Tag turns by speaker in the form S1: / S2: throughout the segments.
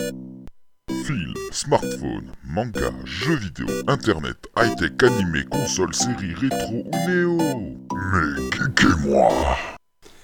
S1: Fil, smartphone, manga, jeux vidéo, internet, high-tech, animé, console, série, rétro ou néo. Mais geekez-moi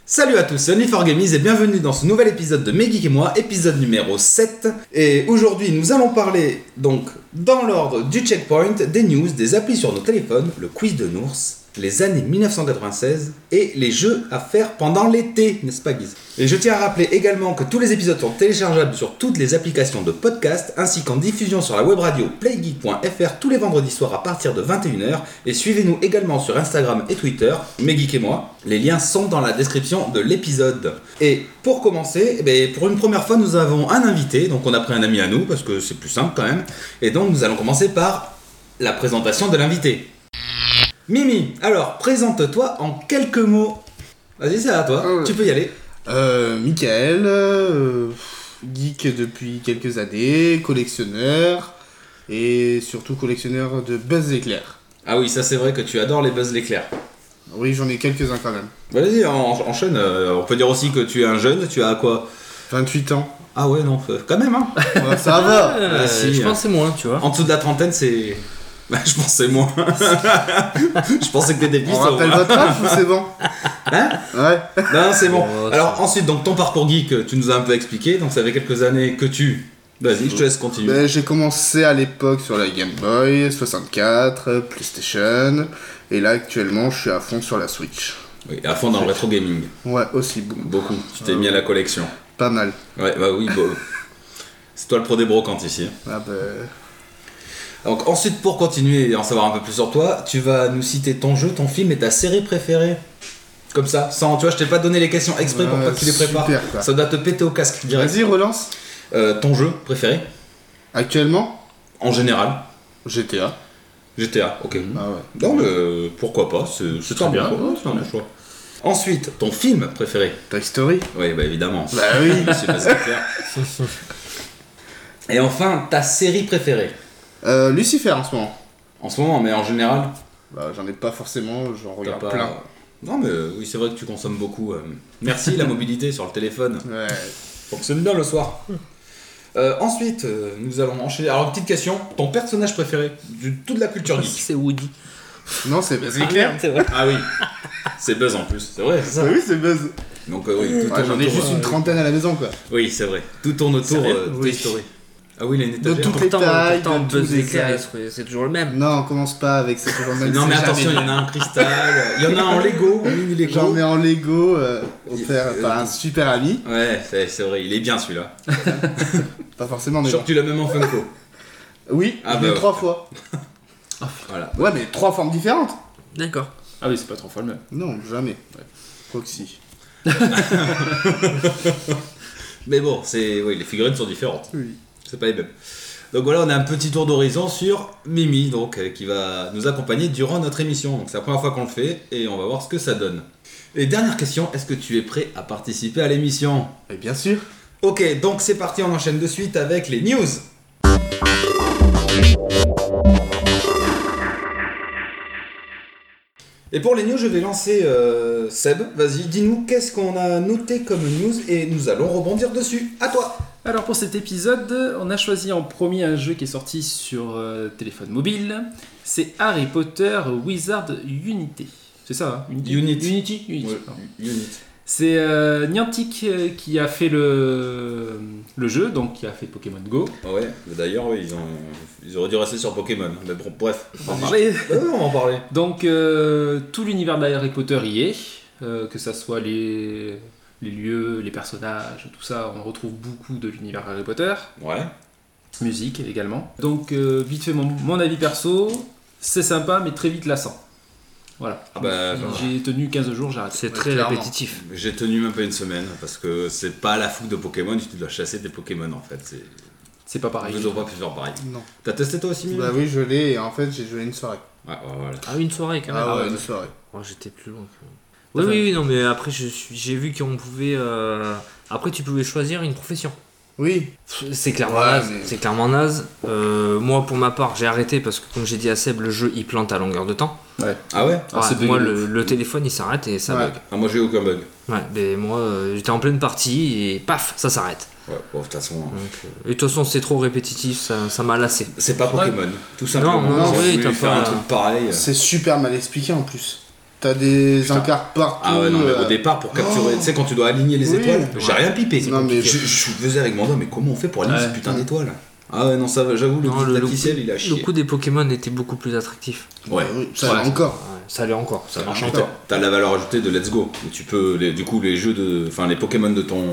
S2: Salut à tous, c'est Only4Gamies et bienvenue dans ce nouvel épisode de Megeek et moi, épisode numéro 7. Et aujourd'hui, nous allons parler, donc, dans l'ordre du checkpoint, des news, des applis sur nos téléphones, le quiz de Nours, les années 1996 et les jeux à faire pendant l'été, n'est-ce pas Guise Et je tiens à rappeler également que tous les épisodes sont téléchargeables sur toutes les applications de podcast ainsi qu'en diffusion sur la web radio playgeek.fr tous les vendredis soirs à partir de 21h et suivez-nous également sur Instagram et Twitter, mes geeks et moi. Les liens sont dans la description de l'épisode. Et pour commencer, eh ben, pour une première fois, nous avons un invité, donc on a pris un ami à nous parce que c'est plus simple quand même. Et donc nous allons commencer par la présentation de l'invité. Mimi, alors présente-toi en quelques mots. Vas-y, c'est à toi,
S3: Ah ouais.
S2: tu peux y aller.
S3: Euh, Michael, euh, geek depuis quelques années, collectionneur et surtout collectionneur de Buzz l'éclair.
S2: Ah oui, ça c'est vrai que tu adores les buzz l'éclair.
S3: Oui, j'en ai quelques-uns quand même.
S2: Vas-y, en- enchaîne. euh, on peut dire aussi que tu es un jeune, tu as quoi
S3: 28 ans.
S2: Ah ouais, non, euh, quand même, hein.
S3: Ouais, ça va.
S4: Euh,
S2: Ah, si,
S4: je
S2: euh.
S4: pense que c'est moins, tu vois.
S2: En dessous de la trentaine, c'est. Bah, je pensais moins. je pensais que t'étais plus.
S3: On
S2: ça,
S3: rappelle
S2: voilà.
S3: votre âge ou c'est bon
S2: Hein
S3: Ouais.
S2: Non, c'est bon.
S4: Oh,
S2: Alors ensuite, donc ton parcours geek, euh, tu nous as un peu expliqué. Donc ça fait quelques années que tu. Vas-y, je te laisse continuer.
S3: Ben, j'ai commencé à l'époque sur la Game Boy, 64, euh, PlayStation et là actuellement je suis à fond sur la Switch.
S2: Oui, à fond dans le rétro gaming.
S3: Ouais, aussi beaucoup.
S2: Beaucoup. Tu t'es mis à la collection.
S3: Pas mal.
S2: Ouais, bah oui, bon. C'est toi le pro des brocantes ici.
S3: Ah ben,
S2: Donc ensuite, pour continuer et en savoir un peu plus sur toi, tu vas nous citer ton jeu, ton film et ta série préférée. Comme ça, sans, tu vois, je t'ai pas donné les questions exprès pour
S3: Ouais,
S2: pas que tu les prépares.
S3: super, quoi.
S2: ça doit te péter au casque direct.
S3: Vas-y, relance.
S2: Euh, ton jeu préféré,
S3: Actuellement,
S2: en général,
S3: GTA.
S2: GTA, ok.
S3: Ah ouais.
S2: Non, mais euh, pourquoi pas, c'est c'est un,
S4: bien.
S2: bon choix, c'est un bon choix. Ensuite, ton film préféré.
S3: Toy Story.
S2: Oui, bah évidemment.
S3: Bah oui.
S2: Je sais pas ce que faire. Et enfin, ta série préférée.
S3: Euh, Lucifer en ce moment.
S2: En ce moment, mais en général,
S3: Bah, j'en ai pas forcément, j'en
S2: T'as
S3: regarde
S2: pas-
S3: plein.
S2: Non, mais euh, oui, c'est vrai que tu consommes beaucoup. euh. Merci, la mobilité sur le téléphone.
S3: Ouais.
S2: Fonctionne bien le soir. Euh, ensuite, euh, nous allons enchaîner. Alors, petite question ton personnage préféré de toute la culture geek
S4: C'est Woody.
S3: Non, c'est Buzz l'éclair.
S4: Merde, c'est vrai.
S2: Ah oui C'est Buzz en plus, c'est vrai, c'est ça
S3: Bah oui, c'est Buzz.
S2: Donc, euh, oui, tout
S3: Ouais,
S2: tourne
S3: j'en ai
S2: autour.
S3: juste une trentaine à la maison, quoi.
S2: Oui, c'est vrai. Tout tourne autour
S4: Sérieux
S2: euh,
S3: Oui.
S2: Toy Story. Ah oui, il a une étagère.
S3: toutes les
S4: Pourtant,
S3: tailles,
S4: pourtant,
S3: de tous
S4: Buzz
S3: les
S4: l'éclair,
S3: âges.
S4: c'est- c'est toujours le même.
S3: Non, on commence pas avec c'est toujours le même.
S2: Non, mais
S3: c'est
S2: attention, il y
S3: jamais-
S2: en a un cristal, il y en a en Lego, en mini Lego.
S3: J'en ai en Lego, euh, offert
S2: Euh,
S3: par un super ami.
S2: Ouais, c'est c'est vrai, il est bien celui-là.
S3: Pas forcément, mais.
S2: Genre, tu l'as même en Funko.
S3: bon. Oui,
S2: Ah
S3: je
S2: bah
S3: l'ai
S2: ouais.
S3: trois fois.
S2: Voilà.
S3: Ouais, mais trois formes différentes.
S4: D'accord.
S5: Ah oui, c'est pas trop fois le même.
S3: Non, jamais. Proxy.
S2: Mais bon, c'est oui, les figurines sont différentes.
S3: Oui.
S2: C'est pas les mêmes. Donc voilà, on a un petit tour d'horizon sur Mimi, donc euh, qui va nous accompagner durant notre émission. Donc c'est la première fois qu'on le fait et on va voir ce que ça donne. Et dernière question, est-ce que tu es prêt à participer à l'émission
S3: Et Eh bien sûr.
S2: Ok, donc c'est parti, on enchaîne de suite avec les news. Et pour les news, je vais lancer euh, Seb. Vas-y, dis-nous qu'est-ce qu'on a noté comme news et nous allons rebondir dessus. À toi
S5: Alors pour cet épisode, on a choisi en premier un jeu qui est sorti sur euh, téléphone mobile. C'est Harry Potter Wizard Unity. C'est ça, hein Unity
S2: Unity.
S5: Unity, Unity,
S2: Ouais,
S5: pardon.
S2: Unit.
S5: C'est euh, Niantic euh, qui a fait le, le jeu, donc qui a fait Pokémon Go.
S2: Ah Ouais, d'ailleurs, oui, ils, ont... ils auraient dû rester sur Pokémon. Mais bon, bref.
S4: bah,
S5: On va en parler.
S2: on va en parler.
S5: Donc euh, tout l'univers d'Harry Potter y est, euh, que ça soit les, les lieux, les personnages, tout ça, on retrouve beaucoup de l'univers Harry Potter.
S2: Ouais.
S5: musique également. Donc euh, vite fait mon, mon avis perso, c'est sympa mais très vite lassant. Voilà.
S2: Ah bah,
S4: Mmh.
S5: j'ai tenu 15 jours, j'ai arrêté.
S4: C'est très
S3: clairement.
S4: répétitif.
S2: J'ai tenu même pas une semaine parce que c'est pas la fougue de Pokémon, tu dois chasser des Pokémon en fait. C'est...
S5: C'est pas pareil.
S2: Ils ont pas pu faire pareil.
S3: Non.
S2: T'as testé toi aussi Mimi
S3: Bah oui, je l'ai et en fait, j'ai joué une soirée.
S2: Ouais, ouais, voilà.
S4: Ah, une soirée quand même.
S3: Ah
S5: ouais,
S3: ouais, une
S5: ouais.
S3: soirée.
S4: Moi, j'étais plus loin. que- Oui, oui, oui, non, mais après, je suis- j'ai vu qu'on pouvait. euh, Après, tu pouvais choisir une profession.
S3: Oui.
S4: Pff, C'est clairement
S3: Ouais,
S4: naze.
S3: mais-
S4: C'est clairement naze. Euh, moi, pour ma part, j'ai arrêté parce que, comme j'ai dit à Seb, le jeu il plante à longueur de temps.
S2: Ah ouais
S5: Ah, c'est
S4: Ouais, moi,
S5: bugué de
S4: le, le téléphone il s'arrête et ça
S3: Ouais.
S4: bug.
S2: Ah, moi j'ai eu aucun bug.
S4: Ouais, mais moi, euh, j'étais en pleine partie et paf, ça s'arrête.
S2: Ouais, bon, de toute façon, hein.
S4: Et de toute façon, c'est trop répétitif, ça ça m'a lassé.
S2: c'est pas Pokémon. Tout simplement,
S4: non,
S2: Ils ont
S4: oui,
S2: voulu
S4: t'as
S2: faire
S4: pas-
S2: un truc pareil.
S3: C'est super mal expliqué en plus. T'as des
S2: Putain.
S3: encarts partout.
S2: Ah ouais, non, mais au
S3: euh,
S2: départ, pour capturer, tu sais, quand tu dois aligner les
S3: Oui.
S2: étoiles, j'ai
S4: Ouais.
S2: rien pipé. c'est
S3: Non, mais
S2: compliqué. je, je faisais avec mon doigt, mais comment on fait pour aligner
S5: Ouais.
S2: ces putains d'étoiles Ah ouais, non, ça va, j'avoue, le
S4: Non, le-
S2: petit
S4: le
S2: logiciel, il a
S4: Le
S2: chié.
S4: coup des Pokémon était beaucoup plus attractif.
S2: Ouais.
S3: bah oui, ça
S4: Ouais.
S3: va encore.
S4: Ouais, ça allait encore, ça marche encore.
S2: T'as- T'as la valeur ajoutée de Let's Go. Et tu peux, les- du coup, les jeux de, enfin, les Pokémon de ton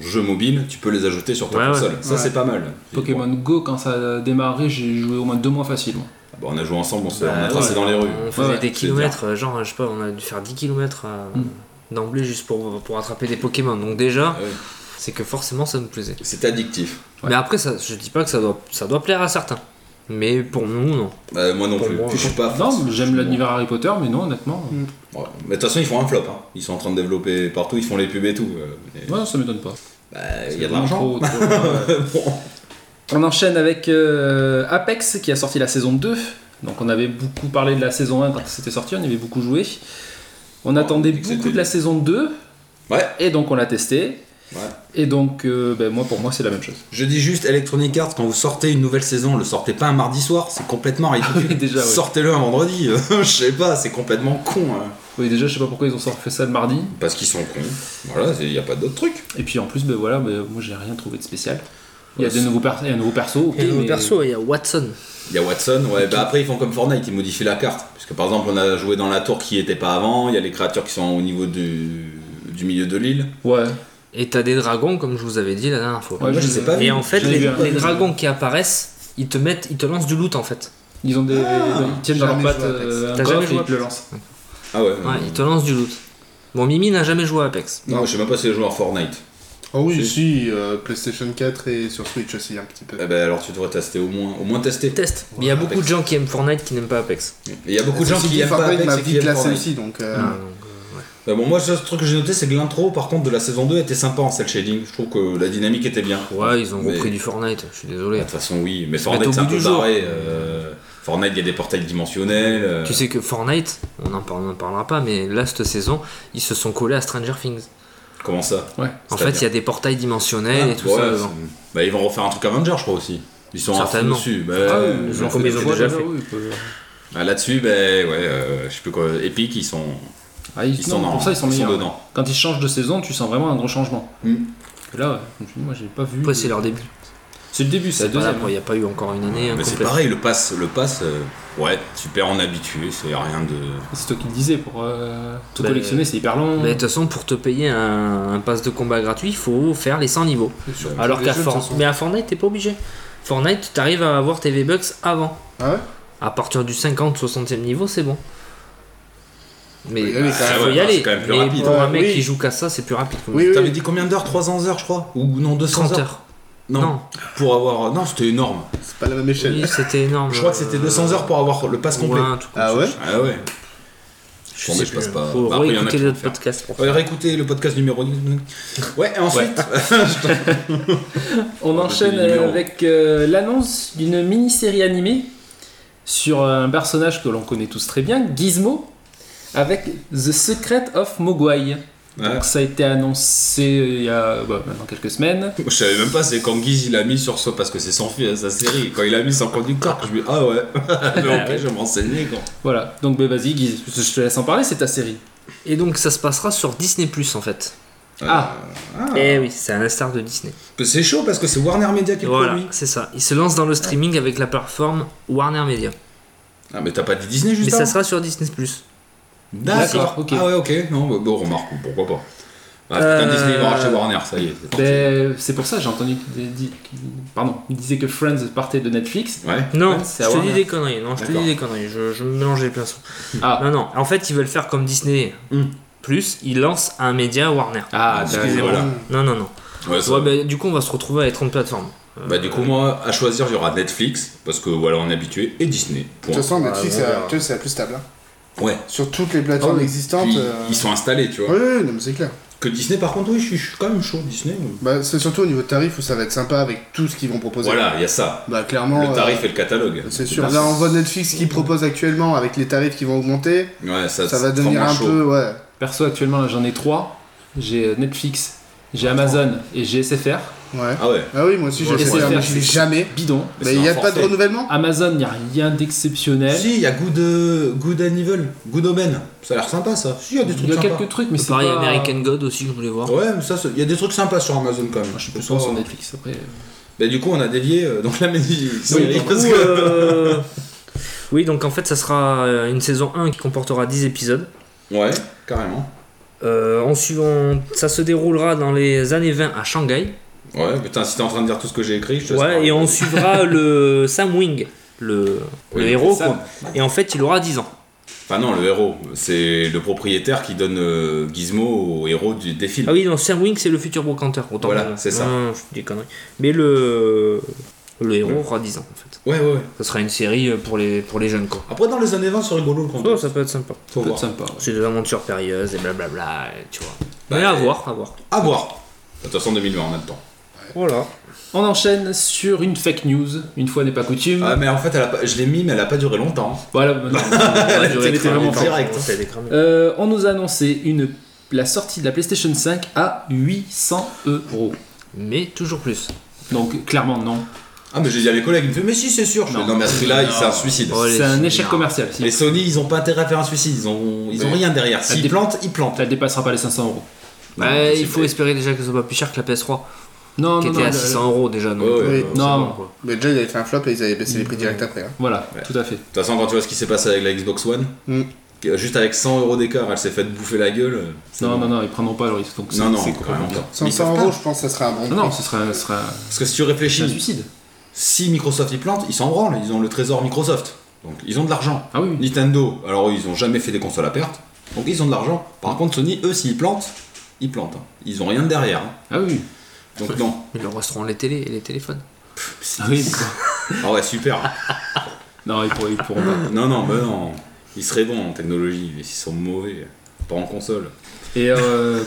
S2: jeu mobile, tu peux les ajouter sur ta
S4: Ouais, ouais.
S2: console. Ça,
S3: Ouais.
S2: c'est pas mal.
S5: Pokémon Go, quand ça a démarré, j'ai joué au moins deux mois facilement.
S2: Bon, on a joué ensemble, on s'est
S4: Bah,
S2: on a tracé
S4: ouais.
S2: dans les rues.
S4: On faisait
S5: Ouais,
S4: des
S2: c'est Hmm.
S4: kilomètres, euh, genre, je sais pas, on a dû faire 10 kilomètres euh, d'emblée juste pour, pour attraper des Pokémon. Donc, déjà,
S2: Ah ouais.
S4: c'est que forcément ça me plaisait.
S2: C'est addictif.
S5: Ouais.
S4: Mais après, ça, je dis pas que ça doit, ça doit plaire à certains. Mais pour nous, non.
S2: Bah, moi non
S4: Pour
S2: plus.
S4: moi,
S2: je suis pas.
S5: Non, mais j'aime
S2: forcément-
S5: l'univers Harry Potter, mais non, honnêtement.
S2: Ouais. Mais de toute façon, ils font un flop. hein. Ils sont en train de développer partout, ils font les pubs et tout. euh, mais-
S5: Ouais, ça m'étonne pas.
S2: Bah, il y a de l'argent.
S5: Trop, trop, ouais.
S2: Bon.
S5: On enchaîne avec euh, Apex qui a sorti la saison 2. Donc on avait beaucoup parlé de la saison 1 quand c'était sorti, on y avait beaucoup joué. On
S2: Ouais,
S5: attendait
S2: on dit que
S5: beaucoup
S2: c'était
S5: de la saison 2
S2: Ouais,
S5: et donc on l'a testé.
S2: ouais.
S5: Et donc euh, ben, moi pour moi c'est la même chose.
S2: Je dis juste Electronic Arts, quand vous sortez une nouvelle saison, le sortez pas un mardi soir, c'est complètement ridicule.
S5: oui, déjà, ouais.
S2: Sortez-le un vendredi, je sais pas, c'est complètement con. hein.
S5: Oui déjà je sais pas pourquoi ils ont sorti fait ça le mardi.
S2: Parce qu'ils sont cons. Voilà, il n'y a pas d'autre truc.
S5: Et puis en plus ben voilà ben, moi j'ai rien trouvé de spécial. Il y a
S2: Ouais,
S5: des
S2: c'est-
S5: nouveaux persos, il y a un nouveau perso. ok,
S4: Et le
S5: mais-
S4: perso, il y a Watson.
S2: Il y a Watson, ouais, bah après ils font comme Fortnite, ils modifient la carte. Parce que par exemple, on a joué dans la tour qui n'y était pas avant, il y a les créatures qui sont au niveau du, du milieu de l'île.
S5: Ouais.
S4: Et t'as des dragons, comme je vous avais dit la dernière fois.
S5: Ouais,
S2: Moi, je
S5: je-
S2: sais pas
S4: Et
S2: vu.
S4: en fait,
S5: Je l'ai
S4: les,
S5: vu, hein.
S4: les dragons qui apparaissent, ils te mettent, ils te lancent du loot en fait.
S5: Ils ont des ils tiennent dans leurs
S3: Jamais
S5: pattes
S3: joué à Apex.
S5: euh, un
S4: T'as
S5: coffre
S4: jamais
S5: et
S4: joué
S5: ils
S4: à
S5: te le lancent.
S2: Ah ouais.
S4: Ouais, ils te lancent du loot. Bon, Mimi n'a jamais joué à Apex.
S2: Non, je sais même pas si les joueurs Fortnite.
S3: Ah oui,
S2: Si.
S3: si, euh, PlayStation 4 et sur Switch aussi un petit peu.
S2: Eh ben alors tu devrais tester au moins, au moins tester.
S4: Test. Mais il y a
S2: Ouais,
S4: beaucoup
S2: Apex.
S4: de gens qui aiment Fortnite qui n'aiment pas Apex.
S2: Et Il y a beaucoup de gens
S3: Ceci
S2: qui
S3: dit,
S2: aiment pas
S3: Fortnite m'a
S2: Apex et qui
S3: vite
S2: aiment
S3: classé
S2: Fortnite.
S3: aussi, donc. euh,
S4: Ah, donc,
S2: Bah bon, moi, ce truc que j'ai noté, c'est que l'intro, par contre, de la saison 2 était sympa en cel shading. Je trouve que la dynamique était bien.
S4: Ouais, ils ont
S2: Mais-
S4: repris du Fortnite, je suis
S2: De
S4: désolé.
S2: toute façon, oui, mais
S4: Mais
S2: Fortnite,
S4: t'es au
S2: c'est un
S4: bout
S2: peu
S4: du jour.
S2: barré. euh, Fortnite, il y a des portails dimensionnels. euh,
S4: Tu sais que Fortnite, on en parle- on en parlera pas, mais là, cette saison, ils se sont collés à Stranger Things.
S2: Comment ça
S5: Ouais.
S4: En
S2: C'est-à-dire
S4: fait, il y a des portails dimensionnels
S2: Ah,
S4: et tout
S2: ouais,
S4: ça.
S2: c'est-
S4: dedans.
S2: Bah, ils vont refaire un truc Avenger, je crois aussi. Ils sont à fond
S4: Certainement.
S2: dessus. Bah,
S5: Ah,
S2: euh,
S5: oui,
S4: ils ont
S5: fait
S4: déjà
S5: des fois,
S4: fait.
S5: déjà, oui, ils peuvent-
S2: ah, Là-dessus, bah, ouais, euh, je sais plus quoi. Epic, ils sont,
S5: Ah, ils,
S2: ils
S5: non,
S2: sont, dans-
S5: pour ça ils sont meilleurs.
S2: dedans.
S5: Quand ils changent de saison, tu sens vraiment un gros changement.
S2: Mm.
S5: Et Là, ouais, comme je dis, moi j'ai pas vu.
S4: Après, c'est leur début.
S5: C'est le début, c'est la
S4: C'est pas là
S5: deuxième.
S4: pour- Il n'y a pas eu encore une année. hein,
S2: Mais c'est
S4: complète.
S2: pareil, le pass, le pass euh, ouais, super en habitué, c'est rien de.
S5: C'est toi qui le disais, pour euh, tout
S4: Ben,
S5: collectionner, c'est hyper
S2: hein.
S5: long.
S4: Mais de toute façon, pour te payer un, un pass de combat gratuit, il faut faire les 100 niveaux. Alors
S3: des
S4: qu'à
S3: jeux, de toute
S4: For-
S3: façon.
S4: mais à Fortnite, t'es pas obligé. Fortnite, t'arrives à avoir tes V-Bucks avant.
S3: Ah ouais
S4: À partir du 50-60e niveau, c'est bon. Mais
S3: Oui, oui,
S4: il
S3: quand même,
S4: faut
S2: ouais,
S4: y aller.
S2: c'est quand même plus
S4: mais
S2: rapide.
S4: pour un
S3: Ouais,
S4: mec
S3: oui.
S4: qui joue qu'à ça, c'est plus rapide. quand même.
S3: Oui, oui,
S2: T'avais
S3: oui.
S2: dit combien d'heures 300 heures, je crois Ou non, 200
S4: 30 heures.
S2: Non.
S4: Non.
S2: Pour avoir. Non, c'était énorme.
S3: c'est pas la même échelle.
S4: Oui, c'était énorme.
S2: Je crois que c'était 200 heures pour avoir le pass complet.
S4: Ouais, un truc comme
S3: Ah
S4: ça.
S3: ouais
S2: Ah ouais.
S4: Je
S2: Bon,
S4: sais
S2: mais je
S4: plus.
S2: passe pas.
S4: Faut
S2: Bah, après, il y en a
S4: réécouter
S2: qui
S4: notre
S2: vont le
S4: podcast pour ça.
S2: Ouais, réécoutez le podcast numéro. Ouais, et ensuite.
S5: On
S2: Ouais,
S5: enchaîne
S2: c'est les numéros.
S5: avec euh, l'annonce d'une mini-série animée sur euh, un personnage que l'on connaît tous très bien, Gizmo, avec The Secret of Mogwai.
S2: Ouais.
S5: Donc ça a été annoncé il y a bah, maintenant quelques semaines.
S2: Je savais même pas, c'est quand Guise il a mis sur soi parce que c'est son fils, sa série. Quand il a mis sans conducteur, je me dis ah ouais. Mais ok, je vais me renseigner quand.
S5: Voilà, donc bah, vas-y Giz, je je te laisse en parler, c'est ta série.
S4: Et donc, ça se passera sur Disney, en fait.
S2: Euh,
S5: Ah,
S4: Eh oui, c'est à l'instar de Disney.
S2: C'est chaud parce que c'est Warner Media qui le
S4: Voilà,
S2: produit.
S4: c'est ça. Il se lance dans le streaming avec la plateforme Warner Media.
S2: Ah, mais t'as pas dit Disney juste
S4: Mais ça
S2: avant
S4: sera sur Disney Plus.
S2: D'accord,
S5: D'accord, ok.
S2: Ah ouais, ok. Non, bah, bon, remarque, pourquoi pas. Ah,
S4: Euh,
S2: putain, Disney, ils vont racheter Warner, ça y est. c'est parti.
S5: ben, c'est pour ça j'ai entendu qu'il dit- qu'il- pardon, il disait que Friends partait de Netflix.
S2: Ouais.
S4: Non,
S5: Ouais, c'est à
S4: je te dis
S5: Warner.
S4: des conneries. Non, je te
S2: D'accord.
S4: dis des conneries. Je, je me mélange les pinceaux.
S5: Ah,
S4: Non, non. En fait, ils veulent faire comme Disney
S2: Hmm.
S4: Plus. Ils lancent un média Warner.
S5: ah
S2: Excusez-moi.
S5: d'accord.
S2: Voilà.
S4: Non, non, non.
S2: Ouais, ça-
S4: Ouais, bah, du coup, on va se retrouver avec 30 plateformes. Euh,
S2: Bah du coup moi à choisir il y aura Netflix parce que voilà on est habitué et Disney.
S3: De
S2: Point.
S3: toute façon,
S4: Ah,
S3: Netflix, euh,
S4: bon,
S3: c'est la-
S4: alors.
S3: tu vois, c'est la plus stable. hein.
S2: Ouais.
S3: Sur toutes les plateformes
S2: Oh,
S3: existantes.
S2: Puis,
S3: euh,
S2: Ils sont installés tu
S3: Ouais,
S2: vois.
S3: ouais, non, mais c'est clair.
S2: Que Disney, par contre, oui, je suis, je suis quand même chaud, Disney. oui.
S3: Bah, c'est surtout au niveau tarif où ça va être sympa avec tout ce qu'ils vont proposer.
S2: Voilà, il y a ça.
S3: Bah, clairement.
S2: Le
S3: euh,
S2: tarif et le catalogue.
S3: C'est sûr. Là, on voit Netflix qui propose actuellement avec les tarifs qui vont augmenter.
S2: Ouais, ça,
S3: Ça va
S2: c'est
S3: devenir
S2: vraiment
S3: un
S2: chaud.
S3: peu, ouais.
S5: Perso, actuellement, là, j'en ai trois. J'ai euh, Netflix, j'ai Amazon et j'ai SFR.
S3: Ouais.
S2: Ah ouais.
S3: Ah oui, moi aussi,
S5: Moi,
S3: j'ai
S5: je
S3: essayé,
S5: préfère,
S3: mais je l'ai
S5: c'est-
S3: jamais.
S5: Bidon.
S2: Mais
S3: Mais
S2: c'est
S3: il n'y a
S2: un
S3: pas de
S2: forfait.
S3: renouvellement
S5: Amazon, il n'y a rien d'exceptionnel.
S2: Si, il y a Good, euh, Good and Evil, Good Omen. Ça a l'air sympa ça. Si, il y a des
S5: Il
S2: trucs
S5: y a
S2: sympas.
S5: quelques trucs, mais c'est
S4: Euh, Pareil,
S5: pas...
S4: American God aussi, je voulais voir.
S2: Ouais, mais ça, c'est- il y a des trucs sympas sur Amazon quand même.
S5: Moi, je suis
S2: Faut
S5: plus
S2: pas-
S5: sur Netflix après.
S2: Bah, du coup, on a dévié. euh, donc la médie.
S5: Oui,
S4: Du
S2: parce
S4: coup,
S2: que-
S4: euh, Oui, donc en fait, ça sera euh, une saison 1 qui comportera 10 épisodes.
S2: Ouais, carrément.
S4: Euh, en suivant, ça se déroulera dans les années 20 à Shanghai.
S2: Ouais, putain, si t'es en train de dire tout ce que j'ai écrit, je te laisse
S4: Ouais,
S2: parler.
S4: et on suivra le Sam Wing, le,
S2: Oui,
S4: le héros.
S5: Sam.
S4: Quoi. Et en fait, il aura 10 ans.
S2: Enfin, non, le héros. C'est le propriétaire qui donne euh, Gizmo au héros du, des films.
S4: Ah oui, non, Sam Wing, c'est le futur brocanteur. Autant
S2: Voilà,
S4: que-
S2: c'est ça.
S4: Non, je dis des conneries. Mais le, le héros aura 10 ans, en fait.
S2: Ouais, ouais, ouais.
S4: Ça sera une série pour les, pour les jeunes, quoi.
S2: Après, dans les années 20, c'est rigolo le
S4: Oh,
S2: contexte.
S4: ça peut être sympa.
S2: Faut
S5: C'est
S2: voir.
S5: sympa. ouais.
S4: C'est des aventures périlleuses et blablabla, et tu vois.
S2: Bah,
S4: Mais à
S2: et-
S4: voir, à voir.
S2: À voir. De toute façon, 2020, on a le temps.
S4: Voilà.
S5: On enchaîne sur une fake news, une fois n'est pas coutume.
S2: Ah, mais en fait, elle a pas- je l'ai mis, mais elle a pas duré longtemps.
S5: Voilà, maintenant,
S4: Ça va
S5: elle
S4: durer
S5: était
S4: très
S5: vraiment
S4: longtemps.
S5: fake.
S2: direct.
S4: On s'est décramé.
S5: Euh, on nous a annoncé une, la sortie de la PlayStation 5 à 800 euros.
S4: Mais toujours plus.
S5: Donc clairement non.
S2: Ah, mais j'ai dit à mes collègues, ils me fait, mais si, c'est sûr. Je fais,
S5: Non.
S2: non, mais à ce prix-là, il- c'est un suicide.
S4: Oh, les-
S5: C'est un échec
S4: non.
S5: commercial. Si.
S2: Mais Sony, ils ont pas intérêt à faire un suicide, ils ont, ils ont
S3: Mais-
S2: rien derrière. S'ils
S5: dé-
S2: plantent, ils plantent.
S5: Ça ne dépassera pas les 500 euros.
S4: Bah,
S2: Non, c'est
S4: il faut
S2: vrai.
S4: espérer déjà que ce soit plus cher que la PS3
S5: Non,
S4: qui
S5: non,
S4: était
S5: non.
S4: à
S5: le-
S4: 600 euros déjà. donc,
S2: Ouais, ouais,
S4: euh,
S2: ouais.
S4: c'est
S5: Non.
S4: bon, quoi.
S3: Mais déjà, ils avaient fait un flop et ils avaient baissé les prix direct après. hein.
S5: Voilà,
S2: Ouais.
S5: tout à fait.
S2: De toute façon, quand tu vois ce qui s'est passé avec la Xbox One,
S3: Mm.
S2: que juste avec 100 euros d'écart, elle s'est faite bouffer la gueule. c'est
S5: Non,
S2: bon.
S5: non, non, ils prendront pas le risque. Donc c'est-
S2: Non, non,
S5: c'est
S2: quand même
S5: complètement-
S2: pas. Mais ils
S3: 500
S2: peuvent
S3: euros,
S2: pas.
S3: je pense que ça sera un bon
S5: Non, non,
S3: prix.
S5: ce sera, ce sera un
S2: Parce que si tu réfléchis,
S5: suicide.
S2: si Microsoft ils plantent, ils s'en branlent, ils ont le trésor Microsoft. Donc ils ont de l'argent.
S5: Ah oui, oui.
S2: Nintendo, alors eux, ils ont jamais fait des consoles à perte, donc ils ont de l'argent. Par contre, Sony, eux, s'ils plantent, ils plantent. hein. Ils ont rien de derrière. hein.
S5: Ah oui.
S2: Donc non.
S4: Ils leur resteront les télés et les téléphones.
S5: Ah oui.
S2: Ah ouais, super.
S5: non, ils pourront, ils pourront pas.
S2: non, non, mais non. Ils seraient bons en technologie, mais ils sont mauvais. Pas en console.
S5: Et euh,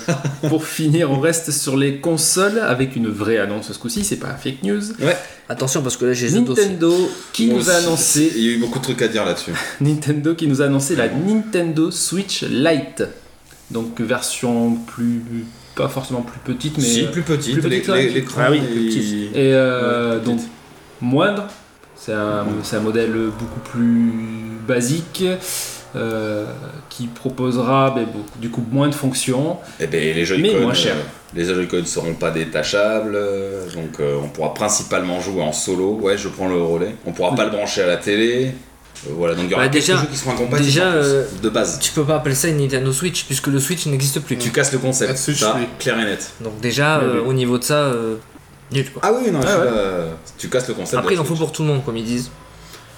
S5: pour finir, on reste sur les consoles avec une vraie annonce ce coup-ci, c'est pas un fake news.
S4: Attention parce que là j'ai les autos aussi.
S5: Nintendo qui
S2: Moi
S5: nous a
S2: aussi,
S5: annoncé
S2: Il y a eu beaucoup de trucs à dire là-dessus.
S5: Nintendo qui nous a annoncé la Nintendo Switch Lite. Donc version plus pas forcément plus petite mais
S2: si,
S5: euh,
S2: plus petite.
S5: plus petite,
S2: les-
S5: ouais.
S2: les- l'écran,
S4: Ah oui,
S2: il-
S4: plus petite.
S5: et euh,
S2: Ouais,
S5: donc moindre. C'est un, c'est un modèle beaucoup plus basique euh, qui proposera ben, beaucoup- du coup moins de fonctions.
S2: Eh ben, les
S5: Mais
S2: Joy-Con,
S5: moins cher.
S2: euh, les Joy-Con ne seront pas détachables, euh, donc euh, on pourra principalement jouer en solo. Ouais, je prends le relais. On pourra pas le brancher à la télé. Euh, voilà, donc il y aura
S4: Bah,
S2: quelques
S4: déjà-
S2: jeux qui seront incompatibles
S4: déjà,
S2: en plus,
S4: euh,
S2: de base.
S4: Tu peux pas appeler ça une Nintendo Switch puisque le Switch n'existe plus.
S2: Tu casses le concept,
S3: La Switch,
S2: ça,
S3: oui.
S2: clair et net.
S4: Donc déjà
S5: Mais
S4: euh,
S5: oui.
S4: au niveau de ça, euh, nul quoi.
S2: Ah oui, non,
S5: je suis ouais.
S2: tu casses le concept.
S4: Après il
S2: de
S4: en
S2: la
S4: faut
S2: Switch.
S4: pour tout le monde comme ils disent.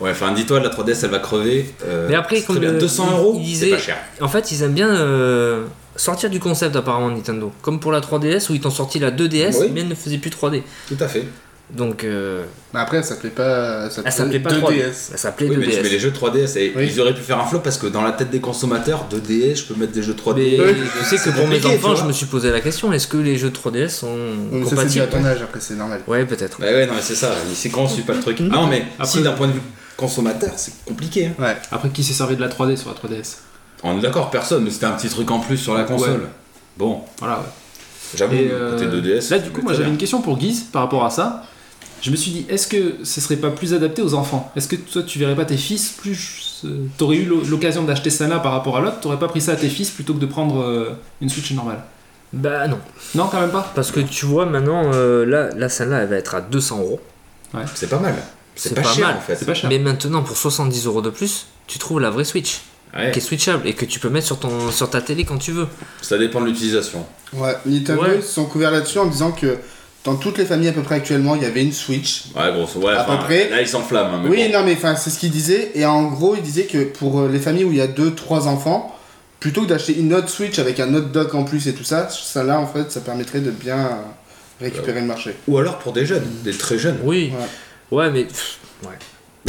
S2: Ouais, enfin, dis-toi, la 3DS elle va crever. euh,
S4: Mais après,
S2: c'est très
S4: comme
S2: bien.
S4: le-
S2: 200
S4: il-
S2: euros, c'est
S4: il disait-
S2: pas cher.
S4: En fait ils aiment bien euh, sortir du concept apparemment Nintendo. Comme pour la 3DS où ils t'ont sorti la 2DS
S2: Oui.
S4: mais elle ne faisait plus 3D.
S2: Tout à fait.
S4: Donc euh,
S3: Mais après, ça plaît pas. Ça
S4: elle s'appelait pas 3D.
S3: 2DS.
S4: Elle s'appelait
S2: Oui, mais tu
S4: 2DS.
S2: mets les jeux 3DS et
S3: Oui.
S2: ils auraient pu faire un flop parce que dans la tête des consommateurs, 2DS, je peux mettre des jeux 3D.
S4: Mais
S3: Oui.
S4: tu sais
S2: C'est
S4: que pour mes
S2: compliqué, tu
S4: enfants,
S2: vois.
S4: je me suis posé la question est-ce que les jeux 3DS sont
S3: Donc ça, c'est dû à
S4: compatibles
S3: ton âge, après, c'est normal.
S4: Ouais, peut-être.
S2: Bah ouais, non, mais c'est ça, c'est quand on suit pas le truc. Non, mais
S5: Après-
S2: si d'un point de vue consommateur, c'est compliqué. hein.
S3: Ouais.
S5: Après qui s'est servi de la 3D sur la 3DS
S2: On est d'accord, personne, mais c'était un petit truc en plus sur la console.
S5: Ouais.
S2: Bon,
S5: Voilà. ouais.
S2: j'avoue,
S5: Et, euh,
S2: côté 2DS.
S5: Là, du coup, moi j'avais une question pour Guise par rapport à ça. Je me suis dit, est-ce que ce serait pas plus adapté aux enfants Est-ce que toi tu verrais pas tes fils plus. euh, T'aurais eu l'o- l'occasion d'acheter ça là par rapport à l'autre, t'aurais pas pris ça à tes fils plutôt que de prendre euh, une Switch normale
S4: Bah non,
S5: Non, quand même pas
S4: parce que tu vois maintenant, euh, là, là celle-là, elle va être à 200 euros.
S2: C'est pas mal. C'est pas, cher
S4: mal.
S2: en fait.
S5: C'est pas cher.
S4: Mais maintenant, pour 70 euros de plus, tu trouves la vraie Switch,
S2: Ouais,
S4: qui est switchable et que tu peux mettre sur, ton, sur ta télé quand tu veux.
S2: Ça dépend de l'utilisation.
S3: Ouais, Nintendo
S4: Ouais.
S3: ils se sont couverts là-dessus en disant que dans toutes les familles à peu près actuellement, il y avait une Switch.
S2: Ouais, grosso. Ouais,
S3: À
S2: enfin,
S3: peu près.
S2: Là, ils s'enflamment. hein, mais
S3: oui,
S2: bon.
S3: non, mais enfin, c'est ce qu'ils disaient. Et en gros, ils disaient que pour euh, les familles où il y a 2-3 enfants, plutôt que d'acheter une autre Switch avec un autre dock en plus et tout ça, ça là, en fait, ça permettrait de bien euh, récupérer le marché.
S2: Ou alors pour des jeunes, des très
S5: Ah
S2: jeunes.
S4: Oui. Ouais, mais. pff,
S2: Bah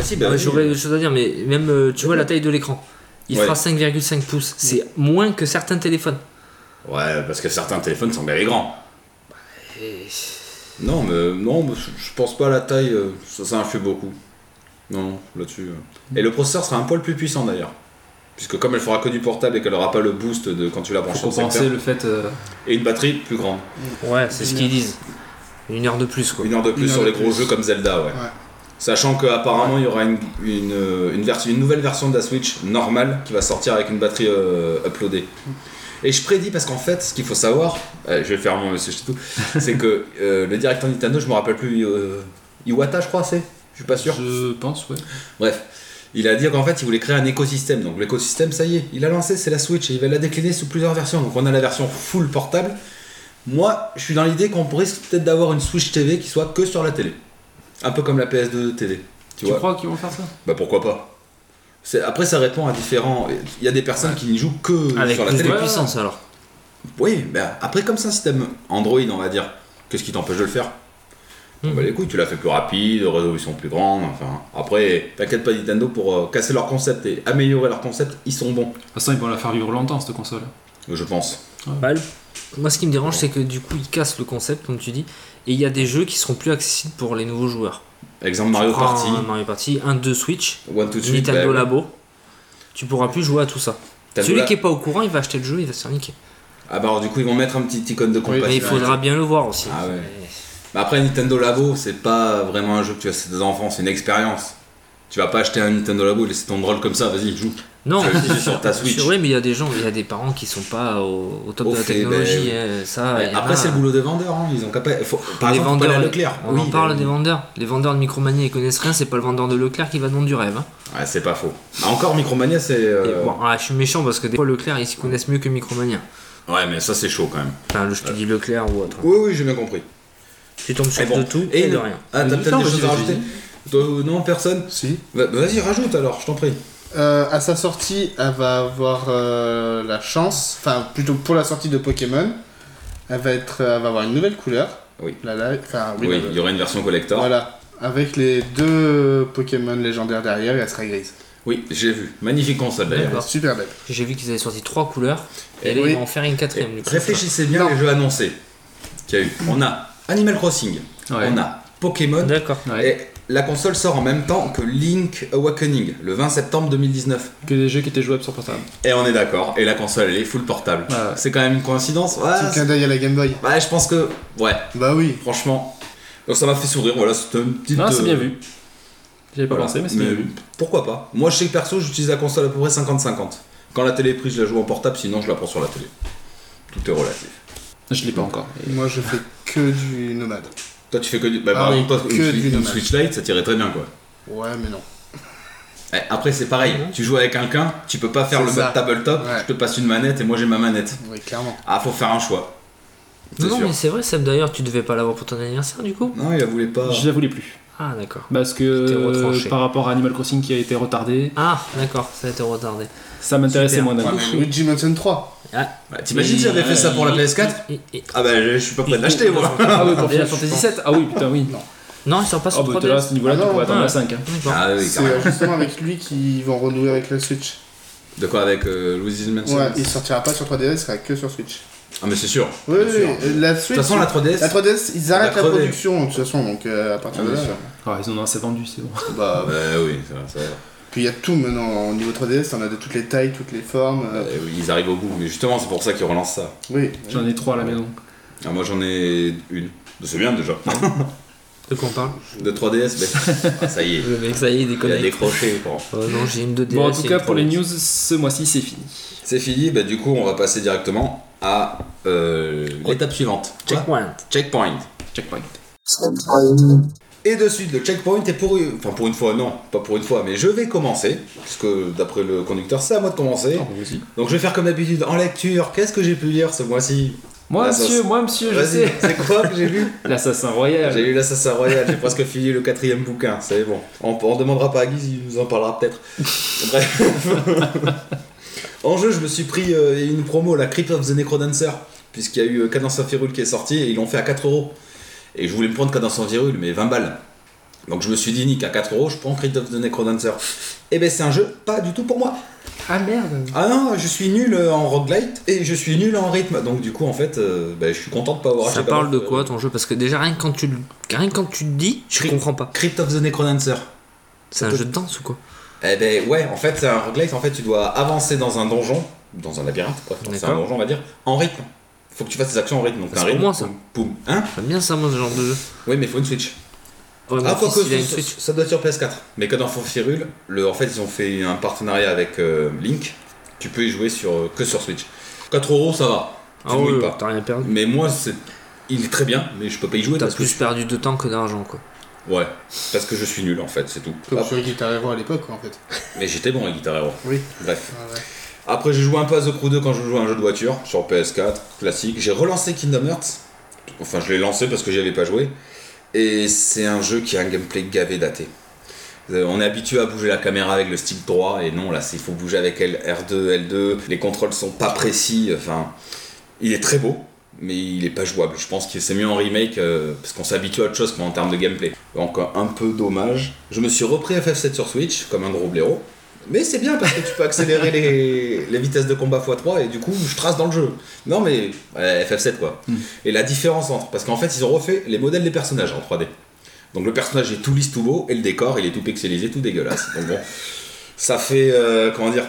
S2: si, bah
S4: ouais,
S2: oui.
S4: J'aurais des choses à dire, mais même, euh, tu vois, la taille de l'écran. Il
S2: Ouais.
S4: fera 5,5 pouces. C'est moins que certains téléphones.
S2: Ouais, parce que certains téléphones sont bien les grands.
S4: Et-
S2: Non, mais non, mais je- je pense pas à la taille, euh, ça, ça influe beaucoup. Non, là-dessus. euh. Et le processeur sera un poil plus puissant d'ailleurs. Puisque comme elle fera que du portable et qu'elle aura pas le boost de quand tu la branches
S5: Pour
S2: sur le
S5: compenser
S2: secteur,
S5: le fait. euh,
S2: et une batterie plus grande.
S4: Ouais, c'est ce qu'ils disent. Une heure de plus, quoi.
S2: Une heure de plus
S3: Une
S2: sur
S3: heure
S2: les
S3: de
S2: gros
S3: plus.
S2: jeux comme Zelda, ouais.
S3: Ouais.
S2: Sachant qu'apparemment il y aura une, une, euh, une version, une nouvelle version de la Switch normale qui va sortir avec une batterie euh, uploadée. Et je prédis parce qu'en fait, ce qu'il faut savoir, euh, je vais faire mon monsieur tout, c'est que euh, le directeur Nintendo, je me rappelle plus, euh, Iwata, je crois, c'est Je suis pas sûr.
S5: Je pense, ouais.
S2: Bref, il a dit qu'en fait, il voulait créer un écosystème. Donc l'écosystème, ça y est, il a lancé, c'est la Switch, et il va la décliner sous plusieurs versions. Donc on a la version full portable. Moi, je suis dans l'idée qu'on risque peut-être d'avoir une Switch TV qui soit que sur la télé. Un peu comme la PS2 TV. Tu,
S5: Tu,
S2: vois
S5: crois qu'ils vont faire ça
S2: Bah pourquoi pas C'est- Après, ça répond à différents. Il y a des personnes qui n'y jouent que
S4: Avec
S2: sur la
S4: plus
S2: télé.
S4: de puissance, alors.
S2: Oui, mais après, comme c'est un système Android, on va dire, qu'est-ce qui t'empêche de le faire
S4: Mhm.
S2: Bah, les couilles, tu l'as fait plus rapide, résolution plus grande, enfin. Après, t'inquiète pas, Nintendo, pour euh, casser leur concept et améliorer leur concept, ils sont bons,
S5: De toute façon, ils vont la faire vivre longtemps, cette console.
S2: je pense.
S4: Bah, le- Moi, ce qui me dérange, c'est que du coup, ils cassent le concept, comme tu dis, et il y a des jeux qui seront plus accessibles pour les nouveaux joueurs.
S2: Exemple Mario
S4: Tu prends
S2: Party,
S4: un Mario Party, 1, 2 Switch,
S2: One to Three,
S4: Nintendo
S2: bah,
S4: Labo. Tu pourras plus jouer à tout ça.
S2: Nintendo
S4: Celui
S2: Lab.
S4: qui est pas au courant, il va acheter le jeu, il va se faire niquer.
S2: Ah bah alors du coup, ils vont mettre un petit icône de compatibilité.
S4: Mais bah, il faudra bien le voir aussi.
S2: Ah ouais. Bah, après, Nintendo Labo, c'est pas vraiment un jeu que tu as des enfants, c'est une expérience. Tu vas pas acheter un Nintendo Labo et laisser ton drôle comme ça, vas-y, joue.
S4: Non,
S2: Tu vas l'utiliser sur ta
S4: c'est
S2: Switch.
S4: vrai, mais il y a des gens, il y a des parents qui sont pas au, au top
S2: Au
S4: de la
S2: fait,
S4: technologie.
S2: ben,
S4: hein, ça, il y en
S2: Après,
S4: a.
S2: c'est le boulot des vendeurs, hein, ils ont qu'à pas- faut- Par
S4: les
S2: exemple, faut pas
S4: vendeurs,
S2: aller à Leclerc.
S4: on
S2: Oui,
S4: en parle
S2: bah,
S4: des vendeurs. Les vendeurs de Micromania, ils connaissent rien, c'est pas le vendeur de Leclerc qui va dans du rêve. hein.
S2: Ouais, c'est pas faux. Ah, encore Micromania, c'est.
S4: Et
S2: euh,
S4: bon, ah, je suis méchant parce que des fois Leclerc, ils s'y connaissent mieux que Micromania.
S2: Ouais, mais ça, c'est chaud quand même.
S4: Enfin, le- je te dis Leclerc ou autre. hein.
S2: Oui, oui, j'ai bien compris.
S4: Tu tombes sur
S2: Mais bon.
S4: de tout
S2: Et
S4: et de
S2: non.
S4: rien.
S2: Ah, t'as
S5: Mais
S2: peut-être
S5: non,
S2: des
S5: vas-y,
S2: choses à
S5: vas-y.
S2: rajouter Toi, ou Non, personne
S3: Si.
S2: Va- Vas-y, rajoute alors, je t'en prie.
S3: Euh, à sa sortie, elle va avoir euh, la chance, enfin plutôt pour la sortie de Pokémon, elle va être, euh, elle va avoir une nouvelle couleur.
S2: Oui.
S3: La live, enfin oui.
S2: Oui,
S3: la-
S2: il y aura une version collector.
S3: voilà. Avec les deux Pokémon légendaires derrière, et elle sera grise.
S2: Oui, j'ai vu. Magnifique console
S3: Elle
S2: d'ailleurs.
S3: est super belle.
S4: J'ai vu qu'ils avaient sorti trois couleurs et,
S3: Et
S4: là,
S3: oui.
S4: ils vont en faire une
S2: Et
S4: quatrième. du coup.
S2: Réfléchissez bien
S3: Non.
S2: les jeux annoncés qu'il y a eu. On a Animal Crossing,
S5: Ouais.
S2: on a Pokémon,
S4: D'accord.
S5: Ouais.
S2: et la console sort en même temps que Link Awakening, le 20 septembre 2019.
S5: Que des jeux qui étaient jouables sur portable.
S2: Et on est d'accord, et la console elle est full portable.
S5: Ouais, ouais.
S2: C'est quand même une coïncidence Ouais,
S3: Petit clin d'œil à la Game Boy.
S2: c'est- ouais, je pense que. Ouais.
S3: Bah oui.
S2: Franchement. Donc ça m'a fait sourire, voilà, c'était une petite.
S5: Non,
S2: euh,
S5: c'est bien vu. J'avais pas
S2: voilà.
S5: pensé, mais c'est bien vu.
S2: Pourquoi pas Moi, je sais que perso, j'utilise la console à peu près 50-50. Quand la télé est prise, je la joue en portable, sinon je la prends sur la télé. Tout est relatif.
S5: Je l'ai pas encore.
S3: Moi je fais que du nomade.
S2: Toi, tu fais que du. Bah,
S3: Ah
S2: par
S3: oui,
S2: exemple, toi,
S3: que
S2: une,
S3: du
S2: Switch- une
S3: dommage.
S2: Switch Lite, ça tirait très bien, quoi.
S3: Ouais mais non.
S2: Eh, Après, c'est pareil, tu joues avec quelqu'un, tu peux pas faire
S3: Mhm. C'est
S2: le
S3: ça.
S2: mode tabletop,
S3: Ouais.
S2: je te passe une manette et moi j'ai ma manette.
S3: Oui clairement.
S2: Ah, faut faire un choix. C'est
S4: Non, non,
S2: sûr.
S4: mais c'est vrai, Seb, d'ailleurs, tu devais pas l'avoir pour ton anniversaire du coup
S2: Non, il la voulait pas.
S5: Je la voulais plus.
S4: Ah, d'accord.
S5: Parce que
S4: C'était retranché.
S5: euh, par rapport à Animal Crossing qui a été retardé,
S4: Ah, d'accord, ça a été retardé.
S5: ça m'intéressait
S4: Super.
S5: moins d'un
S3: Ouais,
S5: coup.
S3: mais Luigi Mansion 3.
S2: Ouais, T'imagines si j'avais fait ça pour la PS4
S4: Et- et-
S2: Ah, bah, je je suis pas prêt de l'acheter, moi.
S5: Ah oui, pour
S4: Déjà,
S5: Final
S4: je
S5: Fantasy
S4: pense.
S5: 7 Ah oui, putain, oui.
S4: Non, il sort pas
S5: Ah
S4: sur
S5: bah t'es là, à
S4: 3DS.
S5: ce niveau-là,
S3: Ah
S5: tu
S3: non,
S5: pourrais attendre
S4: ouais.
S5: la 5. hein.
S4: D'accord.
S2: Ah, oui,
S3: C'est euh,
S2: carrément.
S3: justement avec lui qu'ils vont renouer avec la Switch.
S2: De quoi avec euh, Luigi's Mansion
S3: Ouais, il sortira pas sur 3DS, il sera que sur Switch.
S2: Ah, mais c'est sûr.
S3: Oui,
S2: bien
S3: oui,
S2: sûr.
S3: euh, la
S2: De
S3: Switch.
S2: toute façon, la 3DS.
S3: La 3DS, ils arrêtent
S2: va
S3: la
S2: crever.
S3: production de toute façon, donc euh, à partir
S2: Ah,
S3: de là.
S2: bien sûr.
S5: Ah, ils en ont assez vendu, c'est bon.
S3: Bah,
S2: Ouais, oui, ça va, ça va.
S3: puis il y a tout maintenant au niveau 3DS, on a de toutes les tailles, toutes les formes. euh,
S2: Euh, oui, ils arrivent au bout, mais justement, c'est pour ça qu'ils relancent ça.
S3: oui.
S5: J'en ai 3 à la maison.
S2: Ah, moi j'en ai une. C'est bien déjà.
S4: De quoi on parle
S2: De 3DS, mais. Ah, ça y est.
S4: Le mec, ça y est, il
S2: Il a
S4: déconne.
S2: décroché, bon.
S4: Oh non, j'ai une 2DS.
S5: Bon, en tout
S4: et une
S5: cas, pour les
S4: 3DS.
S5: news, ce mois-ci, c'est fini.
S2: C'est fini, bah, du coup, on va passer directement à euh, l'étape suivante. Quoi
S4: Checkpoint.
S2: Checkpoint.
S5: Checkpoint.
S2: Et de suite, le checkpoint est pour une... Enfin, pour une fois, non, pas pour une fois, mais je vais commencer, puisque d'après le conducteur, c'est à Eh, moi de commencer. Donc, je vais faire comme d'habitude en lecture. Qu'est-ce que j'ai pu lire ce mois-ci
S5: Moi,
S2: La
S5: monsieur,
S2: sauce.
S5: moi, monsieur, je
S2: Vas-y,
S5: sais.
S2: c'est quoi que j'ai lu
S5: L'assassin royal.
S2: J'ai lu l'Assassin Royal, j'ai presque fini le quatrième bouquin, c'est bon. On, on demandera pas à Guise, il nous en parlera peut-être. Bref. en jeu, je me suis pris euh, une promo, la Crypt of the Necrodancer, puisqu'il y a eu euh, Cadence of Hyrule qui est sorti et ils l'ont fait à 4 euros. Et je voulais me prendre Cadence of Hyrule, mais 20 balles. Eh Donc je me suis dit, Nick, à 4 euros, je prends Crypt of the Necrodancer. Et ben c'est un jeu pas du tout pour moi.
S5: Ah merde
S2: Ah non, je suis nul euh, en roguelite et je suis nul en rythme. Donc du coup, en fait, euh, bah, je suis content de pas avoir
S4: Ça
S2: acheté
S4: parle de
S2: Power-
S4: quoi ton jeu Parce que déjà, rien que quand tu, le- rien que quand tu le dis, je
S2: Cri-
S4: comprends pas.
S2: Crypt of the Necrodancer.
S4: C'est un jeu de danse ou quoi
S2: Eh ben ouais, en fait, c'est un roguelite. En fait, tu dois avancer dans un donjon, dans un labyrinthe, bref, donc c'est un
S4: D'accord.
S2: donjon, on va dire, en rythme. Faut que tu fasses tes actions en rythme. Donc
S4: Ça,
S2: t'as un
S4: c'est pour
S2: rythme.
S4: moi, ça.
S2: poum, Poum. Hein
S4: J'aime bien ça, moi, ce genre de jeu.
S2: Oui, mais faut une Switch.
S4: Vraiment,
S2: Ah, quoi que,
S4: il a une
S2: ça-
S4: Switch.
S2: ça doit être sur PS4. Mais que dans Firule, le, en fait, ils ont fait un partenariat avec euh, Link. Tu peux y jouer sur, euh, que sur Switch. 4 euros, ça va. Tu
S4: Ah
S2: ne mouilles
S4: ouais,
S2: pas.
S4: t'as rien perdu.
S2: Mais moi, c'est... il est très bien, mais je peux pas y jouer
S4: T'as
S2: parce
S4: plus
S2: que...
S4: perdu de temps que d'argent, quoi.
S2: Ouais, parce que je suis nul en fait, c'est tout.
S3: Comme sur Guitar Hero à l'époque, quoi, en fait.
S2: Mais j'étais bon à Guitar Hero.
S3: Oui.
S2: Bref.
S3: Ah, ouais.
S2: Après, j'ai joué un peu à The Crew 2 quand je jouais à un jeu de voiture sur PS4, classique. J'ai relancé Kingdom Hearts. Enfin, je l'ai lancé parce que j'y avais pas joué. Et c'est un jeu qui a un gameplay gavé daté. Euh, On est habitué à bouger la caméra avec le stick droit et non, là, c'est- il faut bouger avec L- R2, L2. Les contrôles sont pas précis. Enfin, il est très beau, mais il est pas jouable. Je pense que c'est mieux en remake euh, parce qu'on s'habitue à autre chose qu'en termes de gameplay. Donc, euh, un peu dommage. Je me suis repris FF7 sur Switch comme un gros blaireau. Mais c'est bien parce que tu peux accélérer les, les vitesses de combat x3 et du coup je trace dans le jeu. Non mais euh, FF7 quoi.
S5: Hmm.
S2: Et la différence entre. Parce qu'en fait ils ont refait les modèles des personnages en 3D. Donc le personnage est tout lisse, tout beau et le décor il est tout pixelisé, tout dégueulasse. Donc bon, ça fait. euh, comment dire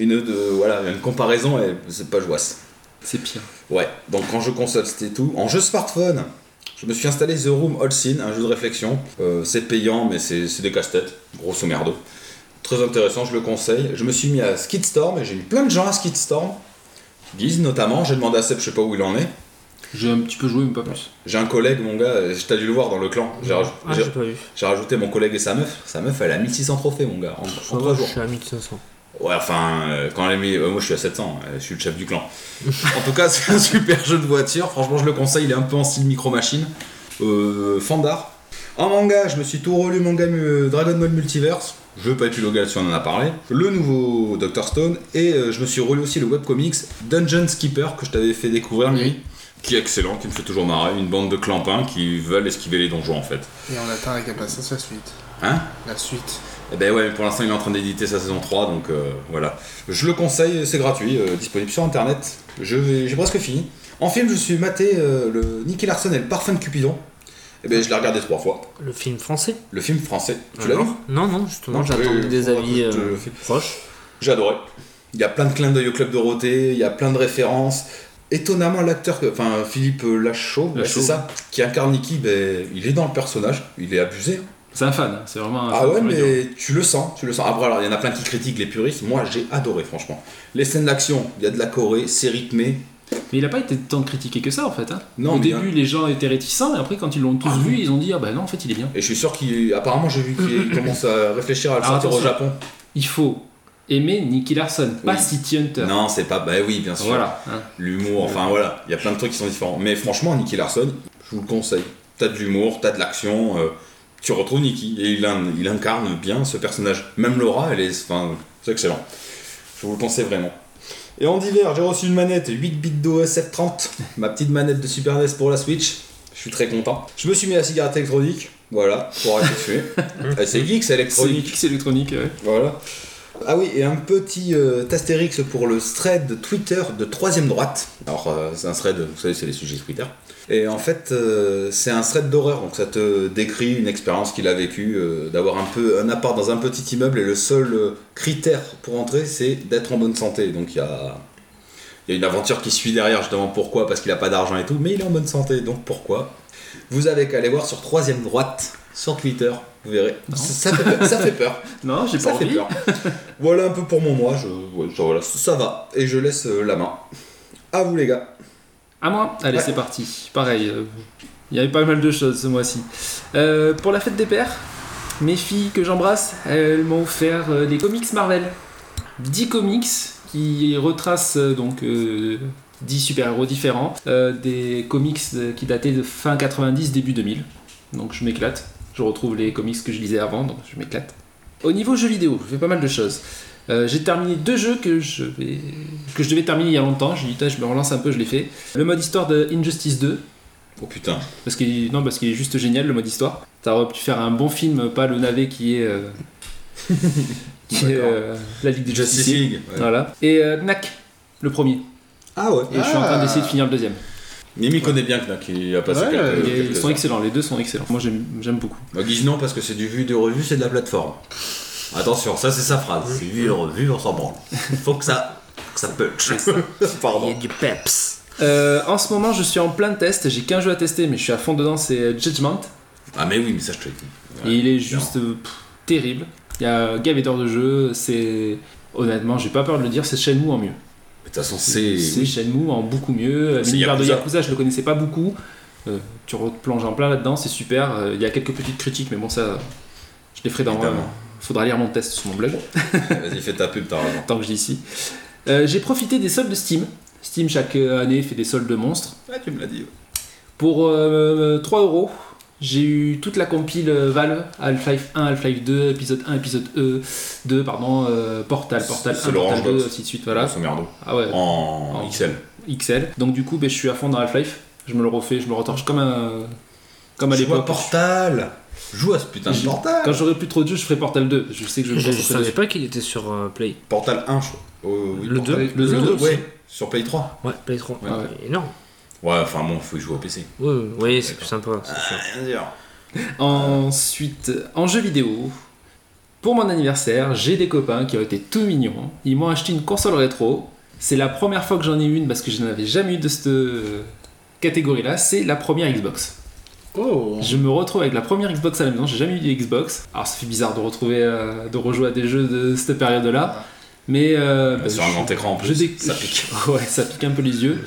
S2: une, de, voilà, une comparaison et c'est pas jouasse.
S5: C'est pire.
S2: Ouais, donc en jeu console c'était tout. En jeu smartphone, je me suis installé The Room All Sin, un jeu de réflexion. Euh, c'est payant, mais c'est c'est des casse-têtes, grosso merdo. Très intéressant, je le conseille. Je me suis mis à Skidstorm et j'ai mis plein de gens à Skidstorm. Guise notamment, j'ai demandé à Seb, je sais pas où il en est.
S5: J'ai un petit peu joué, mais pas plus.
S2: J'ai un collègue, mon gars, euh, t'as dû le voir dans le clan. J'ai raj-
S4: Ah,
S2: j'ai-
S4: j'ai pas vu.
S2: j'ai rajouté mon collègue et sa meuf. Sa meuf, elle a 1600 trophées, mon gars, en, en
S4: Ah,
S2: 3
S4: je
S2: jours.
S4: suis à 1500.
S2: Ouais, enfin, euh, quand elle est mis- euh, moi je suis à 700, euh, je suis le chef du clan. en tout cas, c'est un super jeu de voiture. Franchement, je le conseille, il est un peu en style micro-machine. Euh, Fandar. En manga, je me suis tout relu manga mu- Dragon Ball Multiverse. Je veux pas être logal si on en a parlé. Le nouveau Dr. Stone. Et euh, je me suis relu aussi le webcomics Dungeon Skipper que je t'avais fait découvrir lui. Qui est excellent, qui me fait toujours marrer. Une bande de clampins qui veulent esquiver les donjons en fait.
S3: Et on attend avec impatience la suite.
S2: Hein
S3: La suite.
S2: eh ben ouais, mais pour l'instant il est en train d'éditer sa saison 3, donc euh, voilà. Je le conseille, c'est gratuit, euh, disponible sur internet. Je vais, j'ai presque fini. En film, je suis maté euh, le Nicky Larson et le Parfum de Cupidon. Eh ben je l'ai regardé trois fois.
S4: Le film français
S2: Le film français, tu l'as
S4: Alors
S2: vu
S4: Non, non, justement,
S2: Non,
S4: j'attendais
S2: oui,
S4: des
S2: faudra
S4: avis
S2: que je te
S4: euh,
S2: fais-
S4: proches.
S2: J'ai adoré. Il y a plein de clins d'œil au Club Dorothée, il y a plein de références. Étonnamment, l'acteur, que- enfin Philippe Lachaud, ouais,
S5: Lachaud.
S2: c'est ça, qui incarne Nicky, ben, il est dans le personnage, il est abusé.
S5: C'est un fan, hein, c'est vraiment un
S2: Ah
S5: fan,
S2: ouais,
S5: faut le dire.
S2: mais tu le sens, tu le sens. Après, alors, il y en a plein qui critiquent les puristes. Moi, j'ai adoré, franchement. Les scènes d'action, il y a de la Corée, c'est rythmé.
S5: Mais il a pas été tant critiqué que ça en fait. hein.
S2: Non,
S5: Au
S2: mais
S5: début, les gens étaient réticents, et après, quand ils l'ont tous
S2: Ah,
S5: vu, ils ont dit Ah bah non, en fait, il est bien.
S2: Et je suis sûr qu'apparemment, j'ai vu qu'il commence à réfléchir à le
S5: Ah,
S2: sortir au
S5: attention.
S2: Japon.
S5: Il faut aimer Nicky Larson, pas
S2: Oui.
S5: City Hunter.
S2: Non, c'est pas. Bah oui, bien sûr.
S5: Voilà. hein.
S2: L'humour, enfin voilà, il y a plein de trucs qui sont différents. Mais franchement, Nicky Larson, je vous le conseille. T'as de l'humour, t'as de l'action. euh, tu retrouves Nicky et il, in- il incarne bien ce personnage. Même Laura, elle est. Enfin, c'est excellent. Je vous le conseille vraiment. Et en d'hiver, j'ai reçu une manette 8 bits d'OS 730, ma petite manette de Super NES pour la Switch. Je suis très content. Je me suis mis à la cigarette électronique, voilà, pour arrêter de fumer. Eh, c'est geek, c'est
S5: C'est
S2: électronique.
S5: c'est électronique, ouais.
S2: Voilà. Ah oui, et un petit euh, astérix pour le thread Twitter de troisième droite. Alors, euh, c'est un thread, vous savez, c'est les sujets Twitter. Et en fait, euh, c'est un thread d'horreur, donc ça te décrit une expérience qu'il a vécue, euh, d'avoir un peu un appart dans un petit immeuble, et le seul euh, critère pour entrer, c'est d'être en bonne santé. Donc il y a, il y a une aventure qui suit derrière, justement pourquoi, parce qu'il n'a pas d'argent et tout, mais il est en bonne santé, donc pourquoi Vous avez qu'à aller voir sur troisième droite, sur Twitter, vous verrez. Ça, ça fait peur- ça fait peur.
S5: Non, j'ai pas
S2: Ça fait
S5: envie.
S2: peur. voilà un peu pour mon moi, je, ouais, ça, voilà, ça va. Et je laisse euh, la main. À vous les gars.
S5: À moi Allez,
S2: Ouais.
S5: c'est parti. Pareil, euh, il y avait pas mal de choses ce mois-ci. Euh, pour la fête des pères, mes filles que j'embrasse, elles m'ont offert euh, des comics Marvel. 10 comics qui retracent euh, donc euh, 10 super-héros différents, euh, des comics de- qui dataient de fin 90, début 2000. Donc je m'éclate. Je retrouve les comics que je lisais avant, donc je m'éclate. Au niveau jeux vidéo, je fais pas mal de choses. Euh, j'ai terminé deux jeux que je, vais- que je devais terminer il y a longtemps. J'ai dit, Tain, je me relance un peu, je l'ai fait. Le mode histoire de Injustice 2,
S2: Oh putain.
S5: parce qu'il non, parce qu'il est juste génial le mode histoire. T'aurais pu faire un bon film, pas le navet qui est. euh, qui est
S2: D'accord.
S5: euh, la Ligue des
S2: Justice
S5: Justiciers.
S2: League. ouais.
S5: Voilà. Et euh, Knack, le premier.
S2: Ah ouais.
S5: Et je suis en train d'essayer de finir le deuxième.
S2: Mimi connaît bien Knack, il a passé
S3: Ouais,
S2: quelques,
S5: Il y a-
S2: quelques
S5: Ils sont
S2: heures.
S5: excellents, les deux sont excellents. Moi j'aime j'aime beaucoup.
S2: Bah, Guise non, parce que c'est du vu de revue, c'est de la plateforme. Attention, ça c'est sa phrase. C'est vu de revue, on s'en branle. Faut que ça, faut que ça punch.
S4: Il y a
S2: Pardon.
S4: du peps.
S5: Euh, en ce moment je suis en plein test, j'ai qu'un jeu à tester mais je suis à fond dedans, c'est euh, Judgment.
S2: Ah mais oui, mais ça je te le dis. Ouais,
S5: Et il est juste euh, pff, terrible. Il y a gavé d'heures de jeu, c'est. Honnêtement, j'ai pas peur de le dire, c'est Shenmue en mieux.
S2: Mais De toute façon, c'est.
S5: C'est Shenmue en beaucoup mieux.
S2: C'est
S5: L'univers de
S2: Yakuza.
S5: Yakuza, je le connaissais pas beaucoup. Euh, tu replonges en plein là-dedans, c'est super. Euh, Il y a quelques petites critiques, mais bon, ça, je les ferai dans. euh,
S2: Évidemment.
S5: faudra lire mon test sur mon blog,
S2: Vas-y, fais ta pub, t'as raison.
S5: tant que je dis ici. Euh, j'ai profité des soldes de Steam. Steam, chaque euh, année, fait des soldes de monstres.
S2: Ah, tu me l'as dit.
S5: Pour euh, 3 euros, j'ai eu toute la compile euh, Valve, Half-Life 1, Half-Life 2, épisode 1, épisode E, 2, pardon, euh, Portal, Portal
S2: C'est
S5: 1,
S2: le
S5: Portal
S2: Orange
S5: 2,
S2: Box.
S5: ainsi de suite,
S2: Voilà.
S5: voilà.
S2: Son merdo.
S5: Ah ouais,
S2: En
S5: En-
S2: XL.
S5: XL. Donc du coup, ben, je suis à fond dans Half-Life, je me le refais, je me le retorche comme, un... comme à
S2: Joue à
S5: l'époque.
S2: Portal. Joue à ce putain de
S5: Je-
S2: Portal.
S5: Quand j'aurai plus trop de jeux, je ferai Portal 2. Je sais que je
S4: Je
S5: le
S4: ne
S5: ferai.
S4: savais pas qu'il était sur euh, Play.
S2: Portal 1, je crois. Euh, oui,
S4: Le
S2: Portal.
S4: deux. Le
S2: Le
S4: deux
S2: 2,
S4: aussi.
S2: ouais. Sur Play 3.
S4: Ouais, Play 3.
S2: Ouais.
S4: Ah, il est Énorme.
S2: Ouais, enfin bon, faut y jouer au PC.
S4: Ouais, ouais, ouais, c'est
S2: D'accord.
S4: plus sympa. c'est sûr.
S2: Rien à dire.
S5: Ensuite, en jeu vidéo, pour mon anniversaire, j'ai des copains qui ont été tout mignons. Ils m'ont acheté une console rétro. C'est la première fois que j'en ai une parce que je n'avais jamais eu de cette euh, catégorie-là. C'est la première Xbox.
S3: Oh
S5: Je me retrouve avec la première Xbox à la maison. J'ai jamais eu de Xbox. Alors ça fait bizarre de retrouver, euh, de rejouer à des jeux de cette période-là. Mais euh, bah,
S2: Sur un
S5: je-
S2: grand écran en
S5: je
S2: plus.
S5: dé-
S2: Ça pique.
S5: ouais, ça pique un peu les yeux.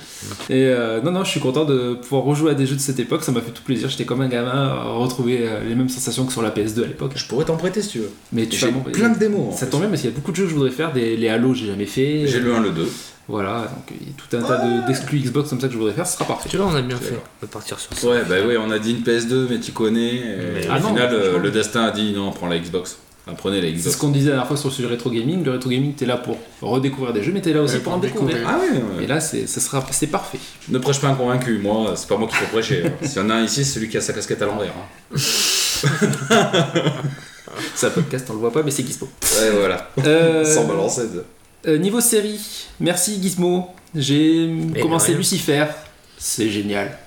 S5: Et euh, non, non, je suis content de pouvoir rejouer à des jeux de cette époque. Ça m'a fait tout plaisir. J'étais comme un gamin à retrouver euh, les mêmes sensations que sur la PS2 à l'époque.
S2: Je pourrais t'en prêter si tu veux.
S5: Mais tu
S2: J'ai
S5: vas m'en-
S2: plein de démos. hein. en
S5: Ça
S2: plus.
S5: tombe bien parce qu'il y a beaucoup de jeux que je voudrais faire. Des, les Halo, j'ai jamais fait.
S2: J'ai le 1, le 2.
S5: Voilà, donc il y a tout un tas de- d'exclus Xbox comme ça que je voudrais faire. Ce sera parfait.
S4: Tu vois, on a bien fait
S2: D'accord.
S4: de partir sur ça.
S2: Ouais, bah oui, on a dit une PS2, mais tu connais. et
S4: Mais-
S2: au
S5: Ah non,
S2: final, euh,
S5: franchement.
S2: le destin a dit non, prends la Xbox. Enfin, prenez la
S5: C'est ce
S2: Xbox.
S5: qu'on disait la dernière fois sur le sujet rétro gaming. Le rétro gaming, t'es là pour redécouvrir des jeux, mais t'es là aussi
S4: Ouais,
S5: pour
S4: pour
S5: en découvrir.
S2: Ah ouais,
S5: Et
S2: ouais.
S5: là, c'est ça sera, c'est parfait.
S2: Ne prêche pas un convaincu, moi, c'est pas moi qui faut prêcher. hein. S'il y en a un ici, c'est celui qui a sa casquette à l'envers. hein.
S5: C'est un podcast, on le voit pas, mais c'est Gizmo.
S2: Ouais, voilà.
S5: Euh,
S2: Sans balancer. de-
S5: Euh, niveau série, merci Gizmo. J'ai commencé
S4: rien.
S5: Lucifer. C'est génial.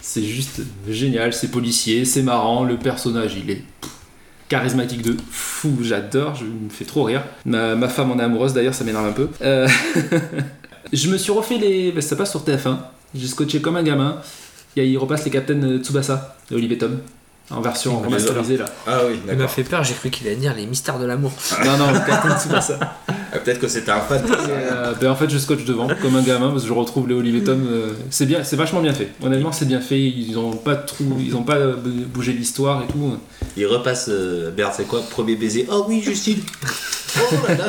S5: C'est juste génial. C'est policier, c'est marrant. Le personnage, il est pff, charismatique de fou. J'adore. Je me fais trop rire. Ma, ma femme en est amoureuse d'ailleurs, ça m'énerve un peu. Euh, je me suis refait les. bah, ça passe sur TF1. J'ai scotché comme un gamin. Il y a- il repasse les Captain Tsubasa de Olivier Tom en version
S2: Il
S5: remasterisée là.
S2: Ah oui,
S4: Il m'a
S2: d'accord.
S4: fait peur, j'ai cru qu'il allait dire les mystères de l'amour.
S5: Non, non, Captain Tsubasa.
S2: Ah, Peut-être que c'était un fan.
S5: Euh, ben, en fait, je scotche devant comme un gamin parce que je retrouve les Olivier Tom. euh, c'est bien, c'est vachement bien fait. Honnêtement, c'est bien fait. Ils ont pas trop, ils ont pas euh, bougé l'histoire et tout.
S2: Il repasse, euh, Bert, c'est quoi Premier baiser. Oh oui, Justine. Oh là là,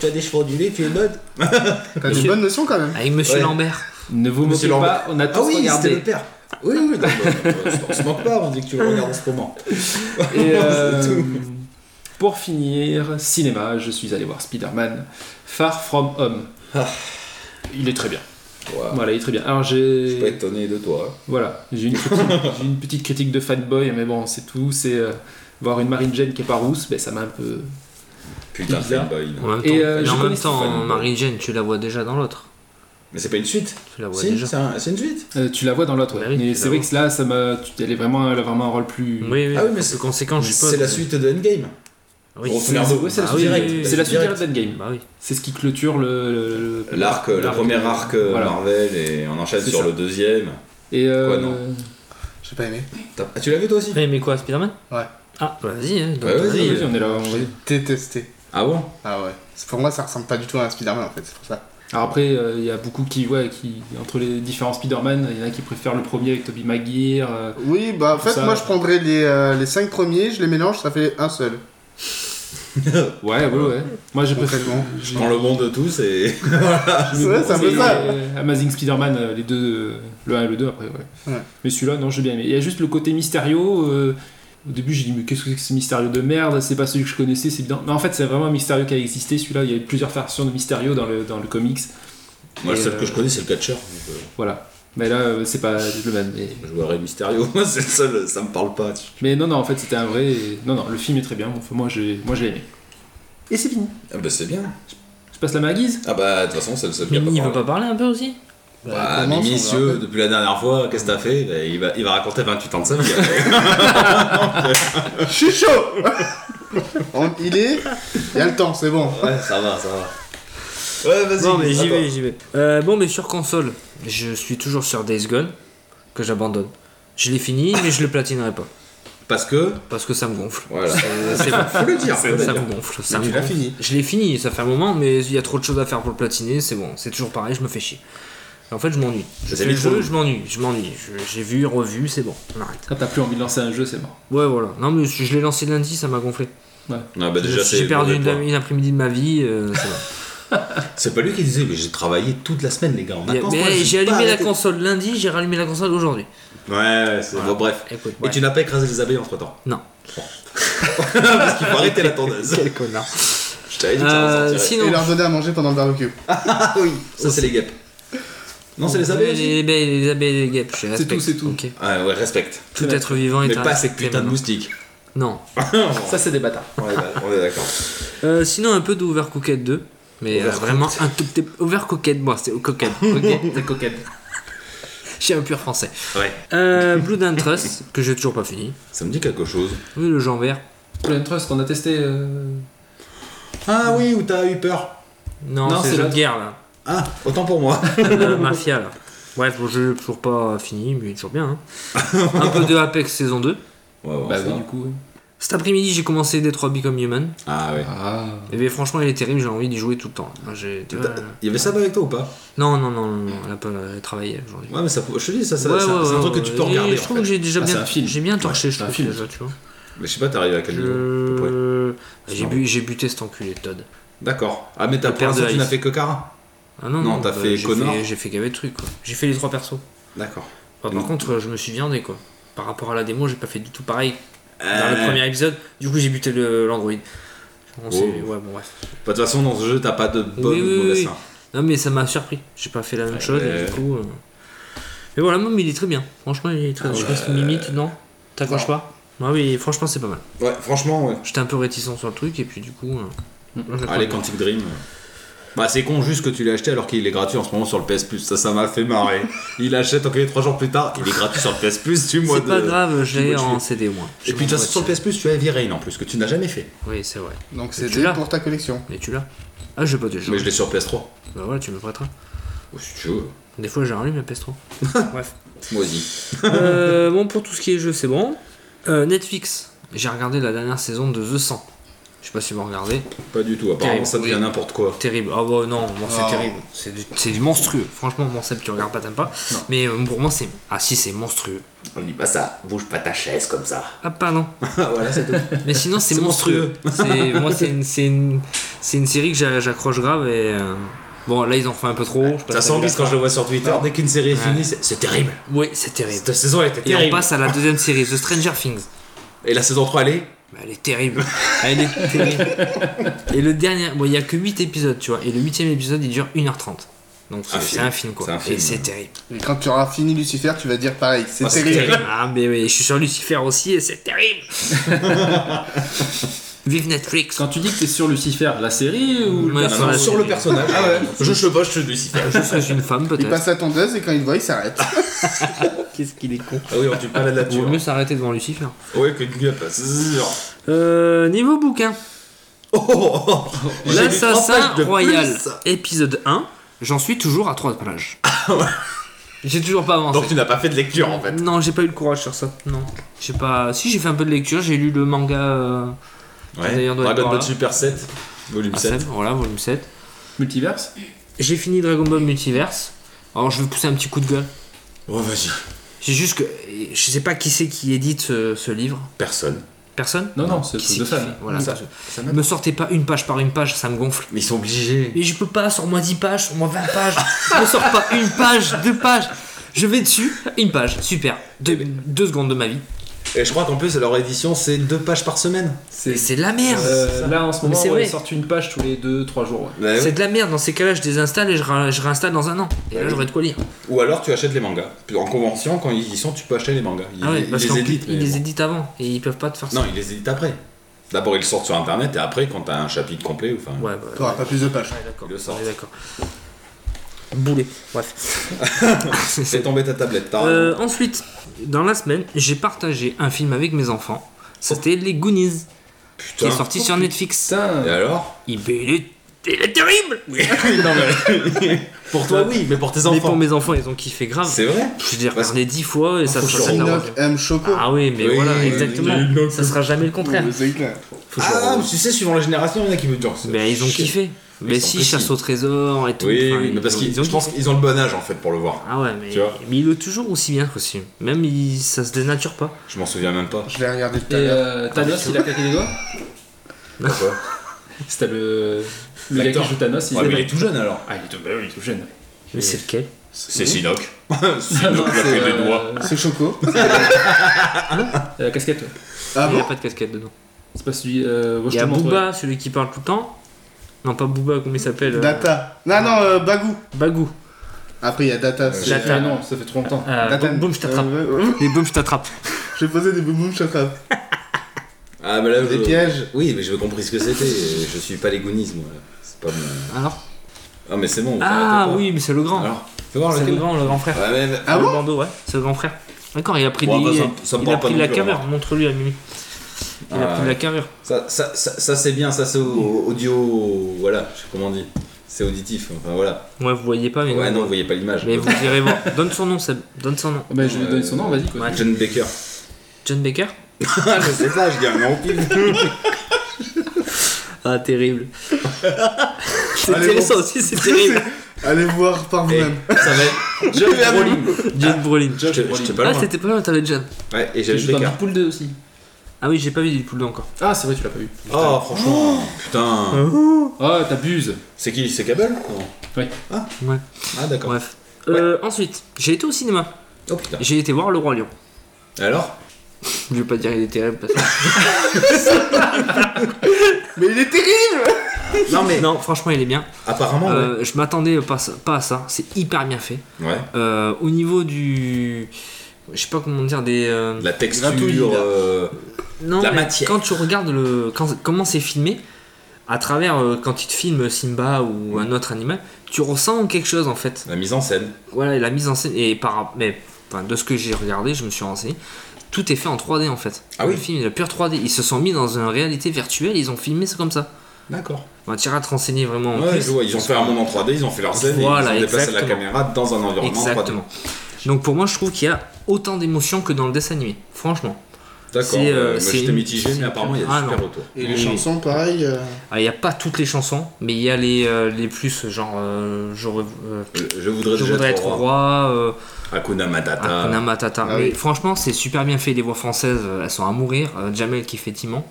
S2: tu as des cheveux ondulés, tu es mode.
S3: T'as des bonnes notions quand même
S4: Avec Monsieur
S2: Ouais.
S4: Lambert.
S5: Ne vous moquez
S2: Monsieur
S5: pas. On a tous
S2: Ah oui, c'était
S5: regardé.
S2: le père. Oui, oui, non, on se manque pas, on dit que tu le regardes en ce moment.
S5: Et, euh,
S2: C'est tout.
S5: pour finir, cinéma. Je suis allé voir Spider-Man Far From Home.
S2: Ah.
S5: Il est très bien.
S2: Wow.
S5: Voilà, il est très bien. Alors
S2: Je suis pas
S5: j'ai,
S2: étonné de toi. hein.
S5: voilà, j'ai une, critique- j'ai une petite critique de fanboy, mais bon, c'est tout. C'est euh, voir une Marine Jane qui est pas rousse, ben ça m'a un peu.
S2: Putain,
S5: C'est bizarre.
S2: fanboy. non.
S4: En même temps,
S5: Et, euh,
S4: mais
S5: je
S4: en
S5: connais
S4: même temps
S5: Stéphane.
S4: Marie Jane, tu la vois déjà dans l'autre.
S2: Mais c'est pas une suite
S4: Tu la vois
S2: Si,
S4: déjà.
S2: c'est un- c'est une suite
S5: Euh, tu la vois dans l'autre, ouais.
S4: Bah oui,
S5: mais
S4: tu
S5: c'est
S4: la
S5: vrai
S4: vois.
S5: que là, ça m'a, tu- elle est vraiment, elle a vraiment un rôle plus.
S4: Oui, oui.
S2: Ah oui, mais
S4: parce
S2: c'est-
S4: que conséquent, je suppose.
S2: C'est la suite de Endgame.
S4: Oui.
S2: Grosso
S5: C'est la,
S2: merdo.
S5: ouais, c'est la
S4: Bah
S5: suite
S4: oui,
S5: directe.
S4: oui, oui,
S5: c'est la
S2: direct.
S5: suite directe d'Endgame.
S4: Bah oui.
S5: C'est ce qui clôture le. le- le-
S2: L'arc, le
S5: l'arc.
S2: premier arc euh,
S5: Voilà.
S2: Marvel, et on enchaîne
S5: C'est
S2: sur
S5: ça.
S2: le deuxième.
S5: Et euh,
S2: Quoi, non
S3: J'ai pas aimé.
S2: T'as- Ah, tu l'as vu toi aussi
S4: Après, mais quoi, Spider-Man
S3: Ouais.
S4: Ah, bah vas-y. hein, donc,
S2: Ouais, vas-y,
S4: vas-y.
S5: vas-y, on est là. on-
S3: J'ai détesté.
S2: Ah bon
S3: Ah ouais. C'est- Pour moi, ça ressemble pas du tout à un Spider-Man en fait, c'est pour ça.
S5: Alors après, euh, il y a beaucoup qui, ouais, qui entre les différents Spider-Man, il y en a qui préfèrent le premier avec Tobey Maguire. euh,
S3: Oui, bah en fait,
S5: Ça-
S3: moi je prendrais les, euh, les 5 premiers, je les mélange, ça fait un seul.
S5: Ouais, ouais, ouais. Moi, j'ai préféré.
S3: Concrètement.
S2: Je prends le bon de tous et.
S3: C'est vrai, c'est un peu
S5: Et,
S3: ça.
S5: euh, Amazing Spider-Man, euh, les deux, euh, le 1 et le 2 après, ouais.
S3: Ouais.
S5: Mais celui-là, non, j'ai bien aimé. Il y a juste le côté mystérieux. euh, au début, j'ai dit, mais qu'est-ce que c'est que ce mystérieux de merde C'est pas celui que je connaissais, c'est bien. Mais en fait, c'est vraiment un mystérieux qui a existé, celui-là. Il y a eu plusieurs versions de mystérieux dans le, dans le comics.
S2: Moi, le
S5: Et,
S2: seul que
S5: euh,
S2: je connais, c'est le catcher. donc, euh,
S5: Voilà. Mais là, euh, c'est pas le même. Mais,
S2: Je vois Rey Mysterio, moi, c'est le seul, ça me parle pas.
S5: mais non, non, en fait, c'était un vrai. et- Non, non, le film est très bien. Enfin, moi, j'ai moi, j'ai aimé. Et c'est fini.
S2: Ah bah c'est bien.
S5: Je passe la main à Guise.
S2: Ah bah de toute façon c'est le seul qui a
S4: Mimi, il
S2: pas
S4: veut
S2: parlé.
S4: pas parler un peu aussi
S2: Bah,
S3: Comment
S2: Mimi,
S3: ça, on
S2: monsieur,
S3: rappelle
S2: depuis la dernière fois, qu'est-ce que t'as fait Bah, il, va, il va raconter 28 ans de sa vie.
S3: Je suis chaud On- Il est. Il y a le temps, c'est bon.
S2: ouais, ça va, ça va. Ouais, vas-y.
S4: Non, mais j'y
S2: attends.
S4: vais, j'y vais. Euh, bon, mais sur console, je suis toujours sur Days Gone, que j'abandonne. Je l'ai fini, mais je le platinerai pas.
S2: Parce que.
S4: Parce que ça me gonfle.
S2: Voilà.
S4: Euh, c'est bon.
S2: Faut le dire, faut
S4: Ça
S2: le dire.
S4: me gonfle. Ça
S3: Mais
S4: me
S3: tu l'as
S4: gonfle.
S3: fini.
S4: Je l'ai fini, ça fait un moment, mais il y a trop de choses à faire pour le platiner, c'est bon, c'est toujours pareil, je me fais chier. En fait, je m'ennuie. Je
S2: T'as
S4: fais
S2: mis
S4: le
S2: trop
S4: jeu,
S2: de-
S4: je m'ennuie, je m'ennuie. Je- J'ai vu, revu, c'est bon, on arrête.
S5: Quand t'as plus envie de lancer un jeu, c'est mort.
S4: Ouais, voilà. Non, mais je, je l'ai lancé lundi, ça m'a gonflé.
S2: Ah, bah, déjà, c'est
S4: J'ai perdu
S2: mauvais
S4: une,
S2: point.
S4: une après-midi de ma vie, euh, c'est bon.
S2: C'est pas lui qui disait, mais j'ai travaillé toute la semaine, les gars. En
S4: Il y a-
S2: vacances, moi,
S4: Mais j'ai
S2: pas
S4: allumé la
S2: arrêté.
S4: console lundi, j'ai rallumé la console aujourd'hui.
S2: Ouais, ouais, c'est. Bon, bref.
S4: Écoute,
S2: Et
S4: ouais.
S2: tu n'as pas écrasé les abeilles entre temps
S4: Non.
S2: Parce qu'il faut arrêter la tondeuse.
S4: Quel connard.
S2: Je t'avais dit que ça
S4: Euh,
S2: ressortirait.
S3: Et
S4: sinon,
S3: leur donner à manger pendant le barbecue.
S2: Ah oui, ça c'est les guêpes. Non, c'est les abeilles
S4: Ouais,
S2: aussi
S4: Les abeilles, les abeilles, les guêpes, je respecte.
S5: tout, c'est tout.
S4: Ok.
S2: Ah ouais, respecte.
S4: Tout être vivant
S2: Mais
S4: est un
S2: pas ces
S4: respect
S2: putains de
S4: maintenant.
S2: moustiques.
S4: Non.
S5: Ça, c'est des bâtards.
S2: On est d'ac- on est d'accord.
S4: Euh, sinon, un peu d'Overcooked 2. Mais euh, vraiment, un tout petit Overcooked, moi, c'est coquette. Ok, c'est coquette. Je suis un pur français.
S2: Ouais.
S4: Euh, Blood and Trust, que j'ai toujours pas fini.
S2: Ça me dit quelque chose.
S4: Oui, le genre vert.
S5: Planet Trust qu'on a testé. euh,
S2: Ah oui, où t'as eu peur.
S4: Non,
S5: Non,
S4: c'est le
S5: c'est
S4: jeu de
S5: l'autre.
S4: guerre, là.
S2: Ah, autant pour moi.
S4: Euh, mafia, là. Bref, bon, je l'ai toujours pas fini, mais toujours bien. hein. un peu de Apex saison 2.
S2: Ouais, ouais,
S5: Bah
S2: ça
S5: oui,
S2: va.
S5: du coup. oui.
S4: Cet après-midi, j'ai commencé Detroit Become Human.
S2: Ah ouais.
S5: Ah.
S4: Et bien, franchement, il est terrible, j'ai envie d'y jouer tout le temps. Moi, j'ai- tu vois,
S2: T'as- Il y avait ça avec toi ou pas
S4: Non, non, non, non, non, elle a pas elle travaillé aujourd'hui.
S2: Ouais, mais ça, je te dis, ça, ça-
S4: Ouais,
S2: ça-
S4: ouais,
S2: c'est un
S4: ouais,
S2: truc que tu peux
S4: ouais.
S2: regarder.
S4: Et Je
S2: en
S4: trouve
S2: fait.
S4: que j'ai déjà
S5: Ah, c'est
S4: bien,
S5: un film.
S4: j'ai bien torché,
S5: Ouais,
S4: je
S5: c'est un
S4: trouve
S5: film.
S4: déjà, tu vois.
S2: Mais je sais pas, t'es arrivé à quel niveau à peu près.
S4: Je... J'ai
S2: Non.
S4: bu, j'ai buté cet enculé de Todd.
S2: D'accord. Ah, mais t'as
S4: Le père
S2: perdu,
S4: de
S2: tu
S4: Ice.
S2: n'as fait que Cara
S4: Ah non,
S2: Non, t'as fait
S4: j'ai
S2: Connor.
S4: J'ai fait gavé de trucs, quoi. J'ai fait les trois persos.
S2: D'accord.
S4: Enfin,
S2: Non.
S4: par contre, euh, je me suis viandé, quoi. Par rapport à la démo, j'ai pas fait du tout pareil. Dans
S2: Euh,
S4: le premier épisode, du coup, j'ai buté le- l'android. On s'est-
S2: Oh.
S4: Ouais, bon, bref.
S2: bah, De toute façon, dans ce jeu, t'as pas de bonne
S4: Oui,
S2: ou
S4: oui,
S2: de mauvaise
S4: oui.
S2: fin.
S4: Non, mais ça m'a surpris. J'ai pas fait la même chose, et
S2: ouais.
S4: du coup. euh, Mais voilà, non, mais il est très bien. Franchement, il est très
S2: Ah
S4: bien. Je pense qu'il m'imite, non T'accroches pas Ouais, oui, franchement, c'est pas mal.
S2: Ouais, franchement, ouais.
S4: J'étais un peu réticent sur le truc, et puis du coup. euh, j'accroche
S2: Mm. Allez,
S4: bien.
S2: Quantic Dream. Bah, c'est con juste que tu l'aies acheté alors qu'il est gratuit en ce moment sur le PS Plus. Ça, ça m'a fait marrer. Il achète, ok, trois jours plus tard, il est gratuit sur le PS Plus du mois
S4: C'est
S2: de.
S4: pas grave, je l'ai
S2: mois de
S4: en
S2: juillet.
S4: CD au moins.
S2: Et puis, de toute façon, sur le PS Plus, tu as Heavy Rain en plus, que tu n'as jamais fait.
S4: Oui, c'est vrai.
S3: Donc
S4: Et
S3: c'est
S4: tu
S3: des
S4: l'as
S3: pour ta collection.
S4: Mais tu l'as Ah, je l'ai pas déjà.
S2: Mais je l'ai sur PS3.
S4: Bah voilà, tu me prêteras.
S2: Oh, si tu veux.
S4: Des fois, j'ai rallume la PS3. Bref.
S2: Moi aussi.
S4: Euh, bon, pour tout ce qui est jeu, c'est bon. Euh, Netflix, j'ai regardé la dernière saison de The 100. Je sais pas si vous regardez.
S2: Pas du tout. Apparemment,
S4: Terrible,
S2: ça devient
S4: oui.
S2: n'importe quoi.
S4: Terrible. Ah bah non, bon, c'est
S3: Ah.
S4: terrible. C'est du, c'est du monstrueux. Franchement, mon Seb, tu regardes pas, t'aimes pas. Mais euh, pour moi, c'est. Ah si, c'est monstrueux.
S2: On dit pas ça. Bouge pas ta chaise comme ça.
S4: Ah, pardon.
S2: voilà, c'est tout.
S4: Mais sinon, c'est
S2: C'est
S4: monstrueux.
S2: monstrueux.
S4: C'est- moi, c'est une, c'est une, c'est une série que j'a- j'accroche grave et. euh, Bon, là, ils en font un peu trop. Je sais pas
S2: Ça
S4: si
S2: sent
S4: t'as vu la
S2: quand je le vois sur Twitter.
S3: Non.
S2: Dès qu'une série est
S4: Ouais.
S2: finie, c'est c'est terrible.
S4: Oui, c'est terrible.
S2: Cette saison, elle était
S4: Et on
S2: terrible.
S4: passe à la deuxième série, The Stranger Things.
S2: Et la saison 3, elle est.
S4: Mais elle est terrible. Elle est terrible. Et le dernier, bon, il n'y a que 8 épisodes, tu vois. Et le huitième épisode, il dure 1h30. Donc c'est
S2: Un
S4: c'est
S2: film.
S4: un film, quoi.
S2: C'est un film.
S4: Et c'est terrible.
S3: Et quand tu auras fini Lucifer, tu vas dire pareil. C'est
S2: Ah, c'est
S3: terrible.
S2: terrible.
S4: Ah, mais oui, je suis sur Lucifer aussi et c'est terrible. Vive Netflix.
S5: Quand tu dis que t'es sur Lucifer, la série ou
S4: Ouais,
S5: le-
S4: sur la série.
S2: personnage. Ah ouais. Je chevauche Lucifer.
S4: Je suis une femme,
S3: Il
S4: peut-être.
S3: passe la tondeuse et quand il voit, il s'arrête.
S4: Qu'est-ce qu'il est con.
S2: Ah oui, on tue pas la
S4: Il vaut mieux
S2: nature.
S4: s'arrêter devant Lucifer.
S2: Ouais, que de guêpe, c'est sûr.
S4: Euh, niveau bouquin.
S2: Oh, oh, oh. J'ai lu trois
S4: L'assassin
S2: pages de
S4: royal,
S2: plus. Ah
S4: épisode 1. J'en suis toujours à 3 pages. J'ai toujours pas avancé.
S2: Donc tu n'as pas fait de lecture en fait.
S4: Non, j'ai pas eu le courage sur ça. Non. J'ai pas. Si, j'ai fait un peu de lecture, j'ai lu le manga. euh, D'ailleurs, on doit être
S2: Dragon
S4: par là.
S2: Ball Super 7, volume
S4: à
S2: 7.
S4: Seb, voilà, volume 7.
S5: Multiverse
S4: J'ai fini Dragon Ball Multiverse. Alors, je vais pousser un petit coup de gueule.
S2: Oh, vas-y.
S4: C'est juste que. Je sais pas qui c'est qui édite ce, ce livre.
S2: Personne.
S4: Personne
S5: Non, non, c'est
S4: Qui
S5: un truc de
S4: qui
S5: fan.
S4: fait Voilà.
S2: Ça-
S4: Me sortez pas une page par une page, ça me gonfle.
S2: Mais ils sont obligés.
S4: Mais je peux pas, sors-moi 10 pages, sors-moi 20 pages. ne sors pas une page, deux pages. Je vais dessus, une page, super. Deux, deux secondes de ma vie.
S2: Et je crois qu'en plus, leur édition, c'est deux pages par semaine.
S4: Et C'est de la merde.
S5: Euh, là en ce
S4: Mais
S5: moment,
S4: c'est
S5: ouais,
S4: vrai.
S5: ils sortent une page tous les 2-3 jours. ouais.
S2: Bah,
S4: C'est
S2: oui.
S4: de la merde, dans ces cas-là je désinstalle et je, ra- je réinstalle dans un an. Et là
S2: oui.
S4: j'aurai de quoi lire.
S2: Ou alors tu achètes les mangas. Puis En convention, quand ils y sont, tu peux acheter les mangas. Ils,
S4: Ah ouais,
S2: ils
S4: parce
S2: les
S4: qu'ils
S2: éditent. mais
S4: ils les
S2: bon.
S4: éditent avant et ils peuvent pas te faire ça.
S2: Non, ils les éditent après. D'abord, ils le sortent sur internet et après, quand t'as un chapitre complet, enfin.
S4: Ouais, ouais,
S3: T'auras pas plus de pages.
S4: ouais, d'accord.
S2: Ils le sortent.
S4: On est d'accord. Boulet, bref.
S2: C'est tombé ta tablette, t'as.
S4: Euh, ensuite, dans la semaine, j'ai partagé un film avec mes enfants. C'était Les Goonies, qui
S2: Putain.
S4: est sorti sur Netflix.
S5: Oh, Putain,
S2: Et alors
S4: Il il est, il est terrible
S5: pour toi oui, mais pour tes enfants.
S4: Mais pour mes enfants, ils ont kiffé grave.
S2: C'est vrai
S4: Je l'ai regardé dix fois et ça
S5: faut
S4: ça-
S5: que
S4: ça
S5: je
S4: leur-
S3: Enoch M. Choco.
S4: Ah oui, mais
S2: Oui,
S4: voilà,
S2: oui,
S4: exactement.
S2: oui, oui, oui.
S4: Ça sera jamais le contraire.
S3: Oui, C'est clair.
S2: Ah, mais tu sais, suivant la génération, il y en a qui veulent dire.
S4: Mais ils ont
S2: Shit.
S4: kiffé. Mais
S2: ils sont
S4: si,
S2: petits.
S4: chasse au trésor et tout.
S2: Oui,
S4: enfin,
S2: oui,
S4: ils
S2: mais parce
S4: ont-
S2: qu'ils
S4: ils ont
S2: je pense
S4: kiffé.
S2: qu'ils ont le bon âge en fait pour le voir.
S4: Ah ouais, mais,
S2: Tu vois.
S4: mais il est toujours aussi bien que aussi. Même il, ça se dénature pas.
S2: Je m'en souviens même pas.
S3: Je l'ai regardé tout
S5: Et
S3: à l'heure.
S5: euh, Thanos, il a claqué les doigts
S2: Pourquoi
S5: C'était le. Le gars
S2: L'acteur.
S5: qui joue Thanos, il
S2: Ouais, mais
S5: est-
S2: il est tout jeune alors.
S5: Ah, il est tout, bah oui, il est tout jeune.
S4: Mais c'est lequel
S2: C'est Sinoc.
S5: Non,
S2: Sinoc a
S5: c'est,
S2: fait des
S5: euh,
S2: doigts.
S3: C'est Choco.
S5: euh, La casquette, ouais.
S3: Ah
S4: Il n'y a
S3: bon
S4: pas de casquette dedans.
S5: C'est pas celui. Euh, moi, je
S4: Il y a
S5: te montre,
S4: Booba, celui qui parle tout le temps. Non, pas Booba, comment il s'appelle euh,
S3: Data. Non, non, euh, Bagou.
S4: Bagou.
S3: Après, il y a Data. c'est-
S5: ouais.
S4: Euh, Data.
S5: Ah non, ça fait trop longtemps.
S4: Euh,
S3: Data.
S4: boum, boum, je t'attrape.
S3: Euh, ouais.
S4: Les boum, je t'attrape.
S3: J'ai posé des boum boum, je t'attrape.
S2: Ah, mais
S4: Euh,
S2: là,
S3: Des
S2: je-
S3: pièges.
S2: Oui, mais j'ai compris ce que c'était. Je suis pas l'égonisme. C'est pas mon.
S4: Alors
S2: Ah, mais c'est bon. vous
S4: Ah
S2: arrêtez pas.
S4: oui, mais c'est le grand.
S2: Alors, fais voir
S4: c'est le
S2: lequel.
S4: grand, le grand frère.
S2: Ouais, mais-
S3: Ah
S4: le
S3: bon
S4: bandeau, ouais. C'est le grand frère. D'accord, il a pris,
S2: Bon,
S4: des-
S2: bah, ça me- ça me
S4: il a
S2: parle pas
S4: pris
S2: non
S4: la
S2: plus,
S4: carrure.
S2: remarque.
S4: Montre-lui à Mimi. Il a
S2: Ah,
S4: pris de la carrure.
S2: Ça, ça, ça, ça, c'est bien, ça c'est au- audio. Voilà, je sais comment on dit. C'est auditif, enfin voilà.
S4: Ouais, vous voyez pas, mais.
S2: Ouais, non, vous voyez pas l'image. Euh,
S4: Mais vous irez voir. Donne son nom, Seb. Donne son nom.
S5: Ah Bah, je vais donner son nom, vas-y quoi.
S4: Ouais.
S2: John Baker.
S4: John Baker
S2: Ah, je sais pas, je dis un nom au pif.
S4: Ah, terrible. c'est
S3: Allez,
S4: terrible,
S3: bon.
S4: ça aussi, c'est terrible.
S3: Allez voir par
S2: Et
S3: vous-même.
S2: Ça va être John Brolin.
S4: John Brolin.
S2: Je Oh, te- je te pas
S4: Ah,
S2: loin.
S4: c'était pas loin, t'avais John.
S2: Ouais, et
S5: Il
S2: John
S5: joue dans
S2: Baker.
S5: Deadpool 2 aussi.
S4: Ah oui, j'ai pas vu Deadpool deux encore.
S5: Ah, c'est vrai, tu l'as pas vu.
S2: Oh, franchement, putain.
S5: Ah, t'abuses.
S2: C'est qui C'est Cable Non.
S5: Ouais.
S2: Ah
S4: Hein Ouais.
S2: Ah, d'accord.
S4: Bref. Euh, ensuite, j'ai été au cinéma.
S2: Oh putain.
S4: J'ai été voir Le Roi Lion.
S2: Alors
S4: Je vais pas dire il est terrible parce que.
S3: Mais il est terrible
S4: non, mais. Non, franchement, il est bien.
S2: Apparemment,
S4: Euh, Je m'attendais pas, à ça- pas à ça. C'est hyper bien fait.
S2: ouais. Ouais.
S4: Euh, au niveau du. Je sais pas comment dire, des. euh,
S2: La
S3: Gratouille,
S2: texture.
S3: là.
S2: euh,
S4: Non,
S2: La
S4: mais
S2: matière.
S4: quand tu regardes le, quand- comment c'est filmé, à travers euh, quand ils te filment Simba
S2: Mm.
S4: ou un autre animal, tu ressens quelque chose en fait.
S2: La mise en scène.
S4: Voilà, et la mise en scène et par, mais enfin, de ce que j'ai regardé, je me suis renseigné, tout est fait en 3D en fait.
S2: Ah
S4: le
S2: oui.
S4: film il est pure 3D. Ils se sont mis dans une réalité virtuelle, ils ont filmé ça comme ça.
S2: D'accord.
S4: On t'iras te renseigner vraiment. en
S2: Ouais,
S4: plus.
S2: je vois, ils ont fait un monde en 3D, ils ont fait leur scène, et
S4: Voilà,
S2: ils ont déplacé la
S4: exactement.
S2: caméra dans un environnement
S4: Exactement. Donc pour moi, je trouve qu'il y a autant d'émotions que dans le dessin animé. Franchement.
S2: 3D. D'accord,
S4: C'est, euh,
S2: euh, moi,
S4: c'est
S2: j'étais
S4: une-
S2: mitigé,
S4: c'est-
S2: mais apparemment il y a des
S4: Ah,
S2: super
S4: non.
S2: retours.
S3: Et
S4: Oui.
S3: les chansons, pareil. euh,
S4: Ah, Il n'y a pas toutes les chansons, mais il y a les, euh, les plus genre euh, j'aurais- euh,
S2: Je je voudrais
S4: Je
S2: déjà
S4: voudrais être roi, euh,
S2: Hakuna Matata.
S4: Hakuna Matata.
S3: Ah
S4: Mais
S3: oui.
S4: franchement, c'est super bien fait. Les voix françaises, euh, elles sont à mourir. Euh, Jamel qui fait Timon,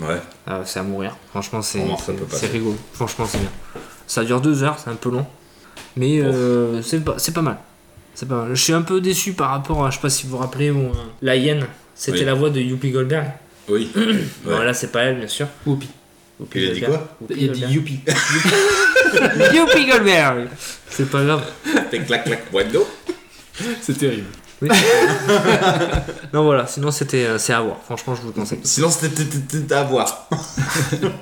S2: Ouais.
S4: euh, c'est à mourir. Franchement, c'est
S2: Pour moi, ça
S4: c'est-
S2: peut pas
S4: c'est
S2: faire.
S4: rigolo. Franchement, c'est bien. Ça dure deux heures, c'est un peu long. Mais euh, c'est pas, c'est pas mal. C'est pas mal. Je suis un peu déçu par rapport à, je sais pas si vous vous rappelez, où, euh, la hyène. C'était
S2: Oui.
S4: la voix de Youpi Goldberg.
S2: Oui.
S4: Bon, là, c'est pas elle, bien sûr.
S5: Whoopi.
S4: Youpi
S2: Il a dit
S4: Goldberg.
S2: quoi
S4: Whoopi
S5: Il a dit
S4: Goldberg.
S5: Youpi.
S4: Youpi Goldberg C'est pas grave.
S2: T'es clac clac boîte d'eau.
S5: C'est terrible.
S4: Oui. non, voilà. Sinon, c'était, euh, c'est à voir. Franchement, je vous le conseille.
S2: Sinon c'était c'était à voir.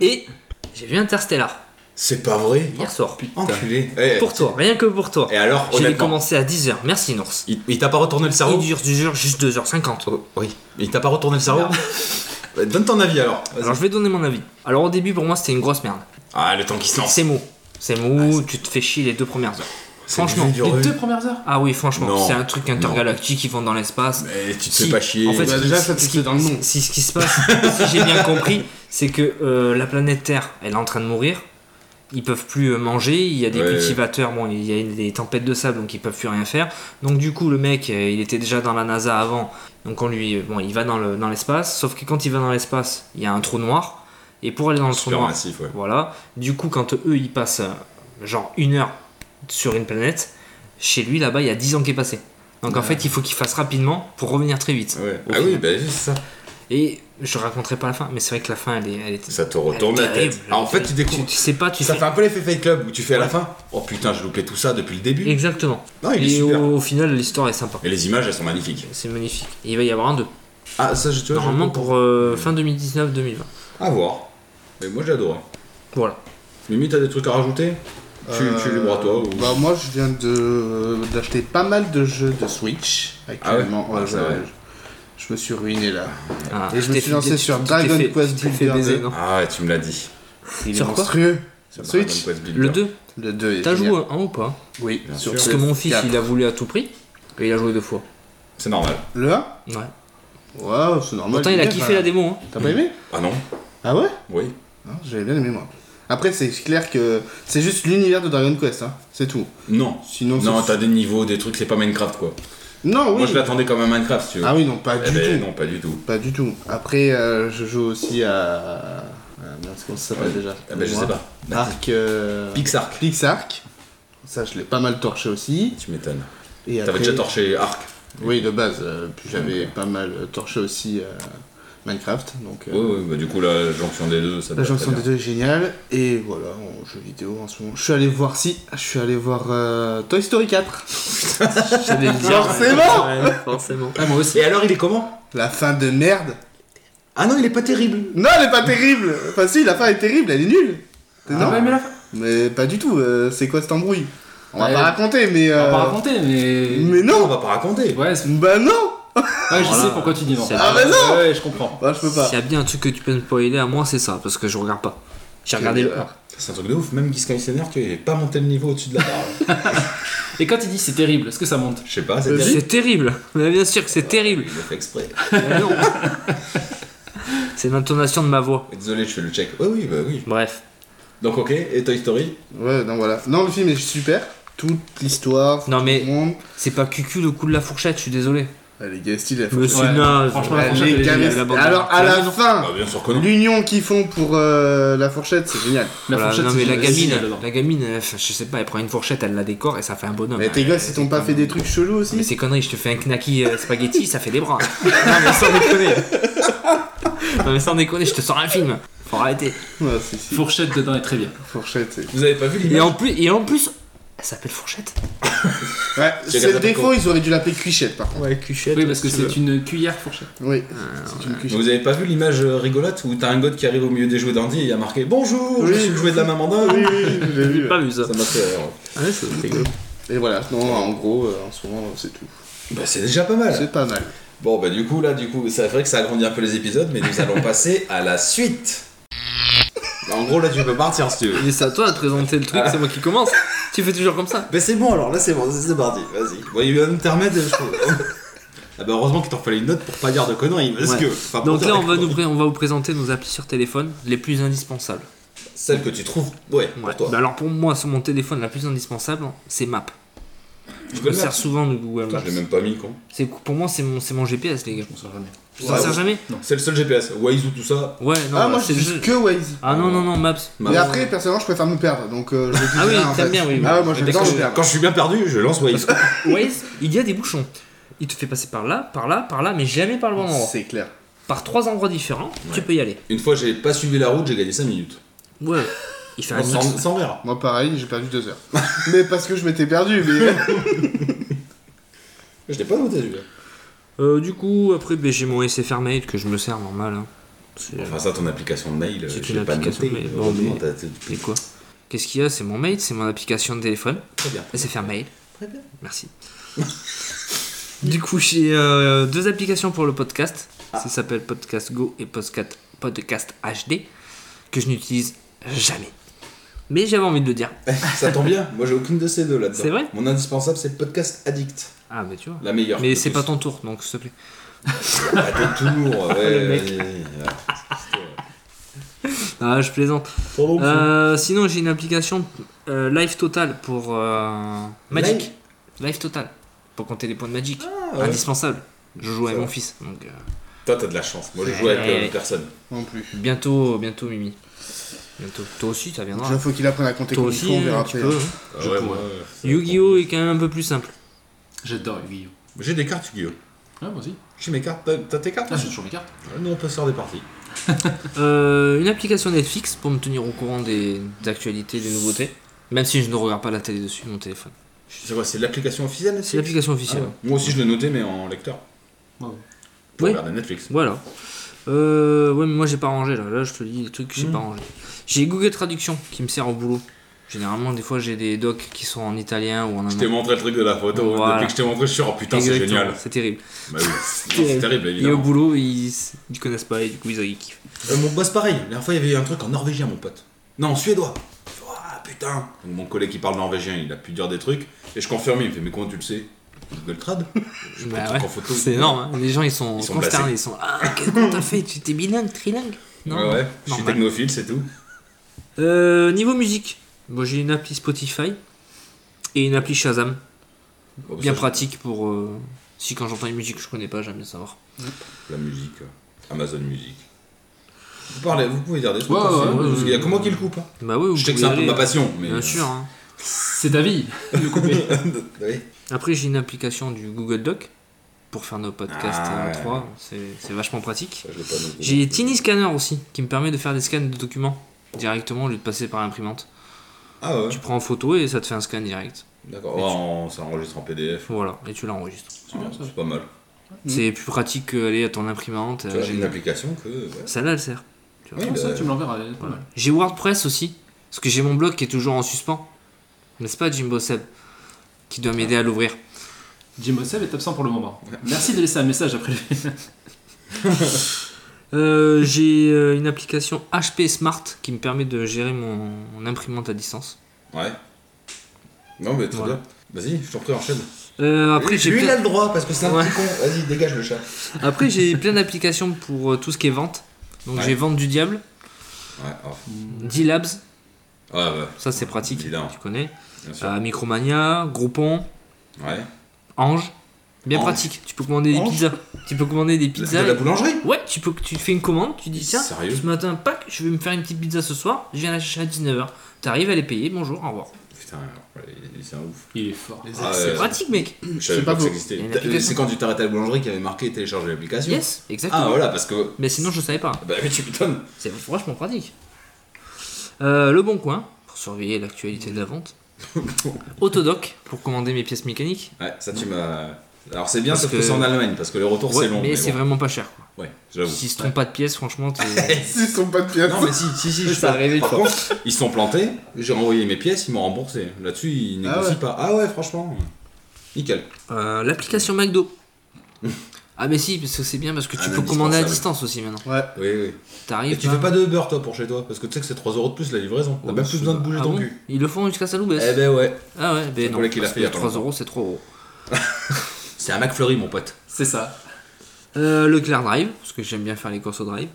S4: Et j'ai vu Interstellar
S2: C'est pas vrai
S4: hier
S5: Oh,
S4: soir.
S2: Enculé. Eh,
S4: Pour toi, rien que pour toi.
S2: Et alors,
S4: J'ai
S2: honnêtement,
S4: commencé à 10h. Merci, Nours.
S2: il, il t'a pas retourné le cerveau
S4: Il dure, du dure juste 2h50.
S2: Oh, Oui. Il t'a pas retourné le cerveau Bah, Donne ton avis alors. Vas-y.
S4: Alors, je vais donner mon avis. Alors, au début, pour moi, c'était une grosse merde.
S2: Ah, le temps qui se lance.
S4: C'est mou. C'est mou, tu te fais chier les deux premières heures.
S2: Ah, C'est
S4: Franchement.
S2: du dur.
S5: Les deux premières heures
S4: Ah oui, franchement,
S2: Non.
S4: c'est un truc intergalactique, ils vont dans l'espace.
S2: Mais Eh, tu te
S4: Si.
S2: fais pas chier.
S4: En fait,
S3: Bah, déjà, ça, tu
S4: ce
S3: le
S4: qui-
S3: sais dans le nom.
S4: Si ce qui se passe, si j'ai bien compris, c'est que euh, la planète Terre, elle est en train de mourir. Ils peuvent plus euh, manger. Il y a des
S2: Ouais.
S4: cultivateurs. Bon, il y a une- des tempêtes de sable, donc ils peuvent plus rien faire. Donc du coup, le mec, euh, il était déjà dans la NASA avant. Donc on lui, bon, il va dans le dans l'espace. Sauf que quand il va dans l'espace, il y a un trou noir. Et pour aller dans le trou
S2: super
S4: noir,
S2: massif, ouais.
S4: voilà. Du coup, quand eux, ils passent euh, genre une heure sur une planète, chez lui, là-bas, il y a 10 ans qui est passé. Donc en fait, il faut qu'il fasse rapidement pour revenir très vite.
S2: Ouais.
S4: Au
S2: Ah oui,
S4: final.
S2: bah, c'est ça.
S4: Et je raconterai pas la fin, mais c'est vrai que la fin, elle est. Elle est
S2: Ça te retourne
S4: elle est
S2: la tête.
S4: terrible,
S2: Ah, en fait,
S4: terrible.
S2: tu découvres.
S4: Tu sais pas, tu
S2: Ça
S4: fais-
S2: fait un peu l'effet Fight Club où tu fais à la fin Oh putain, je loupais tout ça depuis le début.
S4: Exactement.
S2: Non, Ah, il est
S4: Et
S2: super.
S4: au, au final, l'histoire est sympa.
S2: Et les images, elles sont magnifiques.
S4: C'est magnifique. Et il va y avoir un 2.
S2: Ah, ça, je te
S4: Normalement pour euh, fin 2019-2020.
S2: À voir. Mais moi j'ai adoré.
S4: Voilà.
S2: Mimi, t'as des trucs à rajouter tu, tu es libre à toi ou...
S3: Bah moi je viens de d'acheter pas mal de jeux de Switch actuellement.
S2: Ah ouais Ah, c'est
S3: je-
S2: vrai.
S3: je, me suis ruiné là.
S4: Ah,
S3: Et je me
S4: t'ai
S3: suis
S4: fait-
S3: lancé
S4: tu-
S3: sur
S4: tu t'es
S3: Dragon
S4: fait-
S3: Quest
S4: tu t'es fait
S3: Builder
S4: baiser,
S3: 2.
S4: non
S2: Ah ouais, tu me l'as dit.
S3: Il est
S4: Sur quoi
S3: monstrueux.
S2: Sur Dragon
S3: Switch
S2: Quest Builder.
S4: Le 2
S3: Le 2 est
S4: T'as
S3: génial.
S4: joué un ou pas
S3: Oui,
S2: Bien
S3: sur
S2: sûr.
S4: Parce que mon fils,
S3: PS4.
S4: il a voulu à tout prix, et il a joué deux fois.
S2: C'est normal.
S3: Le 1
S4: Ouais.
S3: Waouh, c'est normal.
S4: Pourtant, il a
S3: bien,
S4: kiffé
S3: voilà.
S4: la démo. hein.
S3: T'as pas aimé
S2: Ah non
S3: Ah ouais
S2: Oui.
S3: Non, J'avais bien aimé moi. Après, c'est clair que c'est juste l'univers de Dragon Quest, hein. c'est tout.
S2: Non.
S3: Sinon,
S2: Non,
S3: c'est-
S2: t'as des niveaux, des trucs, c'est pas Minecraft quoi.
S3: Non, oui.
S2: Moi je l'attendais comme un Minecraft, si tu veux.
S3: ah oui, non, pas
S2: Eh
S3: du
S2: ben,
S3: tout.
S2: non, pas du tout.
S3: Pas du tout. Après, euh, je joue aussi à. à- merde, comment ça s'appelle
S2: Ouais.
S3: déjà
S2: Ah ben, je
S3: Moi.
S2: sais pas.
S3: Arc. euh,
S2: Pixar.
S3: Pixark. Ça, je l'ai pas mal torché aussi.
S2: Tu m'étonnes.
S3: Et
S2: T'avais
S3: après-
S2: déjà torché Arc.
S3: Oui, de base. euh, puis j'avais pas mal euh, torché aussi euh, Minecraft. Donc, euh,
S2: Oui, oui, bah du coup la jonction des deux, ça
S3: la
S2: doit
S3: jonction
S2: très
S3: des
S2: bien.
S3: deux est géniale. Et voilà, en jeu vidéo en ce moment. Je suis allé voir si. Je suis allé voir euh, Toy Story 4.
S4: J'allais le dire.
S3: Forcément
S4: Ouais, Forcément
S5: Ah, moi aussi.
S2: Et alors il est comment
S3: La fin de merde.
S2: Ah non, il est pas terrible.
S3: Non, elle est pas terrible. Enfin, si, la fin est terrible, elle est nulle.
S2: Ah,
S5: T'as
S2: bah,
S5: pas aimé la fin
S3: Mais pas du tout, euh, c'est quoi cette embrouille On va
S2: Bah,
S5: Ouais.
S3: pas raconter, mais.
S5: On va
S3: euh,
S5: pas raconter, mais.
S3: Mais
S2: Non, on
S3: non
S2: va pas raconter.
S5: Ouais, c'est-
S3: Bah non
S5: ah, je
S4: Voilà.
S5: sais pourquoi tu dis non.
S4: C'est-
S3: Ah bah non
S5: Ouais, je comprends.
S3: Bah je peux pas.
S4: S'il y a bien un truc que tu peux me spoiler à moi, c'est ça, parce que je regarde pas. J'ai regardé le 1.
S2: C'est un truc de ouf, même Guy Skysener, tu n'avais pas monté le niveau au-dessus de la barre.
S5: Et quand il dit c'est terrible, est-ce que ça monte
S2: Je sais pas, c'est terrible.
S3: Vas-y.
S4: C'est terrible Mais bien sûr que c'est terrible
S2: Il l'a fait exprès.
S4: Non. C'est l'intonation de ma voix.
S2: Désolé, je fais le check. Oui, oui, bah oui.
S4: Bref.
S2: Donc, ok, et Toy Story
S3: Ouais, non, voilà. Non, le film est super. Toute l'histoire,
S4: Non,
S3: tout
S4: mais-
S3: le monde.
S4: C'est pas cucu le coup de la fourchette, je suis désolé.
S3: Ah, les gars, style, la
S4: Mais
S3: fourchette.
S4: c'est naze.
S5: franchement,
S3: Ouais,
S5: la fourchette,
S3: les
S5: elle est
S3: gars,
S5: géniale.
S4: la
S3: mais-
S4: bande
S3: Alors,
S4: originale.
S3: à
S4: Tu l'as
S3: la
S4: vu, non
S3: fin,
S2: Ah, bien sûr que
S3: l'union qu'ils font pour euh, la fourchette, c'est génial.
S5: La
S4: Voilà,
S5: fourchette,
S4: non mais
S5: c'est-
S4: la
S5: c'est
S4: gamine,
S5: génial dedans.
S4: la gamine, elle, je sais pas, elle prend une fourchette, elle la décore et ça fait un bonhomme.
S3: Mais tes
S4: Elle-
S3: gars, ils t'ont pas
S4: c'est
S3: fait
S4: un-
S3: des trucs chelous
S4: Mais
S3: aussi
S4: c'est connerie, je te fais un knacky euh, spaghetti, ça fait des bras. non mais sans déconner. non mais sans déconner, je te sors un film. Faut arrêter.
S3: Ouais, si, si.
S5: Fourchette dedans est très bien.
S3: Fourchette, c'est.
S2: Vous avez pas vu
S4: Et
S2: l'image
S4: en plus, et en plus, elle s'appelle fourchette.
S3: Ouais,
S2: J'ai
S3: c'est le
S2: regardé
S3: défaut, ils auraient dû l'appeler cuichette par contre.
S4: Ouais, cuchette.
S5: Oui, parce que c'est une cuillère fourchette.
S3: Oui, c'est une cuichette.
S2: Vous avez pas vu l'image euh, rigolote où t'as un god qui arrive au milieu des jouets d'Andy et il y a marqué Bonjour, je
S3: Oui.
S2: suis le jouet de la maman d'un.
S3: Ah Oui, oui, oui, j'ai vu.
S4: pas vu ça.
S2: Ça m'a fait rire.
S4: Ouais, c'est rigolo.
S3: Et voilà, non, en gros, euh, en ce moment, c'est tout.
S2: Bah, c'est déjà pas mal.
S3: C'est pas mal.
S2: Bon, bah, du coup, là, du coup, c'est vrai que ça agrandit un peu les épisodes, mais nous allons passer à la suite. Bah, en gros, là, tu peux partir si tu veux.
S4: Mais c'est à toi de présenter le truc, c'est moi qui commence. Tu fais toujours comme ça.
S2: Bah, c'est bon alors, là, c'est bon, c'est parti, vas-y. Bon, il y a eu un intermède, je trouve. Ah, bah, heureusement qu'il t'en fallait une note pour pas dire de conneries, parce
S4: Ouais.
S2: que. enfin, pour
S4: Donc
S2: dire
S4: là, on
S2: des
S4: va, nous,
S2: conneries.
S4: pré- on va vous présenter nos applis sur téléphone les plus indispensables.
S2: Celle que tu trouves, ouais,
S4: Ouais.
S2: pour toi.
S4: Bah alors pour moi, sur mon téléphone, la plus indispensable, c'est Map.
S2: Tu
S4: Je me
S2: connais la-
S4: sers souvent de Google
S2: Putain,
S4: Maps.
S2: je l'ai même pas mis, con.
S4: C'est pour moi, c'est mon, c'est mon GPS, les gars.
S5: On sort jamais.
S4: Je m'en
S2: Ouais,
S4: sers
S2: ouais.
S4: jamais.
S2: Non, c'est le seul GPS. Waze ou tout ça.
S4: Ouais, non, bah,
S3: ah, moi,
S4: c'est
S3: je
S4: le
S3: suis
S4: jeu.
S3: que Waze.
S4: Ah non, non, non, Maps.
S2: Bah,
S3: Mais
S2: ouais.
S3: après, personnellement, je préfère me perdre. Donc, euh, je le dis
S4: Ah oui,
S3: déjà, en
S4: t'aimes
S3: fait.
S4: bien, oui, oui.
S3: Ah ouais, moi,
S4: Mais
S3: j'adore
S4: quand
S3: me
S4: je-
S3: perdre.
S2: Quand je suis bien perdu, je lance Waze.
S4: Waze, il y a des bouchons. Il te fait passer par là, par là, par là, mais jamais par le bon endroit.
S3: C'est clair.
S4: Par trois endroits différents, tu peux y aller.
S2: Une fois, j'ai pas suivi la route, j'ai gagné 5 minutes.
S4: Ouais. Il fait un mix.
S2: Sans, sans rire.
S3: Moi, pareil, j'ai perdu deux heures. mais parce que je m'étais perdu. Mais
S2: Je l'ai pas noté, celui-là.
S4: Euh, du coup, après, ben, j'ai mon SFR Mail que je me sers normal. hein. C'est
S2: Enfin, ça, ton application de mail,
S4: C'est
S2: je
S4: une
S2: l'ai pas
S4: application
S2: noté.
S4: de mail. Bon,
S2: Heureusement,
S4: mais-
S2: t'as- t'as- t'as-
S4: c'est euh, quoi Qu'est-ce qu'il y a C'est mon mail, c'est mon application de téléphone.
S2: Très bien.
S4: SFR Mail.
S2: Très bien.
S4: Merci. du coup, j'ai euh, deux applications pour le podcast. Ça s'appelle Podcast Go et Podcast, Podcast HD que je n'utilise jamais. Mais j'avais envie de le dire.
S2: Ça tombe bien, moi j'ai aucune de ces deux là-dedans.
S4: C'est vrai
S2: Mon indispensable, c'est le podcast Addict.
S4: Ah, mais tu vois.
S2: La meilleure.
S4: Mais
S2: de
S4: c'est
S2: tous.
S4: pas ton tour, donc s'il te plaît.
S2: À ton tour,
S4: Le
S2: ouais.
S4: mec.
S2: vas-y, ouais.
S4: Ah, je plaisante.
S2: Pardon,
S4: Euh, sinon, j'ai une application euh, Live Total pour euh, Magic.
S2: Live
S4: Live, Total pour compter les points de Magic.
S2: Ah, ouais.
S4: Indispensable. Je joue avec
S2: Ça
S4: mon
S2: va.
S4: fils. Donc, euh,
S2: Toi, t'as de la chance. Moi, je joue avec
S4: Ouais.
S2: euh, personne.
S3: non plus.
S4: bientôt, bientôt, Mimi. Bientôt. Toi aussi, ça
S3: Il
S4: viendra.
S3: faut qu'il apprenne à compter
S4: Toi
S3: comme il
S4: aussi,
S3: faut, on verra
S4: hein, tu
S3: après.
S4: peux. hein.
S5: Je
S2: ouais,
S5: pourrais.
S2: moi, euh, ça
S4: Yu-Gi-Oh est quand même un peu plus simple.
S5: J'adore Yu-Gi-Oh!
S2: dépend. J'ai des cartes Yu-Gi-Oh!
S5: Ouais, moi
S4: Ah,
S5: aussi.
S2: J'ai mes cartes, t'as- t'as tes cartes
S5: Ah, j'ai toujours mes cartes.
S2: Ouais, Nous, on peut se faire des parties.
S4: Euh, une application Netflix pour me tenir au courant des, des actualités, des nouveautés. Même si je ne regarde pas la télé dessus, mon téléphone.
S2: C'est quoi, c'est l'application officielle
S4: C'est l'application
S2: Ah ouais.
S4: officielle.
S2: Moi aussi, je l'ai noté, mais en lecteur.
S5: Ouais.
S2: Pour
S4: Oui.
S2: regarder Netflix.
S4: Voilà. Euh, ouais, mais moi j'ai pas rangé là. Là, je te dis des trucs que j'ai
S5: Mm.
S4: pas rangé. J'ai Google Traduction qui me sert au boulot. Généralement, des fois, j'ai des docs qui sont en italien ou en
S2: Je t'ai
S4: allemand.
S2: montré le truc de la photo.
S4: Voilà.
S2: Depuis que je t'ai montré, je suis oh putain, c'est
S4: Exactement,
S2: génial.
S4: C'est terrible.
S2: Bah oui, c'est terrible
S4: Et au
S2: évidemment.
S4: boulot, ils, ils connaissent pas et du coup, ils, ils kiffent.
S2: Euh, mon boss, pareil. La dernière fois, il y avait eu un truc en norvégien, mon pote. Non, en suédois. Je fais, Ah putain. Donc, mon collègue qui parle norvégien, il a pu dire des trucs. Et je confirme, il me fait Mais comment tu le sais Google Trad Je prends
S4: Bah
S2: le truc
S4: ouais,
S2: en photo.
S4: c'est énorme. hein. Les gens, ils sont,
S2: Ils sont
S4: consternés.
S2: blasés.
S4: Ils sont Ah, qu'est-ce que t'as fait Tu étais bilingue, trilingue Non,
S2: ouais, ouais, je suis
S4: normal.
S2: technophile, c'est tout.
S4: Euh, niveau musique, bon, j'ai une appli Spotify et une appli Shazam.
S2: Oh, bah,
S4: Bien
S2: ça,
S4: pratique pour. euh, si quand j'entends une musique que je connais pas, j'aime bien savoir.
S2: La musique, euh, Amazon Music. Vous parlez, vous pouvez dire des trucs.
S5: Ouais,
S2: hein,
S5: ouais,
S2: c'est-
S5: ouais,
S2: parce qu'il y a
S4: ouais.
S2: que moi qui le coupe. hein.
S4: Bah oui, vous
S2: Je sais que c'est
S4: pouvez
S2: un peu
S4: aller,
S2: ma passion, mais. euh,
S4: Bien sûr. hein.
S5: C'est ta vie. de couper.
S2: bah Oui.
S4: Après, j'ai une application du Google Doc pour faire nos podcasts
S2: Ah,
S4: en
S2: ouais.
S4: 3. C'est c'est vachement pratique.
S2: Ça, je l'ai pas non plus.
S4: J'ai Tiny Scanner aussi qui me permet de faire des scans de documents directement au lieu de passer par l'imprimante.
S2: Ah ouais,
S4: Tu prends en photo et ça te fait un scan direct.
S2: d'accord. Ouais, on- ça enregistre en PDF.
S4: Voilà, et tu l'enregistres.
S2: Ah,
S5: bien, ça.
S2: C'est pas mal.
S4: C'est plus pratique qu'aller à ton imprimante.
S2: Tu vois,
S4: euh,
S2: J'ai
S4: j'ai-
S2: une application que. ouais.
S4: Celle-là, elle sert.
S2: Oui,
S5: Comme ça,
S2: bah,
S5: tu me l'enverras. elle est pas mal.
S4: J'ai WordPress aussi, parce que j'ai mon blog qui est toujours en suspens. N'est-ce pas, Jimbo Seb Qui doit m'aider à l'ouvrir.
S5: Jim Ossel est absent pour le moment. Merci de laisser un message après lui.
S4: Euh, j'ai euh, une application HP Smart qui me permet de gérer mon, mon imprimante à distance.
S2: Ouais. Non, mais très
S4: Voilà.
S2: bien. Vas-y, je t'en prie, enchaîne.
S4: Euh, après, j'ai
S2: Lui, il a le
S4: plein,
S2: droit parce que c'est un
S4: Ouais.
S2: petit con. Vas-y, dégage le chat.
S4: après, j'ai plein d'applications pour euh, tout ce qui est vente. Donc
S2: Ouais.
S4: j'ai Vente du Diable,
S2: Ouais, oh.
S4: D-Labs,
S2: ouais, ouais,
S4: ça c'est pratique,
S2: Évidemment.
S4: tu connais.
S2: bien sûr.
S4: Euh, Micromania, Groupon, Ah.
S2: Ouais.
S4: Ange. Bien
S2: Ange.
S4: pratique, tu peux commander des
S5: Ange.
S4: pizzas. Tu peux commander des
S2: De
S4: pizzas.
S2: la boulangerie
S4: Ouais, tu peux tu te fais une commande, tu dis tiens,
S2: Sérieux
S4: ce matin, pack, je vais me faire une petite pizza ce soir, je viens la chercher à 19h. T'arrives, elle est payée, bonjour, au revoir.
S2: Putain, ouais, il- c'est un ouf.
S5: Il est fort.
S2: Ah,
S4: C'est
S2: ouais.
S4: pratique, mec.
S2: Je savais
S3: pas
S2: pas que ça
S3: beau.
S2: existait.
S4: Il y a une
S2: T'as-
S4: application.
S2: C'est quand tu t'arrêtes à la boulangerie qu'il y avait marqué télécharger l'application.
S4: Yes,
S2: Ah,
S4: exactement.
S2: voilà, parce que.
S4: Mais sinon, je savais pas.
S2: Bah, mais tu m'étonnes.
S4: C'est franchement pratique. Euh, le Bon Coin, pour surveiller l'actualité de la vente. Autodoc, pour commander mes pièces mécaniques.
S2: Ouais, ça, tu m'as. Alors, c'est bien,
S4: Parce
S2: sauf que,
S4: que-
S2: c'est en Allemagne, parce que le retour,
S4: Ouais,
S2: c'est long.
S4: mais c'est
S2: bon.
S4: vraiment pas cher. Quoi.
S2: Ouais, j'avoue.
S4: S'ils se trompent pas de pièces, franchement, t'es-
S3: S'ils sont pas de pièces.
S2: Non, mais si, si, si, je
S4: Ça
S2: peux-
S4: arrive une
S2: Par
S4: fois.
S2: contre, ils se sont plantés, j'ai renvoyé mes pièces, ils m'ont remboursé. Là-dessus, ils
S3: Ah
S2: négocient
S3: ouais.
S2: pas. Ah ouais, franchement. Nickel.
S4: Euh, L'application McDo. Ah, mais si, parce que c'est bien, parce que
S2: Un
S4: tu peux commander à
S2: indispensable.
S4: distance aussi maintenant.
S3: Ouais.
S2: Oui, oui. Ah, Et
S4: T'arrives.
S2: tu
S4: hein.
S2: fais pas de Uber, toi, pour chez toi Parce que tu sais que c'est 3 euros de plus la livraison. T'as
S4: Oh,
S2: même plus
S4: c'est-
S2: besoin de bouger
S4: ah
S2: ton
S4: bon
S2: cul.
S4: Ils le font jusqu'à Saloubès.
S2: Eh ben ouais.
S4: Ah ouais,
S2: C'est
S4: ben non.
S2: Collet qui l'a
S4: parce
S2: fait il
S4: que
S2: y a pas
S4: 3
S2: longtemps.
S4: euros, c'est trop euros.
S2: C'est un McFlurry, mon pote.
S5: C'est ça.
S4: Euh, le Claire Drive, parce que j'aime bien faire les courses au drive.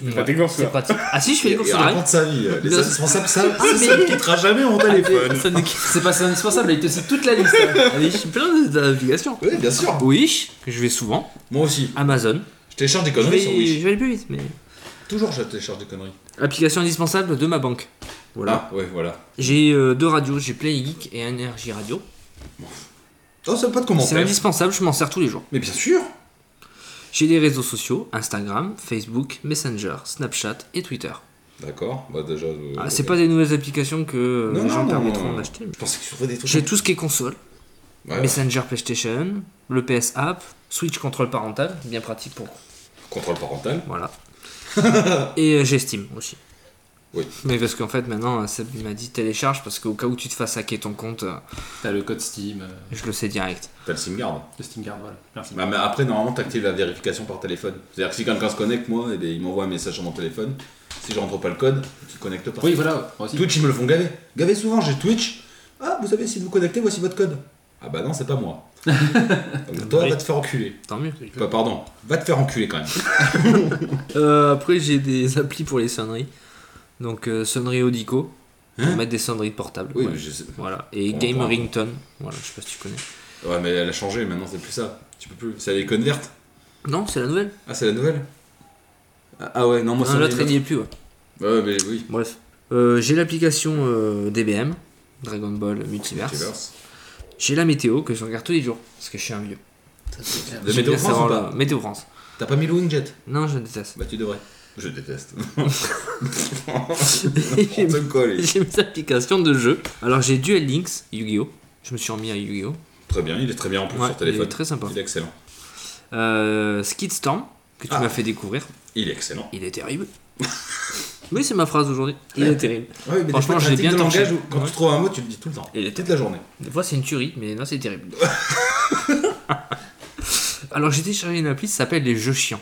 S4: Ouais,
S3: pas des courses,
S4: c'est
S3: là.
S4: pratique. Ah si, je fais les courses
S2: il
S4: au drive.
S2: raconte sa vie. Les
S4: Le-
S2: indispensables, ça,
S4: Ah,
S2: ça,
S4: mais- Ah,
S2: ça ne quittera jamais mon téléphone.
S4: Ça ne-
S5: C'est pas ça indispensable, il te cite toute la liste. hein.
S4: Allez, je suis plein de- d'applications.
S2: Oui, bien
S4: Ah,
S2: sûr.
S4: Wish, que je vais souvent.
S2: Moi aussi.
S4: Amazon.
S2: Je télécharge des
S4: Je
S2: conneries
S4: vais,
S2: sur Wish.
S4: je vais aller plus vite, mais.
S2: Toujours, je télécharge des conneries.
S4: Application indispensable de ma banque. Voilà.
S2: Ah, ouais, voilà.
S4: J'ai euh, deux radios, j'ai Play Geek et Energy Radio.
S2: Oh, ça veut pas de commentaire.
S4: C'est indispensable, je m'en sers tous les jours.
S2: Mais bien sûr.
S4: J'ai des réseaux sociaux Instagram, Facebook, Messenger, Snapchat et Twitter.
S2: D'accord. Bah, déjà. euh,
S4: Ah, c'est pas des nouvelles applications que euh,
S2: Non,
S4: les gens
S2: non, non,
S4: permettront
S2: non.
S4: d'acheter.
S2: Je pensais que tu trouvais des trucs.
S4: J'ai tout ce qui est console.
S2: Ouais, bah, ouais.
S4: Messenger PlayStation, le PS App, Switch contrôle parental, bien pratique pour.
S2: Contrôle parental.
S4: Voilà. et euh, j'ai Steam aussi.
S2: Oui.
S4: Mais parce qu'en fait, maintenant, euh, Seb il m'a dit télécharge parce qu'au cas où tu te fasses hacker ton compte, euh,
S5: T'as le code Steam, euh,
S4: je le sais direct.
S2: T'as le SIM card.
S5: le Steam Card, voilà. Merci.
S2: Bah, mais après, normalement, t'actives la vérification par téléphone. C'est-à-dire que si quelqu'un se connecte, moi, eh bien, il m'envoie un message sur mon téléphone. Si je rentre pas le code, tu te connectes pas.
S5: Oui, voilà, moi aussi.
S2: Twitch, ils me le font gaver. Gaver souvent, j'ai Twitch. Ah, vous savez, si vous connectez, voici votre code. Ah bah non, c'est pas moi. Donc, toi,
S4: Oui.
S2: va te faire enculer.
S4: Tant mieux.
S2: Bah, pardon, va te faire enculer quand même.
S4: Euh, après, j'ai des applis pour les sonneries. Donc, euh, sonnerie Audico, pour
S2: Hein
S4: mettre des sonneries de portable.
S2: Oui,
S4: Ouais.
S2: mais je sais.
S4: Voilà. Et
S2: Bon,
S4: Game
S2: bon.
S4: Ringtone. Voilà, je sais pas si tu connais.
S2: Ouais, mais elle a changé, maintenant, c'est plus ça. Tu peux plus. C'est les vertes.
S4: Non, c'est la nouvelle.
S2: Ah, c'est la nouvelle ah, ah ouais, non, moi,
S4: Non,
S2: c'est
S4: L'autre,
S2: la
S4: il n'y est plus. ouais.
S2: Ouais, mais oui.
S4: Bref. Euh, j'ai l'application euh, DBM, Dragon Ball Multiverse.
S2: Multiverse.
S4: J'ai la météo que je regarde tous les jours parce que je suis un vieux.
S2: De
S4: J'aime
S2: Météo
S4: bien
S2: France ou
S4: savoir
S2: pas
S4: le- Météo France.
S2: T'as pas mis le Wingjet
S4: Non, je déteste.
S2: Bah, tu devrais. Je déteste.
S4: j'ai
S2: On te colle.
S4: j'ai mes applications de jeu. Alors j'ai Duel Links, Yu-Gi-Oh! Je me suis remis à Yu-Gi-Oh!
S2: Très bien, il est très bien en plus
S4: Ouais,
S2: sur
S4: il est
S2: téléphone.
S4: très sympa.
S2: Il est excellent.
S4: Euh, Skidstorm, que tu
S2: Ah.
S4: m'as fait découvrir.
S2: Il est excellent.
S4: Il est terrible. oui, c'est ma phrase aujourd'hui. Il est terrible.
S2: Ouais, mais
S4: Franchement,
S2: des fois,
S4: je l'ai
S2: pratique
S4: bien
S2: de langage
S4: torché.
S2: où quand
S4: Ouais.
S2: tu trouves un mot, tu le dis tout le temps.
S4: Il est
S2: Toute la journée.
S4: Des fois, c'est une tuerie, mais non, c'est terrible. Alors, j'ai téléchargé une appli, ça s'appelle les jeux chiants.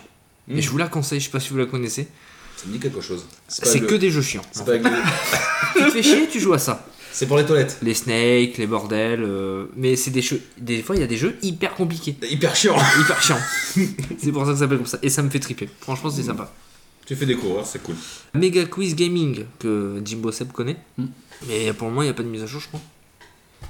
S2: Mm.
S4: Et je vous la conseille, je sais pas si vous la connaissez.
S2: Ça me dit quelque chose. pas
S4: C'est
S2: le-
S4: que des jeux chiants.
S2: C'est pas avec le-
S4: Tu te fais chier, tu joues à ça.
S2: C'est pour les toilettes.
S4: Les snakes, les bordels. euh, Mais c'est des jeux. Des fois, il y a des jeux hyper compliqués,
S2: Hyper chiant.
S4: hyper chiants. c'est pour ça que ça s'appelle comme ça. Et ça me fait triper. Franchement, c'est sympa.
S2: Tu fais découvrir, c'est cool.
S4: Mega Quiz Gaming, que Jimbo Seb connaît. Mais pour le moment, il n'y a pas de mise à jour, je crois.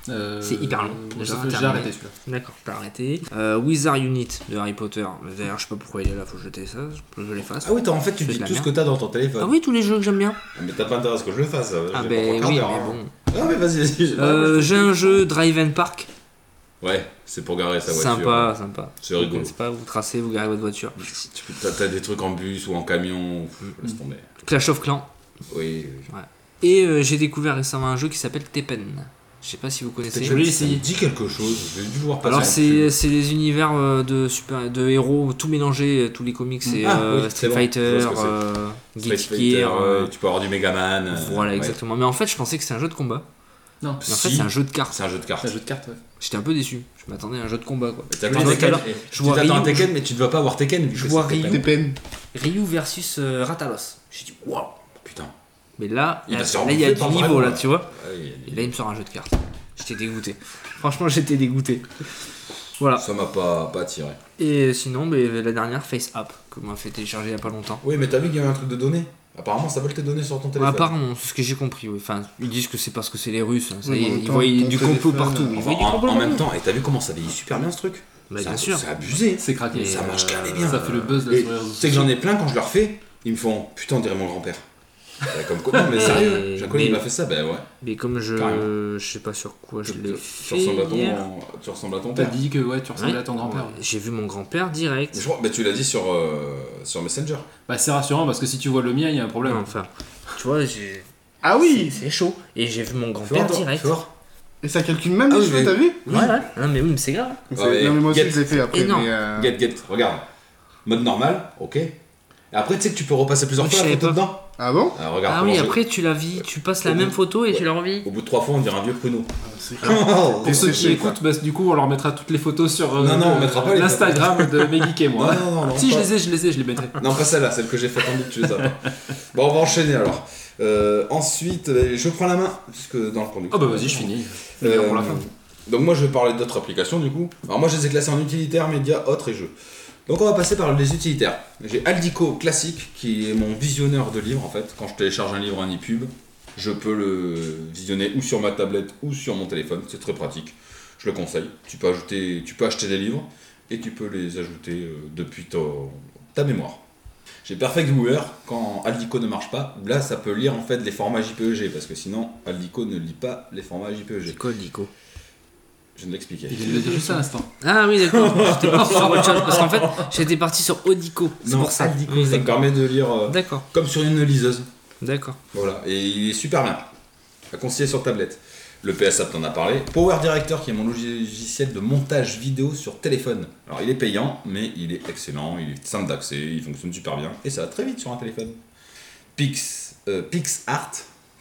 S5: Euh,
S4: C'est hyper long.
S5: J'ai
S4: Déjà,
S5: j'ai
S4: terminé.
S5: arrêté celui-là.
S4: D'accord, t'as arrêté. Euh, Wizard Unit de Harry Potter. D'ailleurs, je sais pas pourquoi il est là, faut jeter ça, je je l'efface.
S2: Ah oui, t'as- en fait, tu
S4: C'est
S2: dis
S4: de la
S2: tout ce
S4: merde.
S2: que t'as dans ton téléphone.
S4: Ah oui, tous les jeux que j'aime bien.
S2: Mais t'as pas intérêt à ce que je le fasse. ça.
S4: Ah
S2: J'ai
S4: ben
S2: pas encore
S4: oui, mais
S2: peur, hein.
S4: bon.
S2: Non, mais vas-y, vas-y.
S4: Euh, J'ai un jeu Drive and Park.
S2: Ouais, c'est pour garer sa voiture.
S4: Sympa, sympa.
S2: C'est rigolo.
S4: Vous pas, vous tracez, vous garez votre voiture.
S2: Tu peux- T'as t'as des trucs en bus ou en camion. pff, Laisse tomber.
S4: Clash of Clans.
S2: Oui. oui.
S4: Et euh, j'ai découvert récemment un jeu qui s'appelle Teppen. Je sais pas si vous connaissez.
S5: joli.
S2: Ça me dit quelque chose. J'ai dû voir passer.
S4: Alors
S2: un
S4: c'est
S2: film.
S4: c'est des univers euh, de super de héros tout mélangés, euh, tous les comics, c'est
S2: Ah,
S4: euh,
S2: oui, c'est
S4: Street
S2: bon.
S4: Fighter,
S2: Je vois ce que
S4: euh,
S2: Street
S4: Guilty
S2: Fighter,
S4: Gear, euh,
S2: euh, tu peux avoir du Megaman. euh,
S4: voilà
S2: ouais.
S4: exactement. Mais en fait je pensais que c'était un jeu de combat.
S5: Non,
S4: Mais en fait
S2: Si.
S4: c'est un jeu de cartes.
S2: C'est un jeu de cartes.
S5: c'est un jeu de cartes. ouais.
S4: J'étais un peu déçu. Je m'attendais à un jeu de combat quoi.
S2: Mais
S4: Je
S2: t'attends
S4: vois
S2: Tekken,
S4: Ryu-
S2: et-
S4: je
S2: tu
S4: vois
S2: t'attends à
S4: Ryu-
S2: Tekken, mais tu ne vas pas voir Tekken. vu
S4: Je
S2: que
S4: vois
S2: c'est Tekken.
S3: Des peines.
S4: Ryu versus euh, Ratalos. J'ai dit waouh.
S2: Putain.
S4: Mais là
S2: Il
S4: là
S2: va se
S4: là, il y a
S2: remonter
S4: du
S2: par
S4: niveau
S2: vraiment,
S4: là
S2: là.
S4: tu vois.
S2: Ouais, Ah, il y a des-
S4: Et là il me sort un jeu de cartes. J'étais dégoûté. Franchement j'étais dégoûté. Voilà.
S2: Ça m'a pas, pas attiré.
S4: Et sinon mais la dernière Face App que m'a fait télécharger il y a pas longtemps.
S2: Oui, mais t'as vu qu'il y avait un truc de données Apparemment, ça veulent te donner sur ton
S4: À
S2: téléphone.
S4: part, mon- c'est ce que j'ai compris. oui. Enfin, ils disent que c'est parce que c'est les Russes. hein. Ça
S3: Oui,
S4: y est,
S3: en même
S4: ils
S3: temps,
S4: voient
S3: ton
S4: du complot
S3: téléphone,
S4: partout.
S3: on
S4: Ils
S2: En,
S4: voient du
S2: en-
S4: complot
S2: en même
S4: partout.
S2: temps, et t'as vu comment ça vieillit super bien ce truc
S4: Bah,
S2: C'est
S4: bien
S2: un-
S4: sûr.
S2: C'est abusé.
S5: C'est craqué.
S4: Et
S2: ça
S5: euh,
S2: marche carré bien.
S5: Ça fait le buzz là
S2: Et
S5: sur les réseaux
S2: Tu sais que
S5: sociaux.
S2: j'en ai plein quand je leur fais, ils me font putain, on dirait mon grand-père. Bah, Comme quoi, non, mais sérieux, j'ai un collègue qui m'a fait ça, ben ouais.
S4: Mais comme je,
S2: Carrément.
S4: je sais pas sur quoi je
S2: Tu,
S4: l'ai
S2: tu
S4: fait
S2: ressembles à ton,
S4: hier.
S2: tu ressembles à ton
S5: T'as
S2: père.
S5: dit que ouais, tu ressemblais
S4: Ouais.
S5: à ton grand-père.
S4: Ouais, J'ai vu mon grand-père
S2: Mais
S4: direct.
S2: je crois- bah, tu l'as dit sur, euh, sur Messenger.
S5: Bah c'est rassurant parce que si tu vois le mien, il y a un
S4: Non,
S5: problème.
S4: enfin, tu vois, j'ai-
S3: Ah oui
S4: c'est chaud. Et j'ai vu mon grand-père direct.
S2: Fort.
S3: Et ça calcule même
S2: Ah
S3: les
S2: oui,
S3: cheveux,
S2: mais-
S3: t'as vu
S4: Ouais, ouais. Non, mais oui, mais c'est grave.
S3: C'est-
S2: Ah ouais,
S3: Non mais moi aussi
S2: get-
S3: je les ai fait après,
S4: énorme.
S3: mais... euh,
S2: Get, get, regarde. Mode normal, ok. Et après, tu sais que tu peux repasser plusieurs
S4: Je
S2: fois la
S4: savais
S2: photo
S4: pas.
S2: dedans.
S3: Ah bon
S2: Ah, regarde,
S4: Ah
S2: comment
S4: oui,
S2: je-
S4: après tu la vis, tu passes la
S2: Au
S4: même
S2: bout-
S4: photo et tu
S2: ouais.
S4: la revis.
S2: Au bout de trois fois, on dirait un vieux pruneau.
S5: Pour ceux qui
S3: séché, quoi.
S5: écoutent, bah, du coup, on leur mettra toutes les photos sur euh,
S2: Non, non, on mettra pas les
S5: l'Instagram de Megeek et moi.
S2: Non, non, non, non,
S5: si je
S2: pas.
S5: les ai, je les ai, je les mettrai.
S2: Non, pas celle-là, celle que j'ai fait tant que tu les as pas. Bon, on va enchaîner alors. Euh, ensuite, euh, je prends la main, puisque dans le conducteur.
S5: Oh bah vas-y, je finis. Je vais
S2: Euh,
S5: dire pour la fin.
S2: Donc, moi, je vais parler d'autres applications du coup. Alors, moi, je les ai classées en utilitaires, médias, autres et jeux. Donc, on va passer par les utilitaires. J'ai Aldico Classique, qui est mon visionneur de livres en fait. Quand je télécharge un livre en ePub, je peux le visionner ou sur ma tablette ou sur mon téléphone. C'est très pratique. Je le conseille. Tu peux, ajouter, tu peux acheter des livres et tu peux les ajouter euh, depuis ton- ta mémoire. J'ai Perfect Viewer, quand Aldico ne marche pas, là ça peut lire en fait les formats JPEG parce que sinon Aldico ne lit pas les formats E JPEG.
S4: C'est quoi, Nico
S2: Je viens de l'expliquer.
S5: Il vient de le dire juste à l'instant.
S4: Ah oui, d'accord. J'étais parti sur autre chose. Parce qu'en fait, j'étais parti sur Odico. C'est
S2: Non,
S4: pour ça.
S2: Aldico,
S4: Oui,
S2: ça me
S4: d'accord.
S2: permet de lire euh,
S4: D'accord,
S2: comme sur une liseuse.
S4: d'accord.
S2: Voilà, et il est super bien. À conseiller sur tablette. Le PS App t'en a parlé. Power Director qui est mon logiciel de montage vidéo sur téléphone. Alors il est payant, mais il est excellent, il est simple d'accès, il fonctionne super bien et ça va très vite sur un téléphone. Pix, euh, PixArt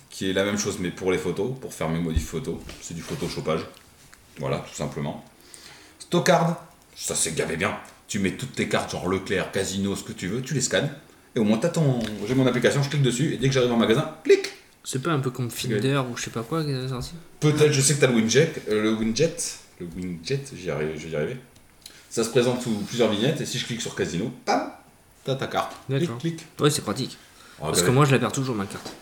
S2: qui est la même chose mais pour les photos, pour faire mes modifs photos. C'est du photoshopage. Voilà, tout simplement. Stockard, ça c'est gavé bien. Tu mets toutes tes cartes, genre Leclerc, Casino, ce que tu veux, tu les scannes. Et au moins, t'as ton... j'ai mon application, je clique dessus, et dès que j'arrive en magasin, clic
S4: C'est pas un peu comme Finder ou je sais pas quoi qui est sorti
S2: Peut-être, je sais que t'as le Winjet, euh, le Winjet, le Winjet, j'y arrive, je vais y arriver. Ça se présente sous plusieurs vignettes, et si je clique sur Casino, pam, t'as ta carte. Clic,
S4: D'accord.
S2: clic.
S4: Ouais, c'est pratique.
S2: Ah,
S4: Parce
S2: bah,
S4: que moi, je la perds toujours ma carte.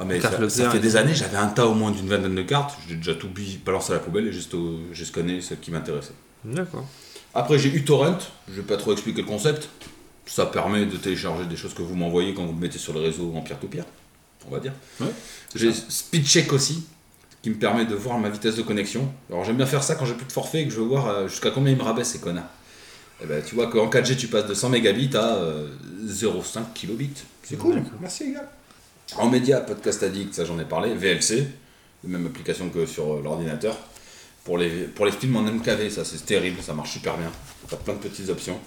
S2: ah, mais
S4: carte
S2: ça,
S4: Leclerc,
S2: ça fait
S4: et
S2: des
S4: tout.
S2: années, j'avais un tas au moins d'une vingtaine de cartes, j'ai déjà tout bi- balancé à la poubelle, et juste au- j'ai scanné celles qui m'intéressaient.
S4: D'accord.
S2: Après, j'ai uTorrent, je vais pas trop expliquer le concept. Ça permet de télécharger des choses que vous m'envoyez quand vous me mettez sur le réseau en peer-to-peer, on va dire.
S5: Ouais,
S2: j'ai SpeedCheck aussi, qui me permet de voir ma vitesse de connexion. Alors j'aime bien faire ça quand j'ai plus de forfait et que je veux voir euh, jusqu'à combien ils me rabaissent ces connards. Et ben, tu vois qu'en 4G, tu passes de 100 mégabits à euh, 0,5 kilobits. C'est cool, merci les gars. En média, Podcast Addict, ça j'en ai parlé, VLC, la même application que sur euh, l'ordinateur. Pour les, pour les films en MKV, ça c'est terrible, ça marche super bien. T'as plein de petites options.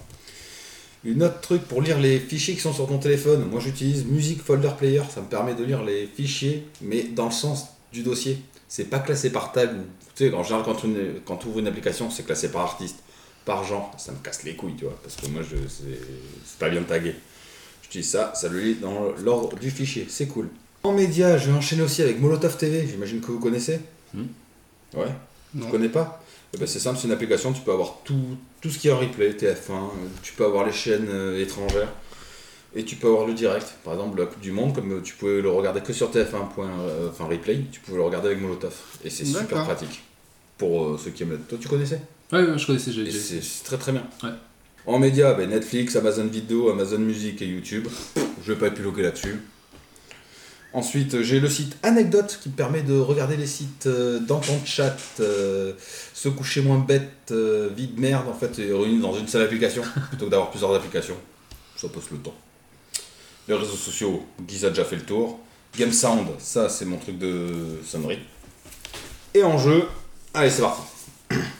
S2: Une autre truc pour lire les fichiers qui sont sur ton téléphone. Moi, j'utilise Music Folder Player. Ça me permet de lire les fichiers, mais dans le sens du dossier. C'est pas classé par tag. Tu sais, en général, quand, une- quand tu ouvres une application, c'est classé par artiste, par genre. Ça me casse les couilles, tu vois, parce que moi, je c'est c'est pas bien tagué. J'utilise ça, ça le lit dans l'ordre du fichier. C'est cool. En média, je vais enchaîner aussi avec Molotov TV. J'imagine que vous connaissez.
S5: Hmm.
S2: Ouais.
S3: Non.
S2: Tu connais pas Eh ben, C'est simple, c'est une application, tu peux avoir tout, tout ce qui est en replay, TF1, euh, tu peux avoir les chaînes euh, étrangères, et tu peux avoir le direct. Par exemple, la Coupe du Monde, comme euh, tu pouvais le regarder que sur TF1, point, euh, enfin replay, tu pouvais le regarder avec Molotov. Et c'est super
S3: D'accord.
S2: pratique pour euh, ceux qui aiment la... Toi, tu connaissais
S5: Ouais, ouais, je connaissais. j'ai-
S2: Et
S5: j'ai-
S2: C'est c'est très très bien.
S5: Ouais.
S2: En médias, ben, Netflix, Amazon Video, Amazon Music et YouTube. Je vais pas épiloguer là-dessus. Ensuite, j'ai le site Anecdote qui permet de regarder les sites euh, dans ton chat, euh, se coucher moins bête, euh, vie de merde, en fait, et réunis dans une seule application, plutôt que d'avoir plusieurs applications. Ça passe le temps. Les réseaux sociaux, Guiz a déjà fait le tour. Game Sound, ça c'est mon truc de sonnerie. Et en jeu, allez c'est parti.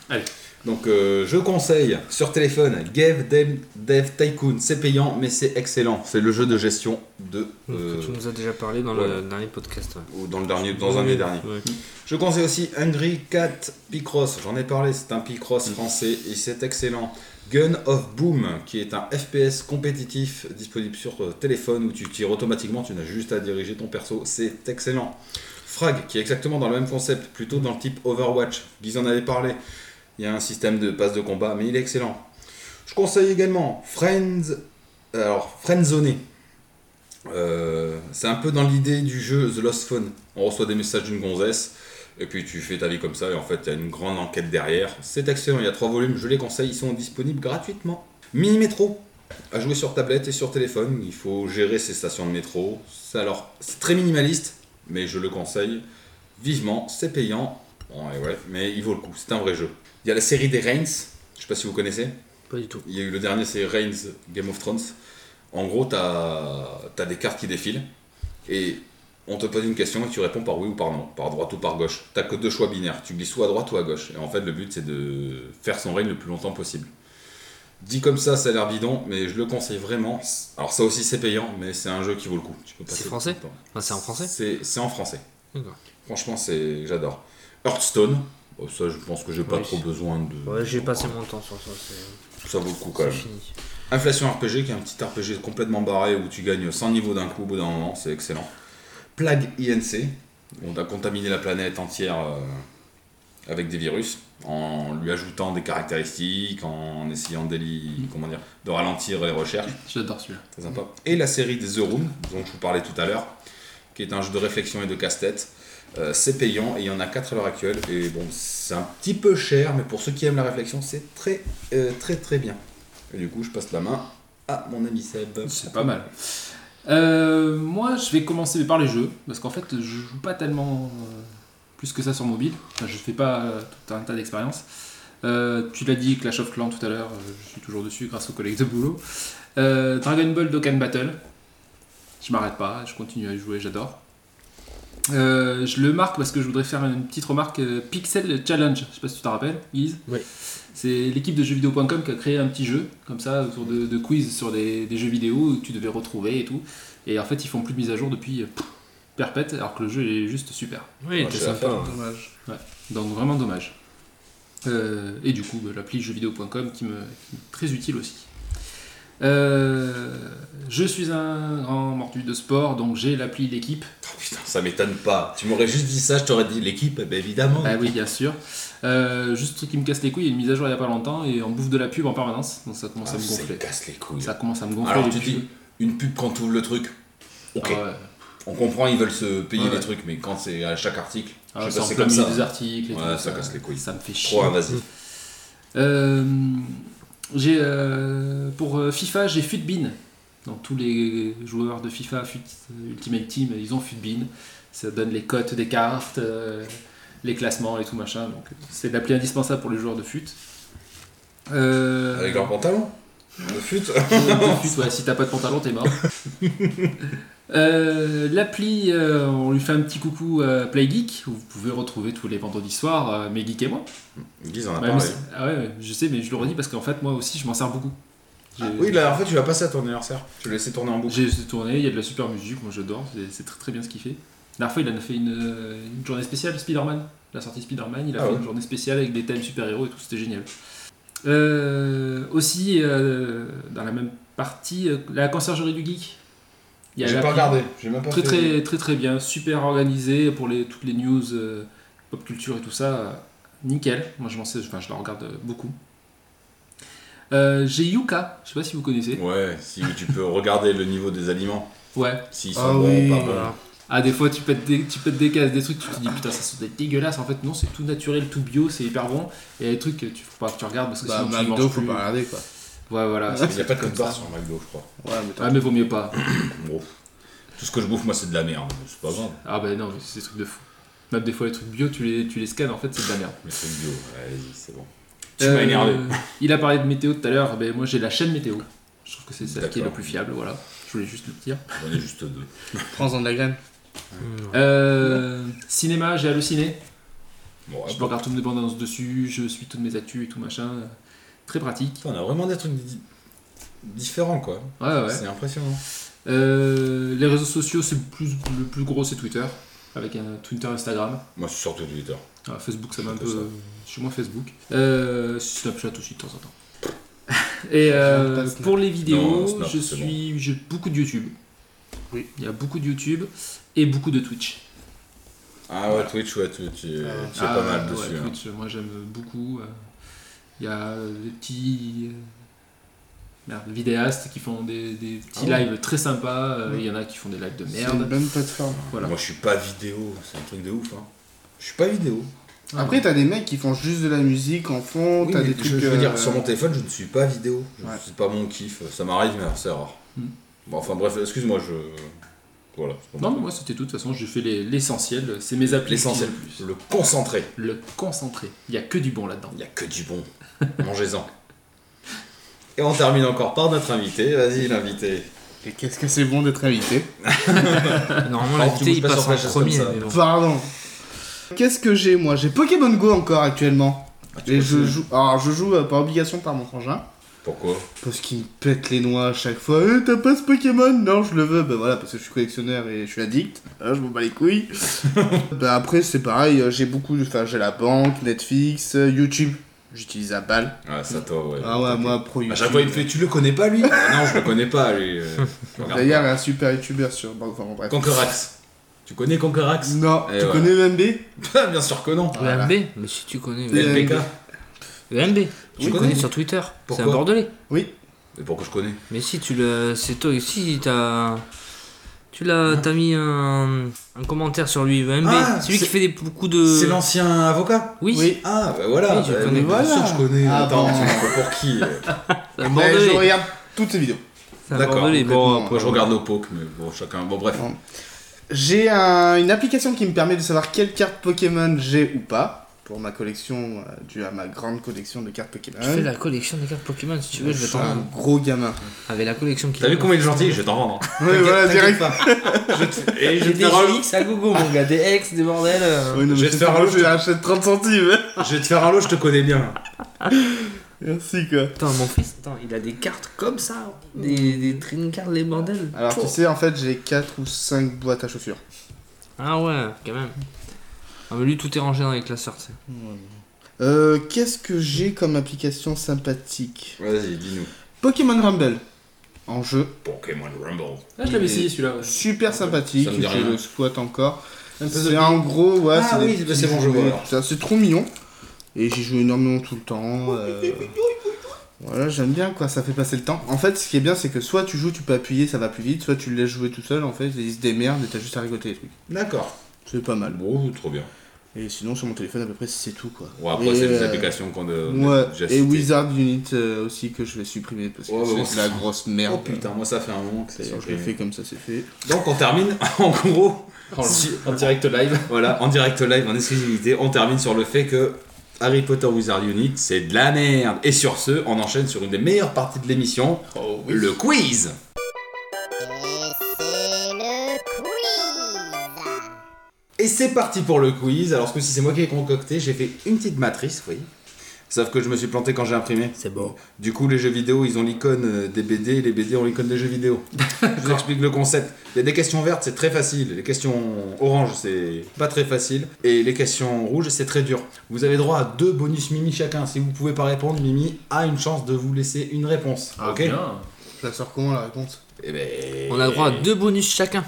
S5: Allez.
S2: Donc euh, je conseille sur téléphone Game Dev, Dev Tycoon, c'est payant mais c'est excellent. C'est le jeu de gestion de euh,
S4: Que tu nous as déjà parlé dans
S2: ouais.
S4: le dernier podcast. ouais.
S2: ou dans le dernier, dans un
S4: Ouais,
S2: des derniers.
S4: ouais.
S2: Je conseille aussi Hungry Cat Picross, j'en ai parlé, c'est un Picross français et c'est excellent. Gun of Boom, qui est un FPS compétitif disponible sur euh, téléphone où tu tires automatiquement, tu n'as juste à diriger ton perso, c'est excellent. Frag, qui est exactement dans le même concept, plutôt dans le type Overwatch, Guiz en avait parlé. Il y a un système de passe de combat, mais il est excellent. Je conseille également Friends, alors Friendzoné. Euh, c'est un peu dans l'idée du jeu The Lost Phone. On reçoit des messages d'une gonzesse et puis tu fais ta vie comme ça, et en fait, il y a une grande enquête derrière. C'est excellent, il y a trois volumes, je les conseille, ils sont disponibles gratuitement. Mini métro, à jouer sur tablette et sur téléphone, il faut gérer ses stations de métro. C'est- Alors, c'est très minimaliste, mais je le conseille vivement, c'est payant. Bon, et ouais, mais il vaut le coup, c'est un vrai jeu. Il y a la série des Reigns, je sais pas si vous connaissez.
S4: Pas du tout.
S2: Il y a eu le dernier, c'est Reigns Game of Thrones. En gros, t'as as des cartes qui défilent et on te pose une question et tu réponds par oui ou par non, par droite ou par gauche. T'as que deux choix binaires, tu glisses soit à droite ou à gauche. Et en fait, le but c'est de faire son règne le plus longtemps possible. Dit comme ça, ça a l'air bidon, mais je le conseille vraiment. Alors, ça aussi c'est payant, mais c'est un jeu qui vaut le coup. Tu peux passer
S4: C'est français
S2: tout le temps.
S4: Enfin, Bah, c'est en français
S2: C'est c'est en français.
S4: D'accord.
S2: Franchement, c'est j'adore. Hearthstone, Bon, ça je pense que j'ai pas
S4: Oui.
S2: trop besoin de.
S4: Ouais, j'ai passé mon temps sur ça. C'est
S2: Ça vaut le coup quand même.
S4: c'est fini.
S2: Inflation RPG, qui est un petit RPG complètement barré où tu gagnes 100 niveaux d'un coup au bout d'un moment, c'est excellent. Plague INC, on a contaminé la planète entière euh, avec des virus en lui ajoutant des caractéristiques, en essayant d'éli- comment dire, de ralentir les recherches.
S5: J'adore celui-là.
S2: Très sympa. Et la série des The Room, dont je vous parlais tout à l'heure, qui est un jeu de réflexion et de casse-tête. Euh, c'est payant et il y en a 4 à l'heure actuelle. Et bon, c'est un petit peu cher, mais pour ceux qui aiment la réflexion, c'est très, euh, très, très bien. Et du coup, je passe la main à mon ami Seb.
S5: C'est pas mal. Euh, moi, je vais commencer par les jeux, parce qu'en fait, je joue pas tellement euh, plus que ça sur mobile. Enfin, je fais pas euh, tout un tas d'expériences. Euh, tu l'as dit, Clash of Clans tout à l'heure, euh, je suis toujours dessus grâce aux collègues de boulot. Euh, Dragon Ball Dokkan Battle, je m'arrête pas, je continue à y jouer, j'adore. Euh, je le marque parce que je voudrais faire une petite remarque. euh, Pixel Challenge, je sais pas si tu t'en rappelles, Guise.
S4: Oui.
S5: C'est l'équipe de jeuxvideo.com qui a créé un petit jeu, comme ça, autour de, de quiz sur des, des jeux vidéo où tu devais retrouver et tout. Et en fait, ils font plus de mise à jour depuis euh, pff, perpète, alors que le jeu est juste super.
S4: Oui, il était
S2: j'ai
S4: sympa. hein.
S2: affaire.
S4: ouais.
S3: Dommage.
S5: Donc vraiment dommage. Euh, et du coup, bah, l'appli jeuxvideo.com qui me qui est très utile aussi. Euh, je suis un grand mordu de sport, donc j'ai l'appli L'équipe.
S2: Putain, ça m'étonne pas. Tu m'aurais juste dit ça, je t'aurais dit l'équipe, eh ben, évidemment.
S5: Ah oui, bien sûr. Euh, juste truc qui me casse les couilles, il y a une mise à jour il y a pas longtemps et on bouffe de la pub en permanence, donc ça commence
S2: Ah,
S5: à me
S2: ça
S5: gonfler.
S2: casse les couilles.
S5: Ça commence à me gonfler.
S2: Alors
S5: les
S2: tu
S5: pubs.
S2: dis, une pub quand tu ouvres le truc, ok.
S5: Ah ouais.
S2: On comprend, ils veulent se payer
S5: Ouais,
S2: les
S5: ouais.
S2: trucs, mais quand c'est à chaque article,
S5: Ah,
S2: je sais pas,
S5: c'est en
S2: bah, c'est
S5: plein
S2: comme
S5: milieu
S2: ça.
S5: des articles. et
S2: Ouais,
S5: tout,
S2: ça casse les couilles.
S5: Ça me fait chier.
S2: Trop invasif.
S5: Euh, j'ai euh, pour euh, FIFA, j'ai Futbin. Donc tous les joueurs de FIFA Fut- euh, Ultimate Team, ils ont Futbin. Ça donne les cotes des cartes, euh, les classements et tout machin. Donc c'est l'appli indispensable pour les joueurs de fut. Euh,
S2: Avec leur pantalon De fut
S5: de fut, ouais, si t'as pas de pantalon, t'es mort. Euh, L'appli, euh, on lui fait un petit coucou à PlayGeek, où vous pouvez retrouver tous les vendredis soirs euh, mes geeks et moi.
S2: Guise en a
S5: Ouais, Bah, mais
S2: parlé.
S5: c'est- ah ouais, ouais, je sais, mais je le redis parce qu'en fait, moi aussi, je m'en sers beaucoup. J'ai-
S2: Oui, là, en fait, tu l'as passé à ton anniversaire. Tu l'as laissé tourner en boucle.
S5: J'ai laissé tourner, il y a de la super musique, moi j'adore, c'est- c'est très très bien ce qu'il fait. La dernière fois, il en a fait une, euh, une journée spéciale, Spider-Man. La sortie Spider-Man, il a
S2: Ah
S5: fait
S2: ouais.
S5: une journée spéciale avec des thèmes super-héros et tout, c'était génial. Euh, aussi, euh, dans la même partie, euh, la conciergerie du geek. Il y a
S2: J'ai
S5: la-
S2: pas regardé. J'ai même pas
S5: Très
S2: fait-
S5: très, très très bien, super organisé pour les, toutes les news, euh, pop culture et tout ça. euh, nickel, moi je m'en sais, enfin, je la regarde euh, beaucoup. Euh, J'ai Yuka, je sais pas si vous connaissez.
S6: Ouais, si tu peux regarder le niveau des aliments,
S5: Ouais,
S6: s'ils sont
S3: Ah
S6: bons
S3: oui,
S6: ou pas bons.
S3: voilà.
S5: Ah, des fois, tu pètes des, tu pètes des cases, des trucs, tu te dis putain, ça sont des dégueulasses. En fait, non, c'est tout naturel, tout bio, c'est hyper bon. Et il y a des trucs que tu faut pas que tu regardes parce que
S3: Bah,
S5: sinon tu les
S3: McDo,
S5: manges
S3: faut
S5: plus.
S3: pas regarder quoi.
S5: Ouais, voilà.
S6: Il n'y a pas de code barre sur McDo, je crois.
S3: Ouais, mais t'as-
S5: Ah, mais vaut mieux pas.
S6: Bon. Tout ce que je bouffe, moi, c'est de la merde. C'est pas grave.
S5: Ah, bah non, mais c'est des trucs de fou. Même des fois, les trucs bio, tu les, tu les scannes, en fait, c'est de la merde.
S6: Mais c'est bio. Allez-y, c'est bon.
S5: Tu m'as énervé. Euh, Il a parlé de météo tout à l'heure, mais moi j'ai la chaîne météo. Je trouve que c'est celle qui est la
S6: D'accord.
S5: plus fiable, voilà. Je voulais juste le dire.
S6: J'en ai juste deux.
S3: Prends-en de la graine.
S5: Euh, cinéma, j'ai halluciné.
S6: Bon,
S5: Je regarde toutes mes bandes annonces dessus, je suis toutes mes actus et tout machin. Très pratique.
S2: Putain, on a vraiment des trucs di- différents, quoi.
S5: Ouais, Ah ouais.
S2: C'est impressionnant.
S5: Euh, les réseaux sociaux, c'est le plus, le plus gros, c'est Twitter, avec un Twitter, Instagram.
S6: Moi, je suis surtout Twitter.
S5: Ah, Facebook, ça m'a un
S6: Un
S5: peu.
S6: peu ça.
S5: Je suis moins Facebook. Euh, Snapchat aussi de temps en temps. Et euh,
S3: Pas Snap.
S5: pour les vidéos,
S6: Non, Snap,
S5: je
S6: c'est
S5: suis, j'ai beaucoup de YouTube.
S3: Oui.
S5: Il y a beaucoup de YouTube et beaucoup de Twitch.
S6: Ah ouais, Twitch, ouais, tu, tu, tu es
S3: Ah,
S6: pas mal
S5: ouais,
S6: dessus. hein.
S5: Twitch, moi j'aime beaucoup. euh, Il y a des petits euh, merde, vidéastes qui font des, des petits
S6: Ah ouais.
S5: lives très sympas. euh, Il y en a qui font des lives de
S3: C'est une
S5: merde.
S3: bonne plateforme.
S5: Voilà.
S6: Moi, je suis pas vidéo. C'est un truc de ouf. Hein.
S2: Je suis pas vidéo.
S3: Après, t'as des mecs qui font juste de la musique en fond,
S2: Oui,
S3: t'as
S2: mais
S3: des
S2: je-
S3: trucs.
S2: je, veux dire,
S3: euh,
S2: sur mon téléphone, je ne suis pas vidéo. Je-
S3: Ouais.
S6: C'est pas mon kiff. Ça m'arrive, mais c'est rare.
S5: Hmm.
S6: Bon, enfin, bref, excuse-moi, je. Voilà. c'est pas
S5: Non,
S6: mon
S5: mais moi c'était tout. De toute façon, j'ai fait les- l'essentiel. C'est mes applis.
S6: L'essentiel.
S5: qui me plaisent.
S6: Le concentré.
S5: Le concentré. Il y a que du bon là-dedans.
S6: Il n'y a que du bon. Mangez-en.
S2: Et on termine encore par notre invité. Vas-y, l'invité.
S3: Et qu'est-ce que c'est bon d'être invité
S4: Normalement,
S2: Alors,
S4: l'invité
S2: Ah, tu
S4: il
S2: bouges pas
S4: passe
S2: sur
S4: en
S2: ta chaise comme
S4: premier.
S2: ça.
S4: mais bon.
S3: Pardon. Qu'est-ce que j'ai moi J'ai Pokémon Go encore actuellement.
S2: Ah,
S3: Et je joue. Alors je joue euh, par obligation par mon frangin.
S6: Pourquoi
S3: Parce qu'il me pète les noix à chaque fois. Eh, t'as pas ce Pokémon Non, je le veux. Bah voilà, parce que je suis collectionneur et je suis addict. Ah, je m'en bats les couilles. bah après, c'est pareil. euh, J'ai beaucoup. Enfin, j'ai la banque, Netflix, euh, YouTube. J'utilise à balle.
S6: Ah, ça, toi, ouais.
S3: Ah ouais, moi, pro YouTube.
S2: À chaque fois, il me fait Tu le connais pas, lui Ah Non, je le connais pas, lui. euh, je regarde
S3: D'ailleurs, il y a un super YouTuber sur. Bon, enfin, bon, bref.
S2: pas. Conquerax. Tu connais Conquerax
S3: Non,
S6: Eh
S3: tu
S6: ouais.
S3: connais l'MB Hmm.
S2: Bien sûr que non.
S4: Le
S3: Voilà.
S4: MB E Mais si tu connais. euh,
S3: Le-
S4: Le,
S2: LPK.
S4: MB
S2: Oui,
S4: Tu connais
S2: oui.
S4: sur Twitter C'est
S2: Pourquoi
S4: un bordelais
S3: Oui.
S6: Mais pourquoi je connais
S4: Mais si tu le. C'est toi. Si t'as. Tu l'as. T'as mis un, un commentaire sur lui, le MB.
S2: Ah,
S4: c'est lui qui
S2: c'est-
S4: fait des, beaucoup de.
S3: euh,
S2: C'est l'ancien avocat
S4: Oui,
S3: Oui.
S2: Ah, bah voilà.
S4: Oui, je
S2: bah,
S4: connais.
S2: bien
S3: Voilà.
S2: sûr que je connais.
S3: Ah,
S2: Attends,
S3: bon.
S2: tu- pour qui euh
S4: c'est un
S3: Mais Ben, je
S4: bordelais.
S3: regarde toutes ses vidéos.
S4: C'est un
S6: D'accord,
S4: Ah, bordelais. Bon,
S3: complètement.
S6: Moi, je regarde au poke, mais bon, chacun. Bon, bref.
S3: J'ai un- une application qui me permet de savoir quelle carte Pokémon j'ai ou pas. Pour ma collection, euh, due à ma grande collection de cartes Pokémon.
S4: tu fais la collection des cartes Pokémon si tu veux, je vais t'en
S3: un
S4: rendre.
S3: gros gamin.
S4: Avec la collection qui
S6: T'as vu comment il est gentil Je vais t'en rendre.
S2: hein.
S3: Ouais, voilà, direct.
S2: Eh,
S6: Et
S4: J'ai des GX à gogo, mon gars, des ex, des bordels. euh.
S3: Ouais, non,
S2: Je vais
S3: mais
S2: te
S3: c'est
S2: faire
S3: pas
S2: un
S3: grave,
S2: lot,
S3: je les rachète 30 centimes.
S2: Je vais te faire un lot, je te connais bien.
S3: Merci quoi.
S4: Attends, mon fils, attends, il a des cartes comme ça,
S2: Mm.
S4: des, des trading cards, les bordels.
S3: Alors tu
S4: Pouah.
S3: sais, en fait, j'ai 4 ou 5 boîtes à chaussures.
S4: Ah ouais, quand même. Ah, mais lui, tout est rangé dans les classeurs, tu sais.
S3: Euh, qu'est-ce que j'ai comme application sympathique
S6: Vas-y, dis-nous.
S3: Pokémon Rumble. En jeu.
S6: Pokémon Rumble.
S5: Ah, je l'avais essayé celui-là. ouais.
S3: Super sympathique.
S6: Ça me dit
S3: Je
S6: rien.
S3: le squatte encore.
S5: Un peu
S3: C'est
S5: de-
S3: en gros, ouais.
S2: Ah
S3: des
S2: oui,
S3: petits
S2: bah, c'est bon, je
S3: jouets,
S2: vois, alors.
S3: tout ça. C'est trop mignon. Et j'y joue énormément tout le temps. euh, Voilà, j'aime bien quoi, ça fait passer le temps. En fait, ce qui est bien, c'est que soit tu joues, tu peux appuyer, ça va plus vite, soit tu le laisses jouer tout seul, en fait, ils se démerdent et t'as juste à rigoter les trucs.
S2: D'accord.
S3: C'est pas mal.
S6: Bon, trop bien.
S3: Et sinon, sur mon téléphone, à peu près, c'est tout quoi.
S6: Ouais, après,
S3: Et,
S6: c'est des
S3: euh,
S6: applications qu'on a
S3: Ouais,
S6: déjà
S3: et
S6: citées.
S3: Wizard Unit euh, aussi que je vais supprimer parce que
S6: Ouais, bah,
S3: c'est
S6: bon,
S3: de la grosse merde.
S2: Oh putain, moi ça fait un moment que c'est
S3: Ça y
S2: sur
S3: est, je l'ai fait comme ça, c'est fait.
S2: Donc on termine en gros,
S5: En,
S2: Si-
S5: en direct live.
S2: voilà, en direct live, en exclusivité, on termine sur le fait que Harry Potter Wizard Unit c'est de la merde. Et sur ce, on enchaîne sur une des meilleures parties de l'émission, le quiz. Et c'est parti pour le quiz. Alors ce coup-ci, c'est moi qui ai concocté. J'ai fait une petite matrice, oui. savent que je me suis planté quand j'ai imprimé.
S4: C'est beau.
S2: Du coup, les jeux vidéo, ils ont l'icône euh, des BD, et les BD ont l'icône des jeux vidéo. je vous explique le concept. Il y a des questions vertes, c'est très facile. Les questions oranges, c'est pas très facile. Et les questions rouges, c'est très dur. Vous avez droit à deux bonus Mimi chacun. Si vous pouvez pas répondre, Mimi a une chance de vous laisser une réponse.
S4: Ah,
S2: ok
S5: Bien.
S3: Je la sors comment la réponse
S2: Eh ben-
S4: On a droit à deux bonus chacun.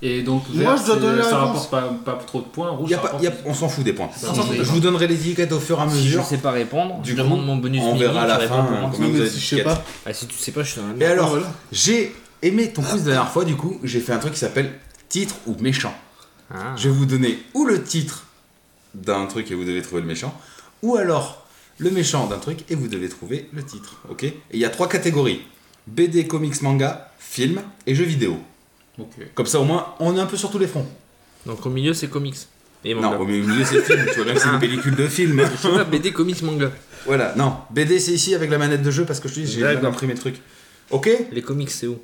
S5: Et donc,
S3: Moi,
S5: vert,
S3: je dois
S5: c'est-
S3: donner la
S5: ça
S3: réponse.
S5: rapporte pas, pas trop de points. Rouge,
S2: Y a
S5: ça
S2: pas-
S5: rapporte
S2: y a- on s'en fout des points.
S5: Ça, on s'en fout des
S2: Je vous donnerai les étiquettes au fur et à
S4: Si je
S2: mesure.
S4: sais pas répondre,
S2: Ah, Du
S4: je
S2: coup,
S4: demande mon bonus
S2: on
S4: mini,
S2: verra à
S4: tu
S2: la
S4: réponds
S2: fin,
S4: pour moi.
S2: hein. Combien vous avez
S3: si je sais
S2: d'étiquettes
S3: pas.
S4: Ah, si tu sais pas, je suis dans la
S2: Et
S4: merde.
S2: alors,
S3: Voilà.
S2: j'ai aimé ton quiz de la dernière fois, du coup, j'ai fait un truc qui s'appelle titre ou méchant.
S4: Ah.
S2: Je vais vous donner ou le titre d'un truc et vous devez trouver le méchant, ou alors le méchant d'un truc et vous devez trouver le titre. Ok Et il y a trois catégories BD, comics, manga, film et jeux vidéo.
S5: pas. Ok.
S2: Comme ça, au moins, on est un peu sur tous les fronts.
S4: Donc au milieu, c'est comics. Et manga.
S2: Non, au milieu, c'est film. Tu vois bien que c'est une pellicule de film.
S4: Je sais pas, BD, comics, manga.
S2: Voilà, non. BD, c'est ici avec la manette de jeu parce que je te dis, j'ai
S4: D'accord.
S2: mal imprimé le truc. Ok
S4: Les comics, c'est où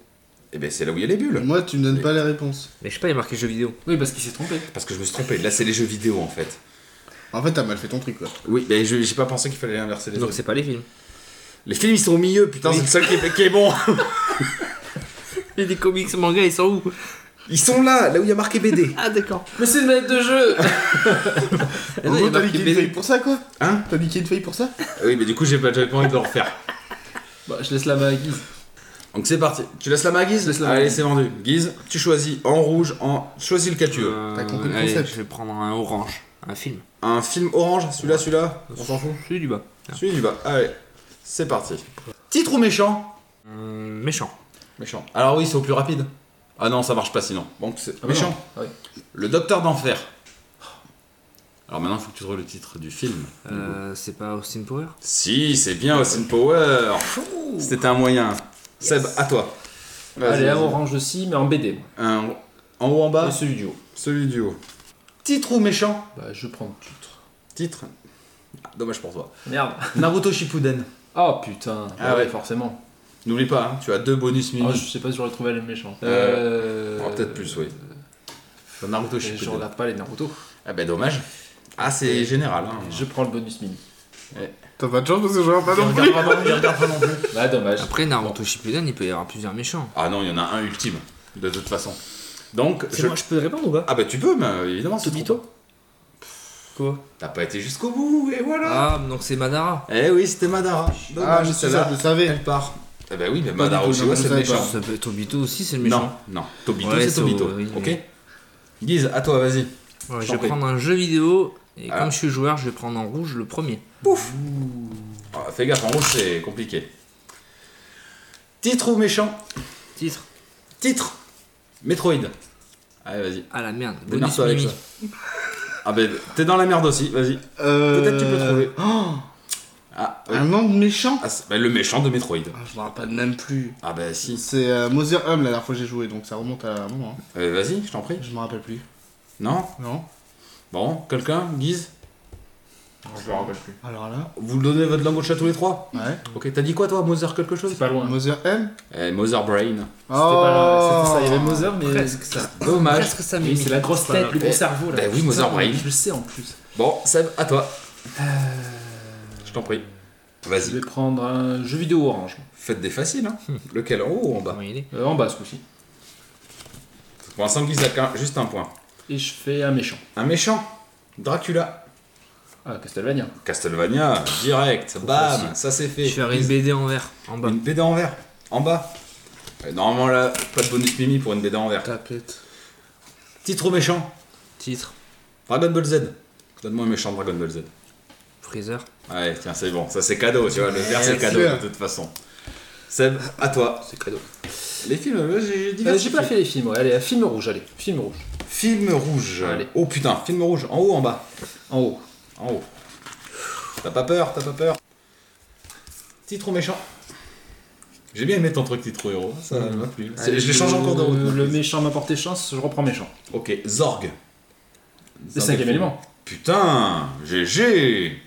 S2: Et ben c'est là où il y a les bulles.
S3: Moi, tu me donnes pas les réponses.
S4: Mais je sais pas, il y a marqué jeux vidéo.
S5: Oui, parce qu'il s'est trompé.
S2: Parce que je me suis trompé. Là, c'est les jeux vidéo en fait.
S3: En fait, t'as mal fait ton truc quoi.
S2: Oui, ben je- j'ai pas pensé qu'il fallait inverser les
S4: Donc
S2: autres.
S4: c'est pas les films.
S2: Les films, ils sont au milieu, putain, c'est le seul qui est, qui est bon.
S4: Et les comics, manga, ils sont où
S2: Ils sont là, là où il y a marqué BD.
S4: Ah, d'accord.
S5: Mais c'est une manette de jeu
S4: Ah
S3: En
S4: non, il y a
S3: gros, t'as
S4: marqué
S3: niqué une
S4: BD.
S3: feuille pour ça quoi
S2: Hein
S3: T'as niqué une feuille pour ça
S2: Oui, mais du coup, j'ai pas, j'avais pas envie de le refaire.
S5: Bah, je laisse la main à Guise.
S2: Donc c'est parti. Tu laisses la main à Guise
S5: Je laisse la main.
S2: Allez, c'est vendu. Guise, tu choisis en rouge, en. Choisis lequel tu veux.
S4: Euh,
S3: T'as compris le
S4: allez,
S3: concept.
S4: je vais prendre un orange. Un film.
S2: Un film orange, celui-là, celui-là. On s'en fout.
S4: Celui du bas. Ah.
S2: Celui du bas. Allez, c'est parti. Titre ou méchant
S4: Euh, méchant.
S2: Méchant. Alors oui, c'est au plus rapide. Ah non, ça marche pas sinon. Donc c'est
S5: Ah bah
S2: méchant.
S5: non. Ah oui.
S2: Le Docteur d'Enfer. Alors maintenant, il faut que tu trouves le titre du film.
S4: Euh, c'est pas Austin Power
S2: Si, c'est bien Austin Power. C'était un moyen. Seb, à toi. Vas-y,
S5: Allez, un
S2: vas-y.
S5: orange aussi, mais en BD. moi.
S2: Un- En haut, en bas
S5: Et celui du haut.
S2: Celui du haut. Titre ou méchant
S5: Bah, je prends le titre.
S2: Titre Ah, Dommage pour toi.
S5: Merde.
S2: Naruto Shippuden.
S5: Oh putain.
S2: Ah
S5: Bah
S2: ouais.
S5: forcément.
S2: N'oublie pas, hein, tu as deux bonus
S5: Ah,
S2: minutes.
S5: je sais pas si j'aurais trouvé les méchants.
S2: Euh,
S5: Euh,
S2: oh, peut-être plus, oui. Dans Naruto
S5: Mais Je
S2: Shippuden.
S5: regarde pas Euh, les Naruto.
S2: Ah ben dommage. Ah, c'est général. Hein.
S5: Je prends le bonus mini.
S3: T'as pas de chance parce que j'aurais pas non plus.
S5: Bah dommage.
S4: Après, Naruto Shippuden, il peut y avoir plusieurs méchants.
S2: Ah non, il y en a un ultime, de toute façon. Donc,
S4: C'est
S2: je-
S4: moi, je peux répondre ou pas
S2: Ah bah tu peux, mais euh, évidemment, c'est
S4: Obito
S2: trop.
S4: Quoi
S2: T'as pas été jusqu'au bout, et voilà.
S4: Ah, donc c'est Madara.
S2: Eh oui, c'était Madara.
S3: Ah,
S2: Dommage,
S3: je sais
S2: celle-là.
S3: ça, je le savais.
S2: Elle part. Eh ben oui, mais
S3: Pas
S2: Madara
S3: du tout,
S2: Uchiwa,
S3: je
S2: c'est le
S3: savais
S2: méchant.
S4: Bah, Ça peut être Obito aussi, c'est le
S2: Non,
S4: méchant.
S2: non. Tobito,
S4: Ouais,
S2: c'est
S4: c'est
S2: Tobito.
S4: au- oui,
S2: ok
S4: mais-
S2: Guise, à toi, vas-y. Je
S4: Ouais, je
S2: t'en
S4: vais
S2: prie.
S4: prendre un jeu vidéo. Et
S2: Ah.
S4: comme je suis joueur, je vais prendre en rouge le premier.
S2: Ah, fais gaffe, en rouge, c'est compliqué. Titre ou méchant
S4: Titre.
S2: Titre Metroid. Allez, vas-y.
S4: Ah la merde. Bonus
S2: Démarre-toi avec
S4: Mimi.
S2: Ah ben, t'es dans la merde aussi, vas-y.
S3: Euh...
S2: Peut-être tu peux trouver.
S3: Oh,
S2: Ah, oui.
S3: un nom de méchant
S2: Ah, c'est- ben, le méchant de Metroid.
S3: ah, Je me rappelle même plus.
S2: Ah ben si.
S3: C'est euh, Mother Hum la dernière fois que j'ai joué donc ça remonte à un moment. hein.
S2: Euh, vas-y, je t'en prie.
S3: Je me rappelle plus.
S2: Non
S3: Non
S2: Bon, quelqu'un Guise
S5: Je me rappelle plus.
S3: Alors là
S2: Vous le donnez votre langue au chat tous les trois
S3: Ouais.
S2: Ok, t'as dit quoi toi Mother quelque chose
S5: C'est pas loin.
S3: Mother Hum? M
S2: Eh, Mother Brain.
S3: Oh
S5: C'était pas loin. C'était ça. Il y avait Mother, mais.
S4: Presque ça.
S2: Dommage.
S4: Presque ça,
S5: Oui,
S4: Mimi.
S5: c'est la Ben grosse
S4: Putain,
S5: tête, le gros
S2: eh,
S5: cerveau là.
S2: bah oui,
S5: Putain,
S2: Mother Brain.
S5: Je le sais en plus.
S2: Bon, Seb, à toi. Euh, Je t'en prie.
S5: Je
S2: Vas-y.
S5: vais prendre un jeu vidéo orange.
S2: Faites des faciles, hein. Lequel en haut ou en bas
S4: Comment il est
S5: Euh, en bas ce coup-ci.
S2: Pour l'instant, Guise a qu'un- juste un point.
S5: Et je fais un méchant.
S2: Un méchant Dracula.
S5: Ah, Castlevania.
S2: Castlevania, direct. Bam,
S4: facile.
S2: ça c'est fait.
S4: Je ferai une BD en vert, en bas.
S2: Une BD en verre, en bas. Et normalement, là, pas de bonus mimi pour une BD en verre.
S3: Tapette.
S2: Titre au méchant
S4: Titre.
S2: Dragon Ball Z. Donne-moi un méchant Dragon Ball Z.
S4: Freezer.
S2: Ah Ouais, tiens, c'est bon. Ça, c'est cadeau, tu vois. Le verre, c'est
S3: Bien
S2: cadeau,
S3: sûr.
S2: de toute façon. Seb, à toi.
S5: C'est cadeau.
S2: Les films, là, j'ai
S5: Euh,
S2: diversifié.
S5: J'ai pas fait les films, ouais. Allez, film rouge, allez. Film rouge.
S2: Film rouge.
S5: Allez.
S2: Oh putain, film rouge. En haut, ou en bas
S5: En haut.
S2: En haut. T'as pas peur, t'as pas peur. Titre au méchant. J'ai bien aimé ton truc titre au héros. Ça m'a plu. C'est-
S5: Allez, euh,
S2: Je les change encore de
S5: Le,
S2: route.
S5: le méchant m'a porté chance, je reprends méchant.
S2: Ok, Zorg.
S5: Le cinquième élément.
S2: Putain, GG